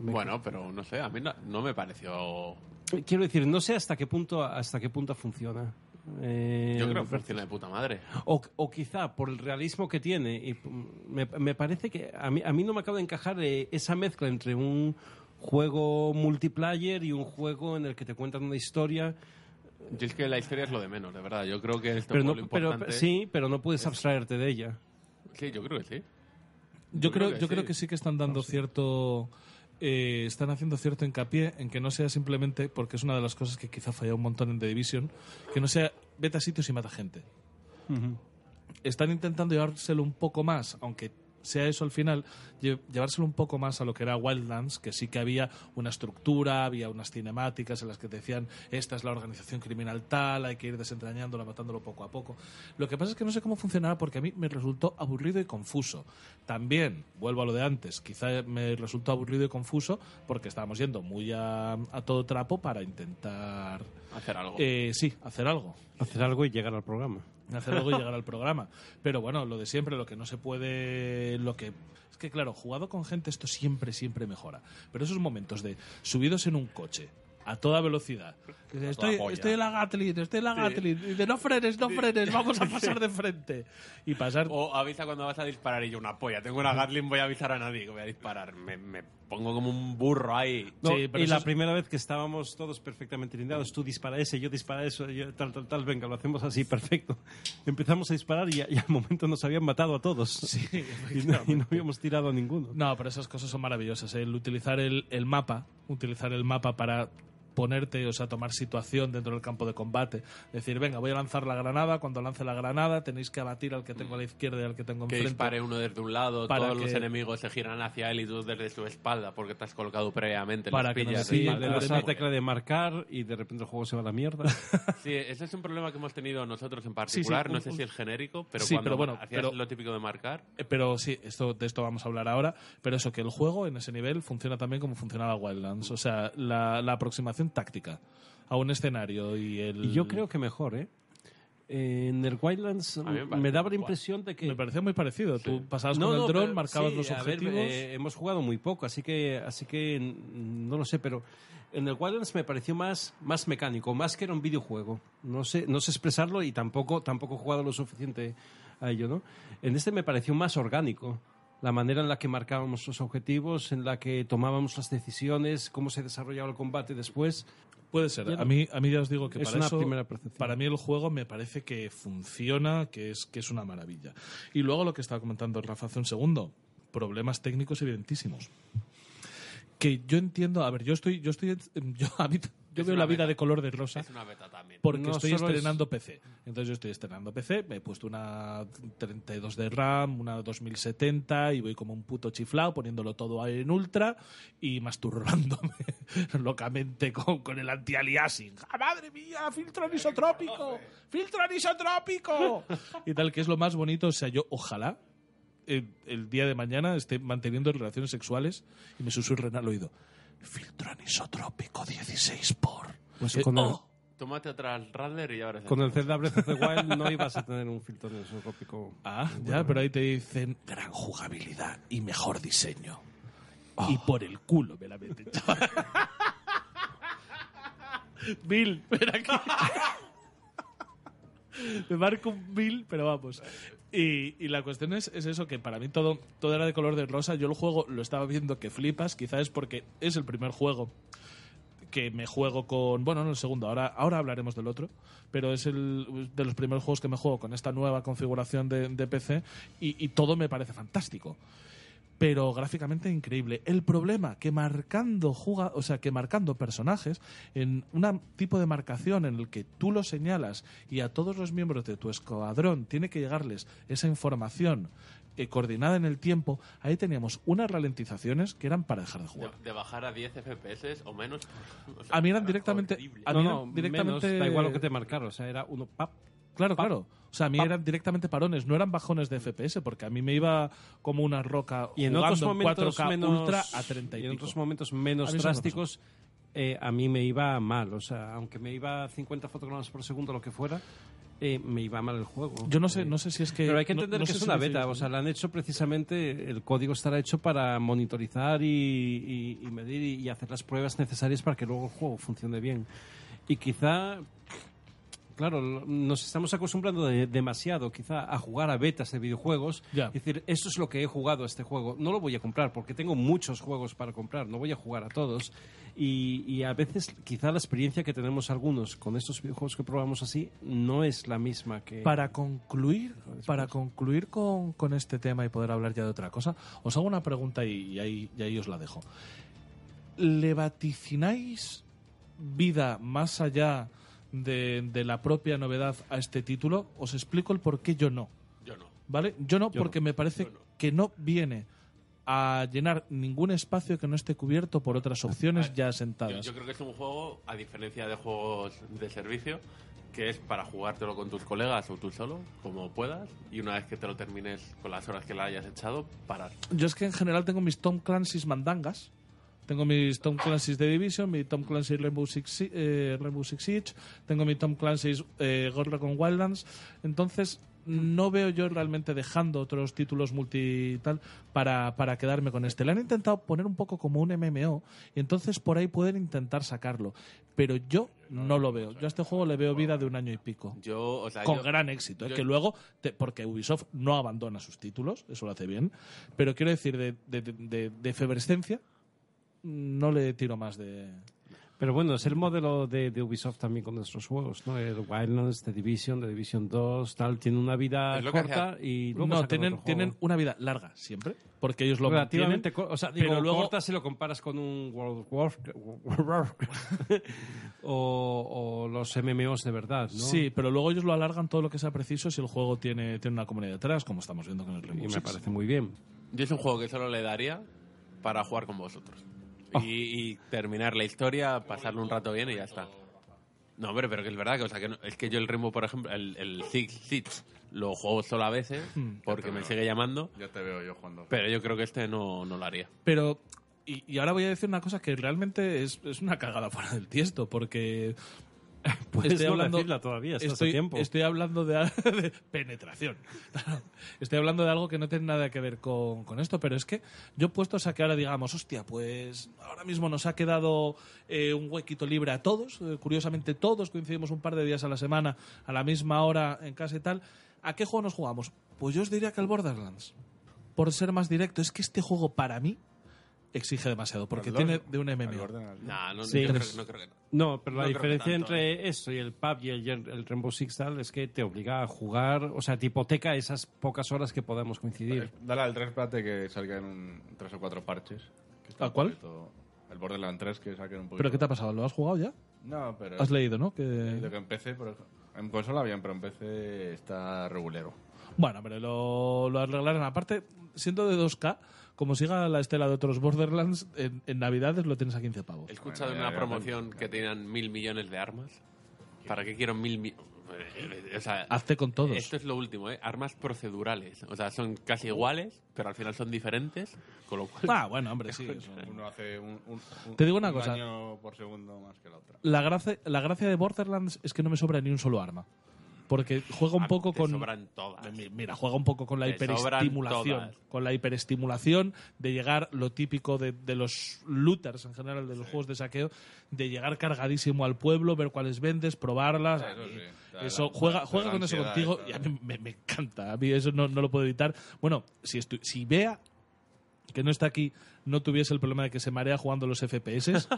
Bueno, pero no sé, a mí no, no me pareció... quiero decir, no sé hasta qué punto, hasta qué punto funciona. Eh, Yo creo que Alberto. funciona de puta madre. O, o quizá por el realismo que tiene. Y mm, me, me parece que a mí, a mí no me acaba de encajar eh, esa mezcla entre un juego multiplayer y un juego en el que te cuentan una historia. Yo es que la historia es lo de menos, de verdad. Yo creo que esto pero es no, lo pero, importante. sí, pero no puedes abstraerte de ella. sí, yo creo que sí. Yo creo, yo sí. creo que sí que están dando cierto. eh, están haciendo cierto hincapié en que no sea simplemente, porque es una de las cosas que quizá falla un montón en The Division, que no sea vete a sitios y mata gente. Están intentando llevárselo un poco más, aunque sea eso al final, lle- llevárselo un poco más a lo que era Wildlands, que sí que había una estructura, había unas cinemáticas en las que te decían esta es la organización criminal tal, hay que ir desentrañándola, matándolo poco a poco. Lo que pasa es que no sé cómo funcionará porque a mí me resultó aburrido y confuso. También, vuelvo a lo de antes, quizá me resultó aburrido y confuso porque estábamos yendo muy a, a todo trapo para intentar, Hacer algo. eh, sí, hacer algo Hacer algo y llegar al programa. hacer algo y llegar al programa. Pero bueno, lo de siempre, lo que no se puede, lo que es que claro, jugado con gente esto siempre siempre mejora. Pero esos momentos de subidos en un coche a toda velocidad. Dices, Estoy, polla. estoy en la Gatlin, estoy en la Gatlin. Y de no frenes, no frenes, vamos a pasar de frente. Y pasar Oh. O avisa cuando vas a disparar y yo una polla. Tengo una Gatling, voy a avisar a nadie que voy a disparar. Me, me pongo como un burro ahí. No, Sí, pero y eso la es- primera vez que estábamos todos perfectamente lindados, tú dispara ese, yo dispara eso, yo tal, tal, tal, venga, lo hacemos así, perfecto. Empezamos a disparar y, a- y al momento nos habían matado a todos. y, no, y no habíamos tirado a ninguno. No, pero esas cosas son maravillosas. ¿eh? El utilizar el, el mapa, utilizar el mapa para ponerte, o sea, tomar situación dentro del campo de combate. Decir, venga, voy a lanzar la granada, cuando lance la granada tenéis que abatir al que tengo a la izquierda y al que tengo Que enfrente. dispare uno desde un lado, Para todos los que- enemigos se giran hacia él y tú desde su espalda porque te has colocado previamente. Para los que no pillas se de Sí, Vale, le espalda. vale, das a la tecla de marcar y de repente el juego se va a la mierda. Sí, ese es un problema que hemos tenido nosotros en sí, particular. un- no sé un- si es genérico, pero Sí, cuando pero bueno, hacías pero- lo típico de marcar, Eh, Pero sí, esto, de esto vamos a hablar ahora. Pero eso, que el juego en ese nivel funciona también como funcionaba Wildlands. O sea, la, la aproximación táctica a un escenario y el... Y yo creo que mejor, ¿eh? Eh, En el Wildlands mí me mm, parece me daba la igual. impresión de que... Me parecía muy parecido. Tú pasabas No, con no, el dron, pero- marcabas sí, los a ver, objetivos... eh, hemos jugado muy poco, así que, así que mm, no lo sé, pero en el Wildlands me pareció más, más mecánico, más que era un videojuego. No sé, no sé expresarlo y tampoco, tampoco he jugado lo suficiente a ello, ¿no? En este me pareció más orgánico. La manera en la que marcábamos los objetivos, en la que tomábamos las decisiones, cómo se desarrollaba el combate después. Puede ser. ¿eh? Ya no. A mí, a mí ya os digo que Es para una eso- primera percepción. para mí el juego me parece que funciona, que es, que es una maravilla. Y luego lo que estaba comentando Rafa hace un segundo, problemas técnicos evidentísimos. que yo entiendo, a ver, yo estoy, yo estoy, yo, a mí- yo Es veo una la vida beta. de color de rosa. Es una beta también. Porque No estoy solo es- estrenando PC. Entonces yo estoy estrenando PC, me he puesto una 32 de RAM, una 2070 y voy como un puto chiflado poniéndolo todo en ultra y masturbándome locamente con, con el anti-aliasing. ¡Ah, madre mía! ¡Filtro anisotrópico! ¡Filtro anisotrópico! y tal, que es lo más bonito. O sea, yo ojalá el, el día de mañana esté manteniendo relaciones sexuales y me susurren al oído. Filtro anisotrópico 16 por. Pues Eh, con, oh. Tómate otra Radler y ahora el, con el Zelda Breath of the Wild no ibas a tener un filtro de Ah, ya, pero ahí te dicen gran jugabilidad y mejor diseño. Y por el culo me la meten, chaval. Bill, ven aquí. me marco un Bill, pero vamos. Y, y la cuestión es, es eso, que para mí todo, todo era de color de rosa. Yo el juego lo estaba viendo que flipas, quizás es porque es el primer juego que me juego con. Bueno, no el segundo, ahora, ahora hablaremos del otro, pero es el de los primeros juegos que me juego con esta nueva configuración de, de PC y, y todo me parece fantástico. Pero gráficamente increíble. El problema que marcando juga, o sea, que marcando personajes en un tipo de marcación en el que tú lo señalas y a todos los miembros de tu escuadrón tiene que llegarles esa información eh, coordinada en el tiempo, ahí teníamos unas ralentizaciones que eran para dejar de De, jugar. de bajar a 10 FPS o menos. o sea, A mí eran era directamente- horrible. a- no, mí era no, directamente- menos, da igual lo que te marcaron. O sea, era uno pap. Claro, Pap. claro. O sea, a mí Pap. eran directamente parones, no eran bajones de FPS, porque a mí me iba como una roca Y en jugando otros momentos 4K menos ultra a 30 y, y en otros pico. momentos A menos mí eso me pasó. drásticos eh, a mí me iba mal, o sea, aunque me iba a 50 fotogramas por segundo lo que fuera, eh, me iba mal el juego. Yo no sé, Eh, no sé si es que pero hay que no- entender no que sé es si una lo hice beta, yo. o sea, la han hecho precisamente, el código estará hecho para monitorizar y, y- y medir y, y hacer las pruebas necesarias para que luego el juego funcione bien. Y quizá, claro, lo- nos estamos acostumbrando de- demasiado quizá a jugar a betas de videojuegos. Ya. Es decir, esto es lo que he jugado a este juego. No lo voy a comprar porque tengo muchos juegos para comprar, no voy a jugar a todos. Y, y a veces quizá la experiencia que tenemos algunos con estos videojuegos que probamos así no es la misma que... Para concluir, para concluir con, con este tema y poder hablar ya de otra cosa, os hago una pregunta y, y ahí, y ahí os la dejo. ¿Le vaticináis vida más allá de, de la propia novedad a este título? Os explico el por qué yo no. Yo no. ¿Vale? Yo no, Yo porque me parece Yo no. que no viene a llenar ningún espacio que no esté cubierto por otras opciones Ah, ya Yo, asentadas. yo creo que es un juego, a diferencia de juegos de servicio, que es para jugártelo con tus colegas o tú solo, como puedas, y una vez que te lo termines con las horas que le hayas echado, parar. Yo es que en general tengo mis Tom Clancy's mandangas. Tengo mis Tom Clancy's The Division, mi Tom Clancy's Rainbow Six, Si- eh, Rainbow Six Siege, tengo mi Tom Clancy's eh, Ghost con Wildlands. Entonces, no veo yo realmente dejando otros títulos multi tal para, para quedarme con este. Le han intentado poner un poco como un MMO y entonces por ahí pueden intentar sacarlo. Pero yo no lo veo. Yo a este juego le veo vida de un año y pico Yo, o sea, con Ah, yo- gran éxito. ¿eh? yo- que luego, te- porque Ubisoft no abandona sus títulos, eso lo hace bien. Pero quiero decir, de, de, de- de- de efervescencia, no le tiro más de. Pero bueno, es el modelo de, de Ubisoft también con nuestros juegos, ¿no? El Wildlands, The Division, The Division 2, tal, tiene una vida Es lo que corta y luego No, sacan tienen, otro juego. tienen una vida larga siempre, porque ellos lo mantienen. relativamente corta, o sea, pero digo, luego- corta si lo comparas con un World of Warcraft, Warcraft, o, o los MMOs de verdad, ¿no? Sí, pero luego ellos lo alargan todo lo que sea preciso si el juego tiene, tiene una comunidad detrás, como estamos viendo con el y Rainbow me Six. parece muy bien. yo es un juego que solo le daría para jugar con vosotros. Oh. Y, y terminar la historia, pasarlo un rato bien y ya está. No, hombre, pero que es verdad que, o sea, que no- es que yo el Rainbow, por ejemplo, el, el Six Siege, lo juego solo a veces Hmm. porque me sigue llamando, Ya te veo yo jugando. pero yo creo que este no, no lo haría. Pero. Y, y ahora voy a decir una cosa que realmente es, es una cagada fuera del tiesto, porque Puedes Estoy no hablando- decirla todavía, estás estoy, a tiempo. estoy hablando de, al- de penetración. Estoy hablando de algo que no tiene nada que ver con, con esto, pero es que yo puesto a que ahora digamos, hostia, pues ahora mismo nos ha quedado eh, un huequito libre a todos. eh, curiosamente, todos coincidimos un par de días a la semana, a la misma hora en casa y tal. ¿A qué juego nos jugamos? Pues yo os diría que al Borderlands. Por ser más directo, es que este juego para mí exige demasiado, porque Al tiene Lord- de un al MMO. orden al- Nah, no, Sí. yo creo que- no creo que no. No, pero No creo la que diferencia tanto, ¿eh? entre eso y el pub y el, el Rainbow Six tal es que te obliga a jugar, o sea, te hipoteca esas pocas horas que podamos coincidir. Dale al 3 plate que salga en un, tres o cuatro parches. que está ¿A cuál? completo. El Borderlands 3 que saquen un poquito. ¿Pero qué te ha pasado? ¿Lo has jugado ya? No, pero. Has leído, ¿no? Que- Desde que empecé, por ejemplo. En consola bien, pero en PC está regulero. Bueno, pero lo, lo arreglaron. Aparte, siendo de 2K, como siga la estela de otros Borderlands, en, en Navidades lo tienes a 15 pavos. He escuchado Bueno, en ya, una ya, promoción que tenían mil millones de armas. ¿Para qué quiero mil millones? O sea, Hazte con todos. Esto es lo último, ¿eh? Armas procedurales. O sea, son casi iguales, pero al final son diferentes. Con lo cual, Ah, bueno, hombre, sí. eso. Uno hace un, un- un- Te digo una un cosa. daño por segundo más que la otra. La gracia, la gracia de Borderlands es que no me sobra ni un solo arma. Porque juega un a- poco te con. sobran todas. Mi- Mira, juega un poco con la Te sobran hiperestimulación. todas. Con la hiperestimulación de llegar, lo típico de, de los looters en general, de los juegos de saqueo, de llegar cargadísimo al pueblo, ver cuáles vendes, probarlas. Eso A mí, sí, te da eso, la- juega te juega da con eso ansiedad, contigo te y da- a mí me, me encanta. A mí eso no, no lo puedo evitar. Bueno, si, estu- si vea que no está aquí, no tuviese el problema de que se marea jugando los FPS.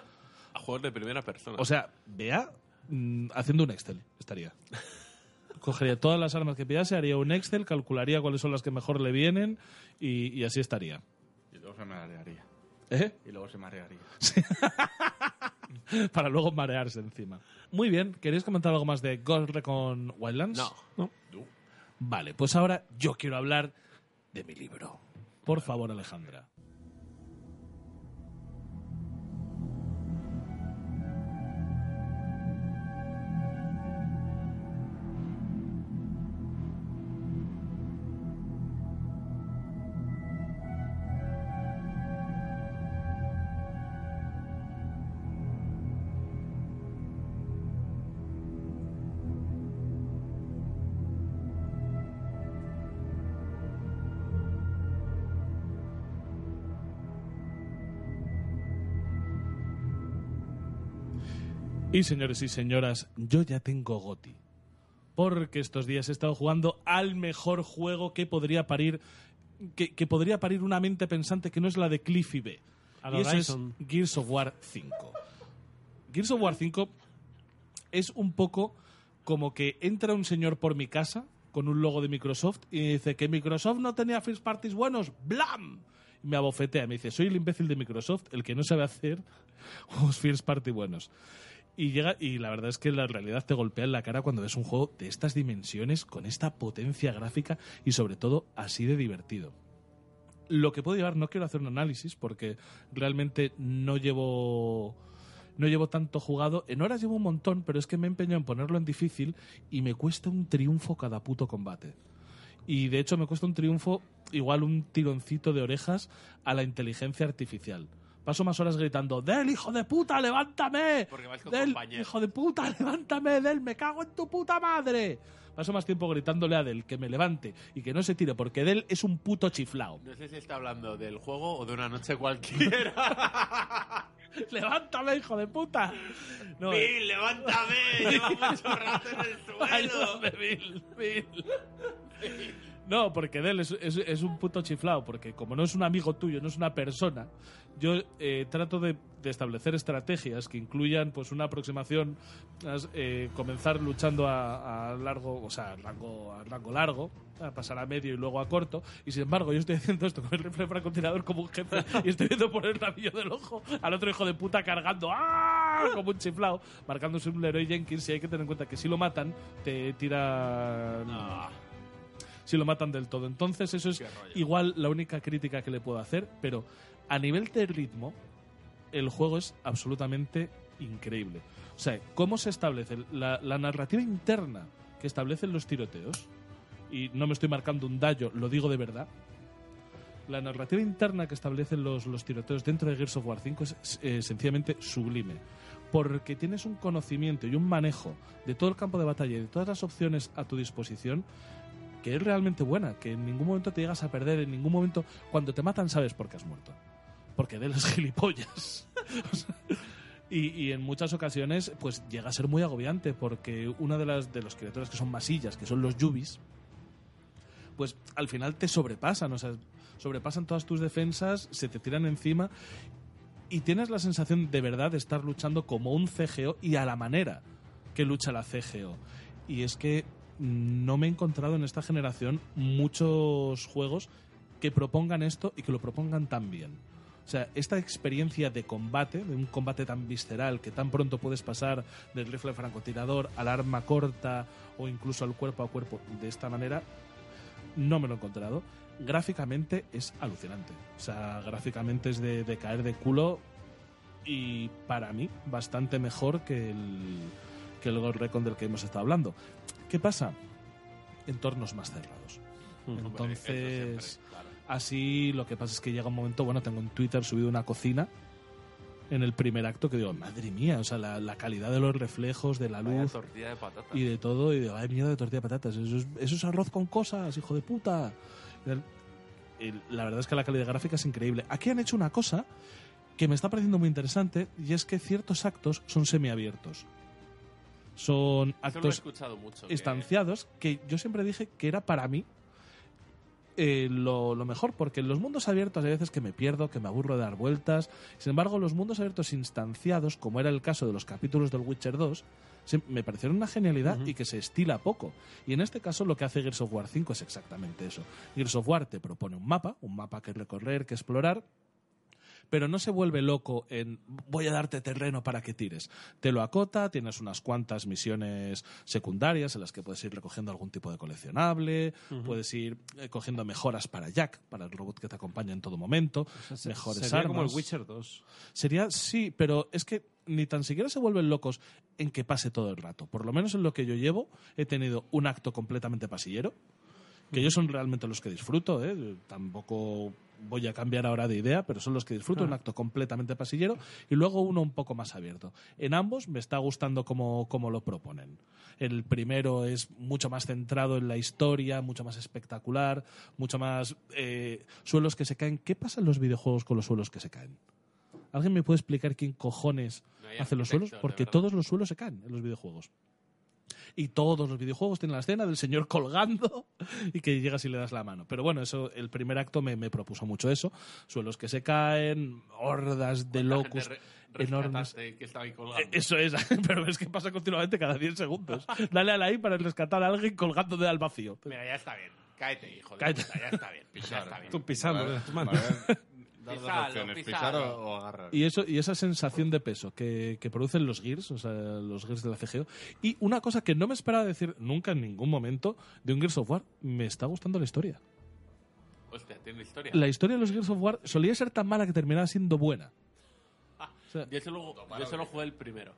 A juegos de primera persona. O sea, vea mm, haciendo un Excel, estaría. Cogería todas las armas que pillase, haría un Excel, calcularía cuáles son las que mejor le vienen y, y así estaría. Y luego se marearía. ¿Eh? Y luego se marearía. Para luego marearse encima. Muy bien, ¿queréis comentar algo más de Ghost Recon Wildlands? No. Vale, pues ahora yo quiero hablar de mi libro. Por favor, Alejandra. Y señores y señoras, yo ya tengo Goti. Porque estos días he estado jugando al mejor juego que podría parir. Que, que podría parir una mente pensante que no es la de Cliffy B. Al Y eso es Horizon. Gears of War 5. Gears of War 5 es un poco como que entra un señor por mi casa con un logo de Microsoft y dice que Microsoft no tenía first parties buenos. ¡Blam! Y me abofetea, me dice, soy el imbécil de Microsoft, el que no sabe hacer juegos first party buenos. Y, llega, y la verdad es que la realidad te golpea en la cara cuando ves un juego de estas dimensiones, con esta potencia gráfica y sobre todo así de divertido. Lo que puedo llevar, no quiero hacer un análisis porque realmente no llevo, no llevo tanto jugado. En horas llevo un montón, pero es que me he empeñado en ponerlo en difícil y me cuesta un triunfo cada puto combate. Y de hecho me cuesta un triunfo, igual un tironcito de orejas a la inteligencia artificial. Paso más horas gritando, ¡Del hijo de puta, levántame! Porque vas con ¡Del compañeros. hijo de puta, levántame! ¡Del me cago en tu puta madre! Paso más tiempo gritándole a Del que me levante y que no se tire, porque Del es un puto chiflao. No sé si está hablando del juego o de una noche cualquiera. ¡Levántame, hijo de puta! No, eh. Bill, levántame, lleva mucho rato en el suelo. Ayúdame, Bill, Bill. No, porque Del es, es- es un puto chiflado, porque como no es un amigo tuyo, no es una persona, yo eh, trato de, de establecer estrategias que incluyan pues una aproximación, as- eh, comenzar luchando a, a largo, o sea, a rango, a rango largo, a pasar a medio y luego a corto, y sin embargo yo estoy haciendo esto con el rifle francotirador como un jefe y estoy viendo por el rabillo del ojo al otro hijo de puta cargando ¡ah! como un chiflado, marcándose un Leroy Jenkins y hay que tener en cuenta que si lo matan te tira si lo matan del todo. Entonces, eso es igual la única crítica que le puedo hacer, pero a nivel de ritmo, el juego es absolutamente increíble. O sea, cómo se establece la, la narrativa interna que establecen los tiroteos, y no me estoy marcando un daño, lo digo de verdad. La narrativa interna que establecen los, los tiroteos dentro de Gears of War 5 es eh, sencillamente sublime. Porque tienes un conocimiento y un manejo de todo el campo de batalla y de todas las opciones a tu disposición que es realmente buena, que en ningún momento te llegas a perder, en ningún momento cuando te matan sabes por qué has muerto. Porque de las gilipollas. O sea, y, y en muchas ocasiones pues llega a ser muy agobiante porque una de las de los criaturas que son masillas, que son los yubis, pues al final te sobrepasan, o sea, sobrepasan todas tus defensas, se te tiran encima y tienes la sensación de verdad de estar luchando como un CGO y a la manera que lucha la CGO. Y es que no me he encontrado en esta generación muchos juegos que propongan esto y que lo propongan tan bien. O O sea, esta experiencia de combate, de un combate tan visceral, que tan pronto puedes pasar del rifle francotirador al arma corta o incluso al cuerpo a cuerpo de esta manera, no me lo he encontrado. Gráficamente es alucinante. O sea, gráficamente es de, de caer de culo y para mí bastante mejor que el, que el Ghost Recon del que hemos estado hablando. ¿Qué pasa? Entornos más cerrados. Entonces, así lo que pasa es que llega un momento, bueno, tengo en Twitter subido una cocina en el primer acto que digo, madre mía, o sea, la, la calidad de los reflejos, de la Vaya luz, tortilla de patatas. y de todo, y de, ay, mierda de tortilla de patatas, eso es, eso es arroz con cosas, hijo de puta. El- el- la verdad es que la calidad gráfica es increíble. Aquí han hecho una cosa que me está pareciendo muy interesante, y es que ciertos actos son semiabiertos. Son Eso lo he actos escuchado mucho. que- estanciados que yo siempre dije que era para mí eh, lo, lo mejor, porque en los mundos abiertos hay veces que me pierdo, que me aburro de dar vueltas. Sin embargo, los mundos abiertos instanciados, como era el caso de los capítulos del Witcher 2, se- me parecieron una genialidad y que se estila poco. Y en este caso lo que hace Gears of War 5 es exactamente eso. Gears of War te propone un mapa, un mapa que recorrer, que explorar, pero no se vuelve loco en voy a darte terreno para que tires. Te lo acota, tienes unas cuantas misiones secundarias en las que puedes ir recogiendo algún tipo de coleccionable, puedes ir eh, cogiendo mejoras para Jack, para el robot que te acompaña en todo momento, mejores Sería armas. como el Witcher 2. Sería sí, pero es que ni tan siquiera se vuelven locos en que pase todo el rato. Por lo menos en lo que yo llevo, he tenido un acto completamente pasillero, que ellos son realmente los que disfruto, ¿eh? tampoco voy a cambiar ahora de idea, pero son los que disfruto, un acto completamente pasillero y luego uno un poco más abierto. En ambos me está gustando cómo, cómo lo proponen. El primero es mucho más centrado en la historia, mucho más espectacular, mucho más eh, suelos que se caen. ¿Qué pasa en los videojuegos con los suelos que se caen? ¿Alguien me puede explicar quién cojones No hay hace los suelos? arquitectos, de Porque verdad. todos los suelos se caen en los videojuegos. Y todos los videojuegos tienen la escena del señor colgando y que llegas y le das la mano. Pero bueno, eso el primer acto me, me propuso mucho eso. Suelos que se caen, hordas de ¿Cuánta locus. gente re- enormes. rescataste que estaba ahí Eh, colgando? Eso es, pero es que pasa continuamente cada 10 segundos. Dale a la I para rescatar a alguien colgando de al vacío. Mira, ya está bien. Cáete, hijo de Cáete. puta, ya está bien. Ya está bien. Tú pisando de tu mano. Dar dos Pisalo, opciones, pisar pisalo. o, o agarrar. Y, eso, y esa sensación de peso que, que producen los Gears, o sea, los Gears de la CGO. Y una cosa que no me esperaba decir nunca en ningún momento de un Gears of War, me está gustando la historia. Hostia, tiene historia. La historia de los Gears of War solía ser tan mala que terminaba siendo buena. Yo solo, yo solo jugué el primero.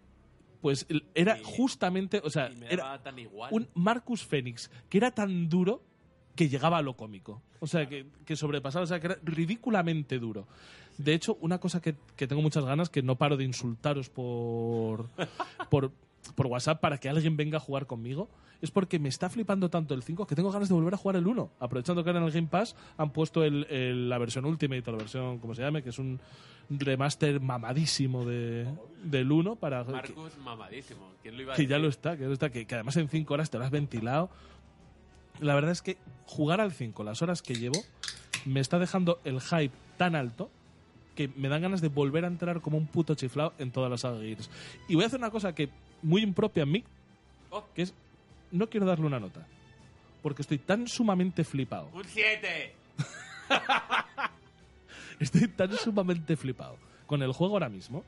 Pues el- era Y- justamente, o sea, Y me Ah, era daba tan igual. un Marcus Phoenix que era tan duro que llegaba a lo cómico. O sea, que, que sobrepasaba, o sea, que era ridículamente duro. De hecho, una cosa que, que tengo muchas ganas, que no paro de insultaros por, por, por WhatsApp para que alguien venga a jugar conmigo, es porque me está flipando tanto el 5 que tengo ganas de volver a jugar el 1. Aprovechando que ahora en el Game Pass han puesto el- el- la versión Ultimate o la versión, como se llame, que es un remaster mamadísimo de, del 1 para... que- Marcus mamadísimo. ¿Quién lo iba a que decir? ya lo está, que ya lo está, que, que además en 5 horas te lo has ventilado. La verdad es que jugar al 5, las horas que llevo, me está dejando el hype tan alto que me dan ganas de volver a entrar como un puto chiflado en todas las saga Gears. Y voy a hacer una cosa que muy impropia a mí, Oh. que es no quiero darle una nota, porque estoy tan sumamente flipado. ¡Un 7! Estoy tan sumamente flipado con el juego ahora mismo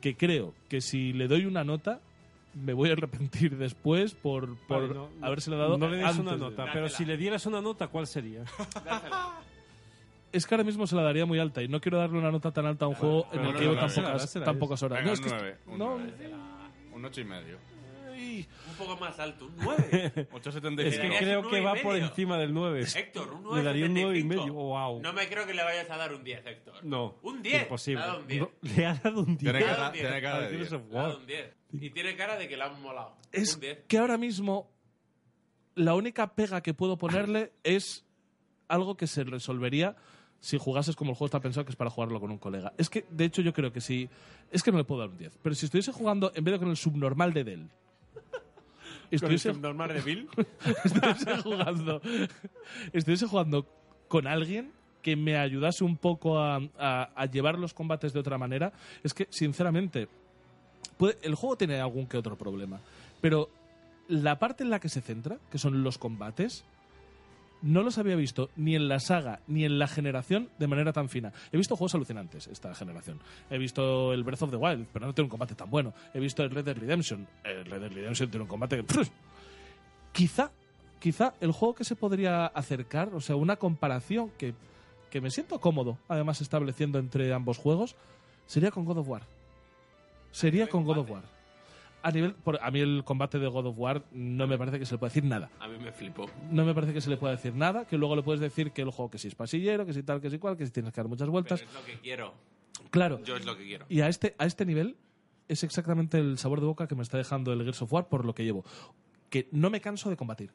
que creo que si le doy una nota me voy a arrepentir después por, por Vale, no, no. haberse dado No le des antes una de- nota, Dátela. pero si le dieras una nota, ¿cuál sería? Es que ahora mismo se la daría muy alta y no quiero darle una nota tan alta a un juego en pero el no, que llevo no, tan dásela, pocas- dásela, tan es- pocas horas. Venga, No, un es que estoy- nueve, un no, nueve. Un ocho y medio. ay, Un poco más alto, un 9. 8.75. Es que darías creo un que nueve y va por medio. Eh, encima del 9. Héctor, un 9. Le daría un 9 y medio. Wow. No me creo que le vayas a dar un 10, Héctor. No. Un 10. Le Imposible. ha dado un 10. No, le ha dado un 10. Tiene Cada cara, diez. tiene cara Al de Gears diez. of Le ha dado War. un 10. Y tiene cara de que le han molado. Es un 10. que ahora mismo la única pega que puedo ponerle es algo que se resolvería si jugases como el juego está pensado, que es para jugarlo con un colega. Es que, de hecho, yo creo que si... Es que no le puedo dar un 10. Pero si estuviese jugando, en vez de con el subnormal de Dell, ¿Con el estuviese, subnormal de Bill? estuviese jugando, estuviese jugando con alguien que me ayudase un poco a, a- a llevar los combates de otra manera, es que, sinceramente, puede- el juego tiene algún que otro problema. Pero la parte en la que se centra, que son los combates, no los había visto ni en la saga ni en la generación de manera tan fina. He visto juegos alucinantes esta generación. He visto el Breath of the Wild, pero no tiene un combate tan bueno. He visto el Red Dead Redemption. El Red Dead Redemption tiene un combate que... ¡pruf! Quizá, quizá el juego que se podría acercar, o sea, una comparación que, que me siento cómodo, además estableciendo entre ambos juegos, sería con God of War. Sería con God of War. A, nivel, por- a mí el combate de God of War no me parece que se le pueda decir nada A mí me flipó. no me parece que se le pueda decir nada, que luego le puedes decir que el juego que si es pasillero, que si tal, que si cual, que si tienes que dar muchas Pero vueltas. es lo que quiero. Claro. Yo es lo que quiero. Y a este, a este nivel es exactamente el sabor de boca que me está dejando el Gears of War por lo que llevo. Que no me canso de combatir.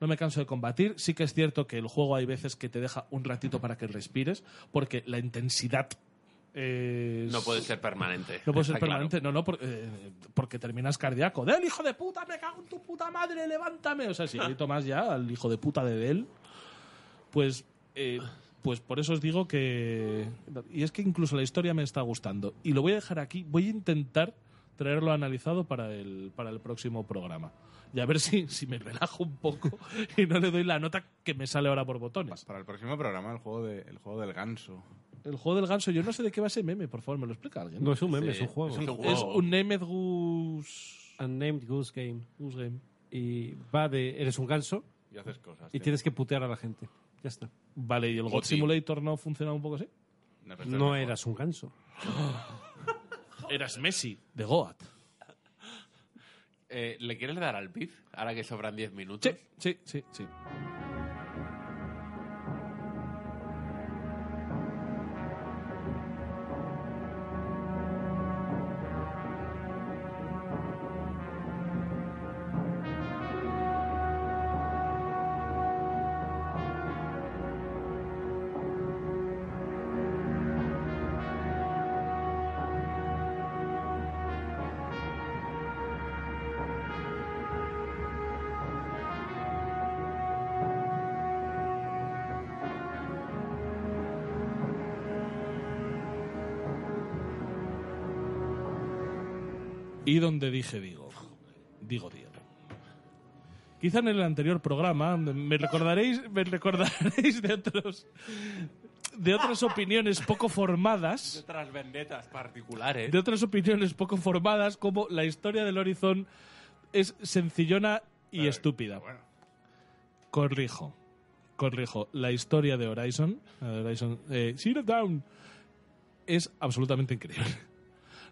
No me canso de combatir. Sí que es cierto que el juego hay veces que te deja un ratito para que respires, porque la intensidad... eh, No puede ser permanente. no puede ser está claro. permanente, no, no, por- eh, porque terminas cardíaco. ¡Del hijo de puta! ¡Me cago en tu puta madre! ¡Levántame! O sea, si grito más ya al hijo de puta de Del, pues, eh, pues por eso os digo que. Y es que incluso la historia me está gustando. Y lo voy a dejar aquí. Voy a intentar traerlo analizado para el, para el próximo programa. Y a ver si, si me relajo un poco y no le doy la nota que me sale ahora por botones. Para el próximo programa, el juego, de, el juego del ganso. El juego del ganso, yo no sé de qué va ese meme, por favor, me lo explica alguien. No es un meme, Sí, es un juego. es un juego. Es un Named Goose, Unnamed Goose Game. Goose Game. Y va de. Eres un ganso Y haces cosas. y tío. tienes que putear a la gente. Ya está. Vale, ¿y el God Goti. Simulator no funcionaba un poco así? No, pero esto es No mejor. eras un ganso. Eras Messi, de Goat. Eh, ¿Le quieres dar al pif? Ahora que sobran 10 Sí, minutos. sí, sí, sí. Y donde dije digo. Digo digo. Quizá en el anterior programa me recordaréis, me recordaréis de otros de otras opiniones poco formadas. Otras vendetas particulares. de otras opiniones poco formadas como la historia del Horizon es sencillona y estúpida. Corrijo, corrijo, la historia de Horizon, la de Horizon eh, Zero Dawn es absolutamente increíble.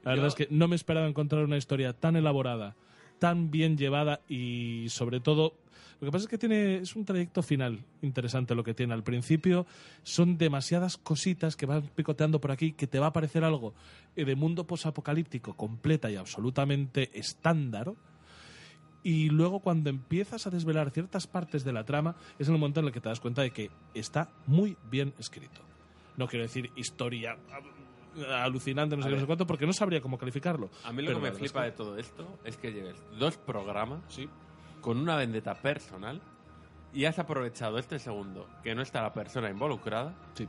La verdad es que no me esperaba encontrar una historia tan elaborada, tan bien llevada y sobre todo lo que pasa es que tiene es un trayecto final interesante lo que tiene al principio son demasiadas cositas que van picoteando por aquí que te va a parecer algo eh, de mundo posapocalíptico completa y absolutamente estándar y luego cuando empiezas a desvelar ciertas partes de la trama es el momento en el que te das cuenta de que está muy bien escrito. No quiero decir historia ah, alucinante, no sé A qué, no ver. sé cuánto, porque no sabría cómo calificarlo. A mí lo Pero que me la verdad es flipa de todo esto es que lleves dos programas con una vendetta personal y has aprovechado este segundo, que no está la persona involucrada, Sí.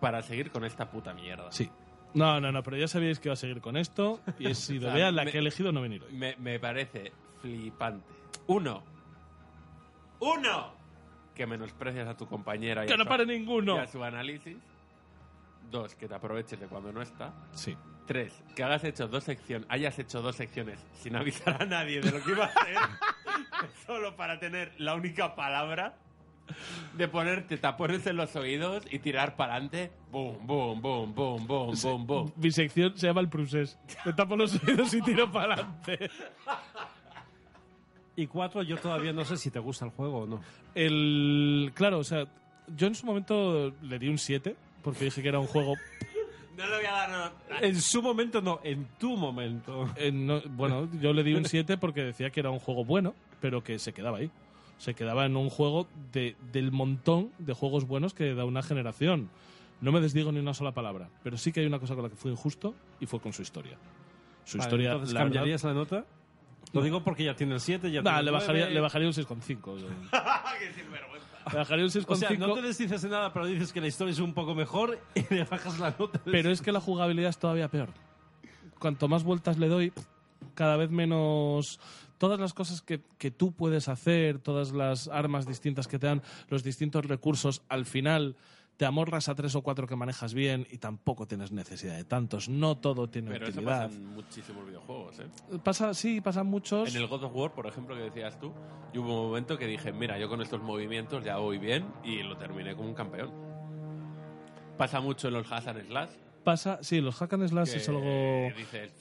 para seguir con esta puta mierda. Sí. No, no, no, pero ya sabíais que iba a seguir con esto y he sido O sea, Bea la me- que he elegido no venir hoy. Me, me parece flipante. Uno. ¡Uno! Que menosprecias a tu compañera y, ¡Que a, no su, pare y ninguno! a su análisis. Dos, que te aproveches de cuando no está. Sí. Tres, que hagas hecho dos secciones, hayas hecho dos secciones sin avisar a nadie de lo que iba a hacer, solo para tener la única palabra de ponerte tapones en los oídos y tirar para adelante. Boom, boom, boom, boom, boom, boom, boom. Mi sección se llama el Prusés. Me tapo los oídos y tiro para adelante. Y cuatro, yo todavía no sé si te gusta el juego o no. El. Claro, o sea, yo en su momento le di un 7 porque dije que era un juego No le voy a dar no. En su momento no, en tu momento. Eh, no, bueno, yo le di un 7 porque decía que era un juego bueno, pero que se quedaba ahí. Se quedaba en un juego de- del montón de juegos buenos que da una generación. No me desdigo ni una sola palabra, pero sí que hay una cosa con la que fui injusto y fue con su historia. Su Vale, historia. entonces, la ¿cambiarías la nota? Lo digo porque ya tiene el 7, ya verdad- Nah, tiene le, el bajaría, nueve. le bajaría un 6,5. o sea. le bajaría un 6,5. O sea, no te desdices nada, pero dices que la historia es un poco mejor y le bajas la nota. Pero es que la jugabilidad es todavía peor. Cuanto más vueltas le doy, cada vez menos todas las cosas que, que tú puedes hacer, todas las armas distintas que te dan, los distintos recursos, al final te amorras a tres o cuatro que manejas bien y tampoco tienes necesidad de tantos. No todo tiene Pero eso pasa utilidad. en muchísimos videojuegos, ¿eh? Pasa, sí, pasan muchos. En el God of War, por ejemplo, que decías tú, yo hubo un momento que dije, mira, yo con estos movimientos ya voy bien y lo terminé como un campeón. Pasa mucho en los Hazard Slash. Pasa, Ah, sí, los hack and slash que es algo. dices,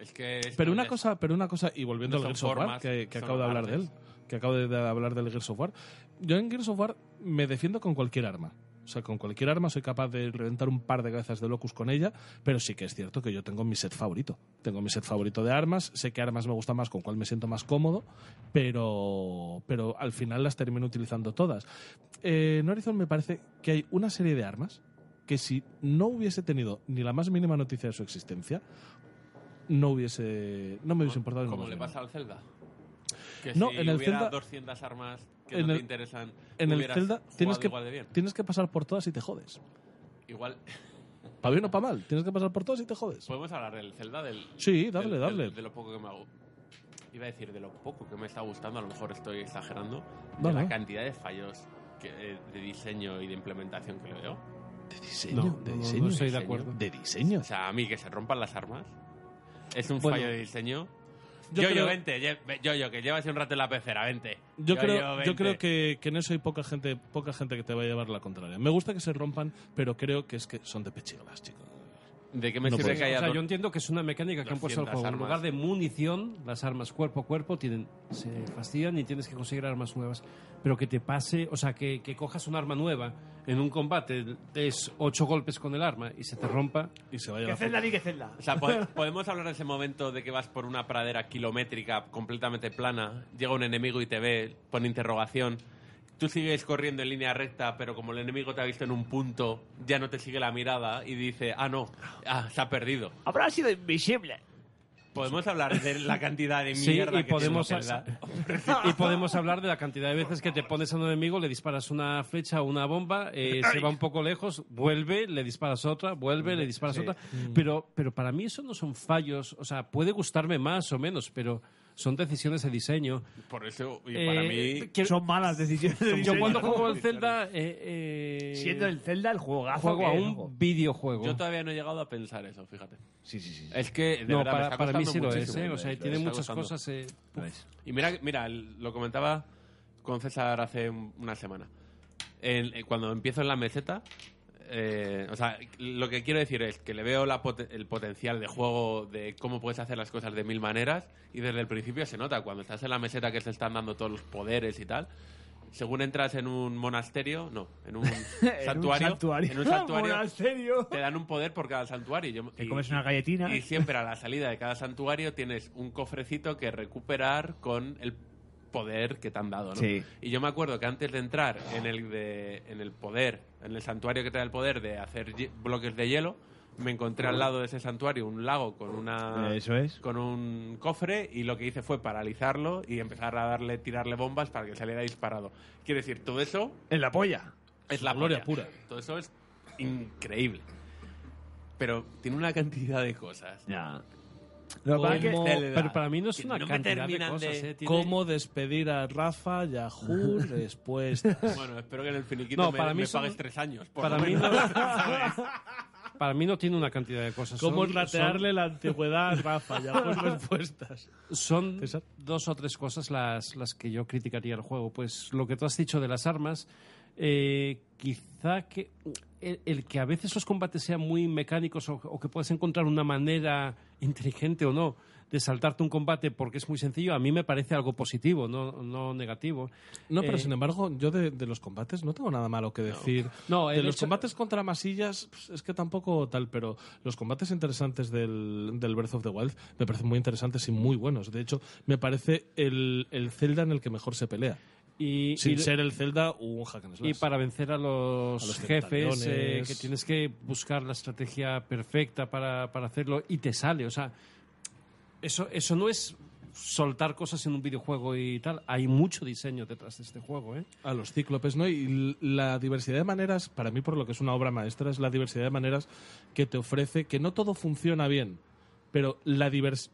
es que esto Pero no una es- cosa, pero una cosa, y volviendo no al son Gears of War, formas, que, que son acabo de hablar de él, artes. que acabo de, de hablar del Gears of War. Yo en Gears of War me defiendo con cualquier arma. O sea, con cualquier arma soy capaz de reventar un par de cabezas de locus con ella, pero sí que es cierto que yo tengo mi set favorito. Tengo mi set favorito de armas, sé qué armas me gusta más, con cuál me siento más cómodo, pero, pero al final las termino utilizando todas. Eh, en Horizon me parece que hay una serie de armas que si no hubiese tenido ni la más mínima noticia de su existencia, no hubiese no me hubiese importado ni lo Como más le mínimo. pasa al Zelda. Que No, si en el hubiera Zelda- 200 armas que en no el- te interesan, en el hubieras Zelda jugado tienes que igual de bien. tienes que pasar por todas y te jodes Igual, para bien o para mal tienes que pasar por todas y te jodes podemos hablar del Zelda del... Sí, dale, del- dale. del- Pues, de lo poco que me hago. Iba a decir de lo poco que me está gustando, a lo mejor estoy exagerando, de Dale. la cantidad de fallos que, eh, de diseño y de implementación que le veo. de No, diseño de no, no diseño estoy de Diseño. acuerdo. de diseño O sea, a mí que se rompan las armas es un Bueno. fallo de diseño. Yo, Yo yo, creo- vente, ye- ve- yo, yo, que llevas un rato en la pecera, vente. yo creo, vente. yo creo que, que en eso hay poca gente, poca gente que te va a llevar la contraria. Me gusta que se rompan, pero creo que es que son de pechigolas, chicos. ¿De qué me No sirve puede que ser. haya O sea, dos- yo entiendo que es una mecánica que han puesto al 200 juego. En armas. lugar de munición, las armas cuerpo a cuerpo tienen, se fastidian y tienes que conseguir armas nuevas. Pero que te pase, o sea, que, que cojas un arma nueva en un combate, des ocho golpes con el arma y se te rompa. Y se vaya Que la Zelda puta. ni que Zelda. O sea, po- podemos hablar de ese momento de que vas por una pradera kilométrica completamente plana, llega un enemigo y te ve, pone interrogación. Tú sigues corriendo en línea recta, pero como el enemigo te ha visto en un punto, ya no te sigue la mirada y dice, ah, no, ah, se ha perdido. Habrá sido invisible. Podemos hablar de la cantidad de Sí, mierda y que tiene podemos, Zelda? y podemos hablar de la cantidad de veces que te pones a un enemigo, le disparas una flecha o una bomba, eh, se va un poco lejos, vuelve, le disparas otra, vuelve, le disparas otra. Pero, pero para mí eso no son fallos, o sea, puede gustarme más o menos, pero son decisiones de diseño. Por eso, y para Eh, mí... quiero- Son malas decisiones. de yo diseño. cuando juego al Zelda, eh, eh, Siendo el Zelda el juegazo juego que a es, un ojo. videojuego. eh, Yo todavía no he llegado a pensar eso, fíjate. Sí, sí, sí. Es que, de no, verdad, me para, está para mí sí costando lo es, muchísimo. eh, o sea, Me tiene está muchas costando. cosas. eh, Lo es. Y mira, mira, el- lo comentaba con César hace un- una semana. El- eh, cuando empiezo en la meseta, eh, o sea, lo que quiero decir es que le veo la pote- el potencial de juego, de cómo puedes hacer las cosas de mil maneras, y desde el principio se nota, cuando estás en la meseta que se están dando todos los poderes y tal. Según entras en un monasterio, no, en un santuario, en un santuario, Monasterio. te dan un poder por cada santuario. Yo- Te y- comes una galletina. y siempre a la salida de cada santuario tienes un cofrecito que recuperar con el poder que te han dado, ¿no? Sí. Y yo me acuerdo que antes de entrar en el, de, en el poder, en el santuario que te da el poder de hacer ye- bloques de hielo, me encontré al lado de ese santuario un lago con una Eso es. con un cofre y lo que hice fue paralizarlo y empezar a darle tirarle bombas para que saliera disparado. Quiero decir, todo eso En la polla. es la Gloria polla. Todo eso es increíble. Pero tiene una cantidad de cosas. Ya. Lo que pasa es que- Como- pero para mí no es Que una no me cantidad de terminan cosas. de- eh, tiene- ¿Cómo despedir a Rafa y a Jul después? Bueno, espero que en el finiquito No, me, para mí me son- pagues tres años. por Para lo mí, menos. no, para mí no tiene una cantidad de cosas. ¿Cómo Son- ratearle la antigüedad a Rafa y a Jul respuestas? Son, César. son dos o tres cosas las, las que yo criticaría al juego. Pues lo que tú has dicho de las armas, eh, quizá que el, el que a veces los combates sean muy mecánicos o, o que puedas encontrar una manera inteligente o no de saltarte un combate porque es muy sencillo, a mí me parece algo positivo, no, no negativo. No, pero Eh, sin embargo, yo de, de los combates no tengo nada malo que decir. No, de el los hecho- combates contra masillas pues, es que tampoco tal, pero los combates interesantes del, del Breath of the Wild me parecen muy interesantes y muy buenos. De hecho, me parece el, el Zelda en el que mejor se pelea. Y, Sin y- ser el Zelda un hack and slash. Y para vencer a los, A los jefes, eh, centuriones. que tienes que buscar la estrategia perfecta para, para hacerlo y te sale. O sea, eso, eso no es soltar cosas en un videojuego y tal. Hay mucho diseño detrás de este juego, ¿eh? a los cíclopes, ¿no? Y l- la diversidad de maneras, para mí por lo que es una obra maestra, es la diversidad de maneras que te ofrece, que no todo funciona bien, pero la divers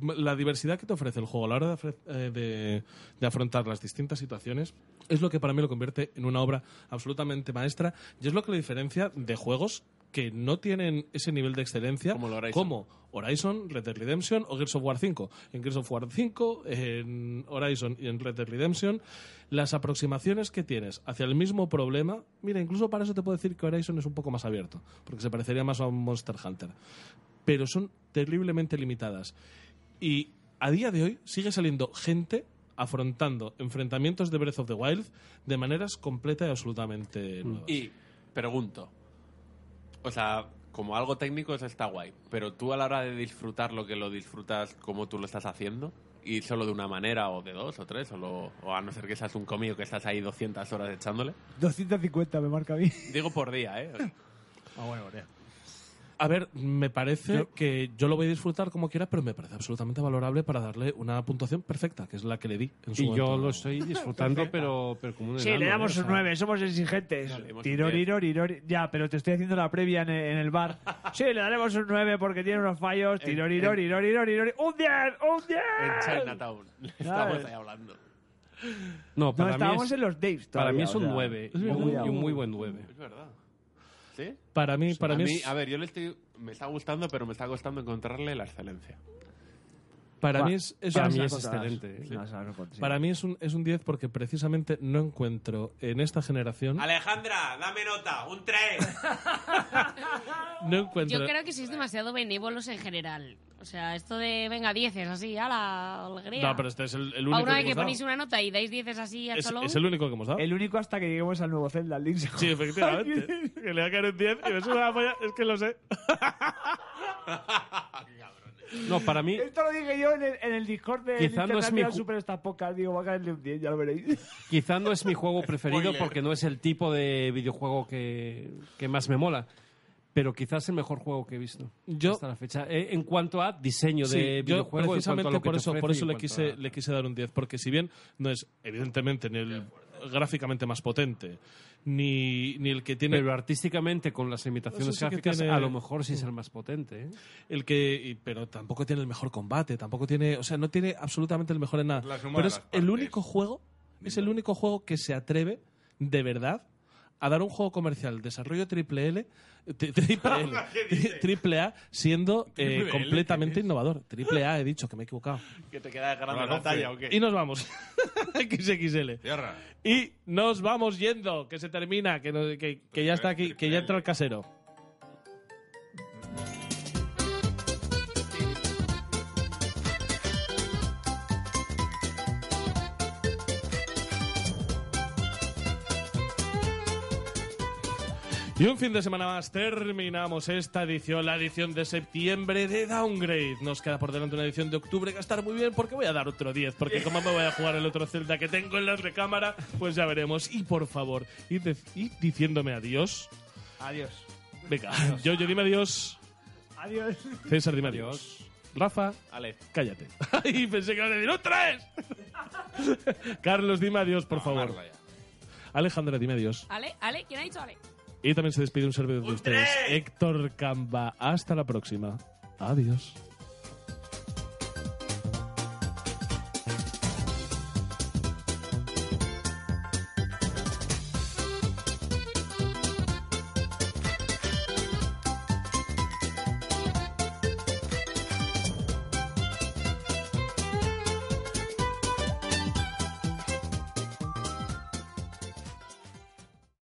la diversidad que te ofrece el juego a la hora de, afre- eh, de- de afrontar las distintas situaciones es lo que para mí lo convierte en una obra absolutamente maestra y es lo que lo diferencia de juegos que no tienen ese nivel de excelencia Como el Horizon. como Horizon, Red Dead Redemption o Gears of War 5. En Gears of War 5, en Horizon y en Red Dead Redemption, las aproximaciones que tienes hacia el mismo problema, mira, incluso para eso te puedo decir que Horizon es un poco más abierto, porque se parecería más a un Monster Hunter pero son terriblemente limitadas. Y a día de hoy sigue saliendo gente afrontando enfrentamientos de Breath of the Wild de maneras completa y absolutamente Mm. nuevas. Y pregunto, o sea, como algo técnico eso está guay, pero tú a la hora de disfrutar lo que lo disfrutas como tú lo estás haciendo, y solo de una manera, o de dos, o tres, o, lo- o a no ser que seas un comido que estás ahí 200 horas echándole, 250 me marca a mí. digo por día, ¿eh? A ver, me parece que yo lo voy a disfrutar como quiera, pero me parece absolutamente valorable para darle una puntuación perfecta, que es la que le di en su Y momento. yo lo estoy disfrutando, pero, pero como un Sí, enano, le ¿eh? damos O sea, un 9, somos exigentes. Vale, hemos Tiro, diez. tiro, tiro, Ya, pero te estoy haciendo la previa en el, en el bar. Sí, le daremos un 9 porque tiene unos fallos. Tiro, tiro, tiro, tiro, tiro. ¡Un 10! ¡Un 10! En Chinatown. Estamos ahí hablando. No, No, para, mí estábamos es, en los Daves para todavía, mí es o un sea, 9. es y verdad. un- y un muy buen 9. Es verdad. ¿Sí? Para mí, para a mí, mí, es- a ver, yo le estoy... Me está gustando, pero me está costando encontrarle la excelencia. para Va, mí es, es Para un- mí es encontrarás. excelente. No, se las encontré, sí. para mí es un, es un 10 porque precisamente no encuentro en esta generación... Alejandra, dame nota, un 3. No encuentro... Yo creo que sois demasiado benévolos en general. O sea, esto de venga, dieces así, a la alegría. No, pero este es el, el a único una que, vez que hemos dado. ponéis una nota y dais dieces así a Es- solo es el único que hemos dado. El único hasta que lleguemos al nuevo Zelda, al Link's Sí, efectivamente. que le va a caer un 10 y me sube la polla, es que lo sé. No, para mí, Esto lo dije yo en el, en el Discord de Quizá no es mi International ju- Super Star Podcast. Digo, va a caerle un 10, ya lo veréis. quizá no es mi juego preferido Spoiler. porque no es el tipo de videojuego que, que más me mola. Pero quizás el mejor juego que he visto Yo- hasta la fecha. Eh, En cuanto a diseño de yo videojuego, en cuanto a precisamente lo que por te eso, por ofrece eso y le en cuanto quise, a- le quise dar un 10, porque si bien no es evidentemente ni el gráficamente más potente, ni, ni el que tiene Pero artísticamente, con las limitaciones Eso sí que gráficas, tiene- a lo mejor sí es el más potente. ¿eh? el que y- pero tampoco tiene el mejor combate, tampoco tiene, o sea, no tiene absolutamente el mejor en nada. La suma pero de es las el partes. único juego, es el único juego que se atreve de verdad a dar un juego comercial, desarrollo triple L, tri- triple, L, tri- triple A, siendo eh, ¿Triple L? completamente innovador. Triple A, he dicho que me he equivocado. ¿Que te queda grande Ahora, la doce. talla o qué? Y nos vamos. XXL. Tierra. Y nos vamos yendo, que se termina, que, no- que- que ya está aquí, que ya entra el casero. Y un fin de semana más terminamos esta edición, la edición de septiembre de Downgrade. Nos queda por delante una edición de octubre que va a estar muy bien porque voy a dar otro 10, porque como me voy a jugar el otro Zelda que tengo en la recámara, pues ya veremos. Y por favor, id, de- id diciéndome adiós. Adiós. Venga, yo, yo dime adiós. Adiós. César, dime adiós. Rafa, Ale. cállate. Ay, pensé que ibas a decir ¡un 3! Carlos, dime adiós, por favor. Amarla ya. Alejandra, dime adiós. Ale, Ale, ¿quién ha dicho Ale? Y también se despide un servidor de ¡Un ustedes, tres! Héctor Camba. Hasta la próxima. Adiós.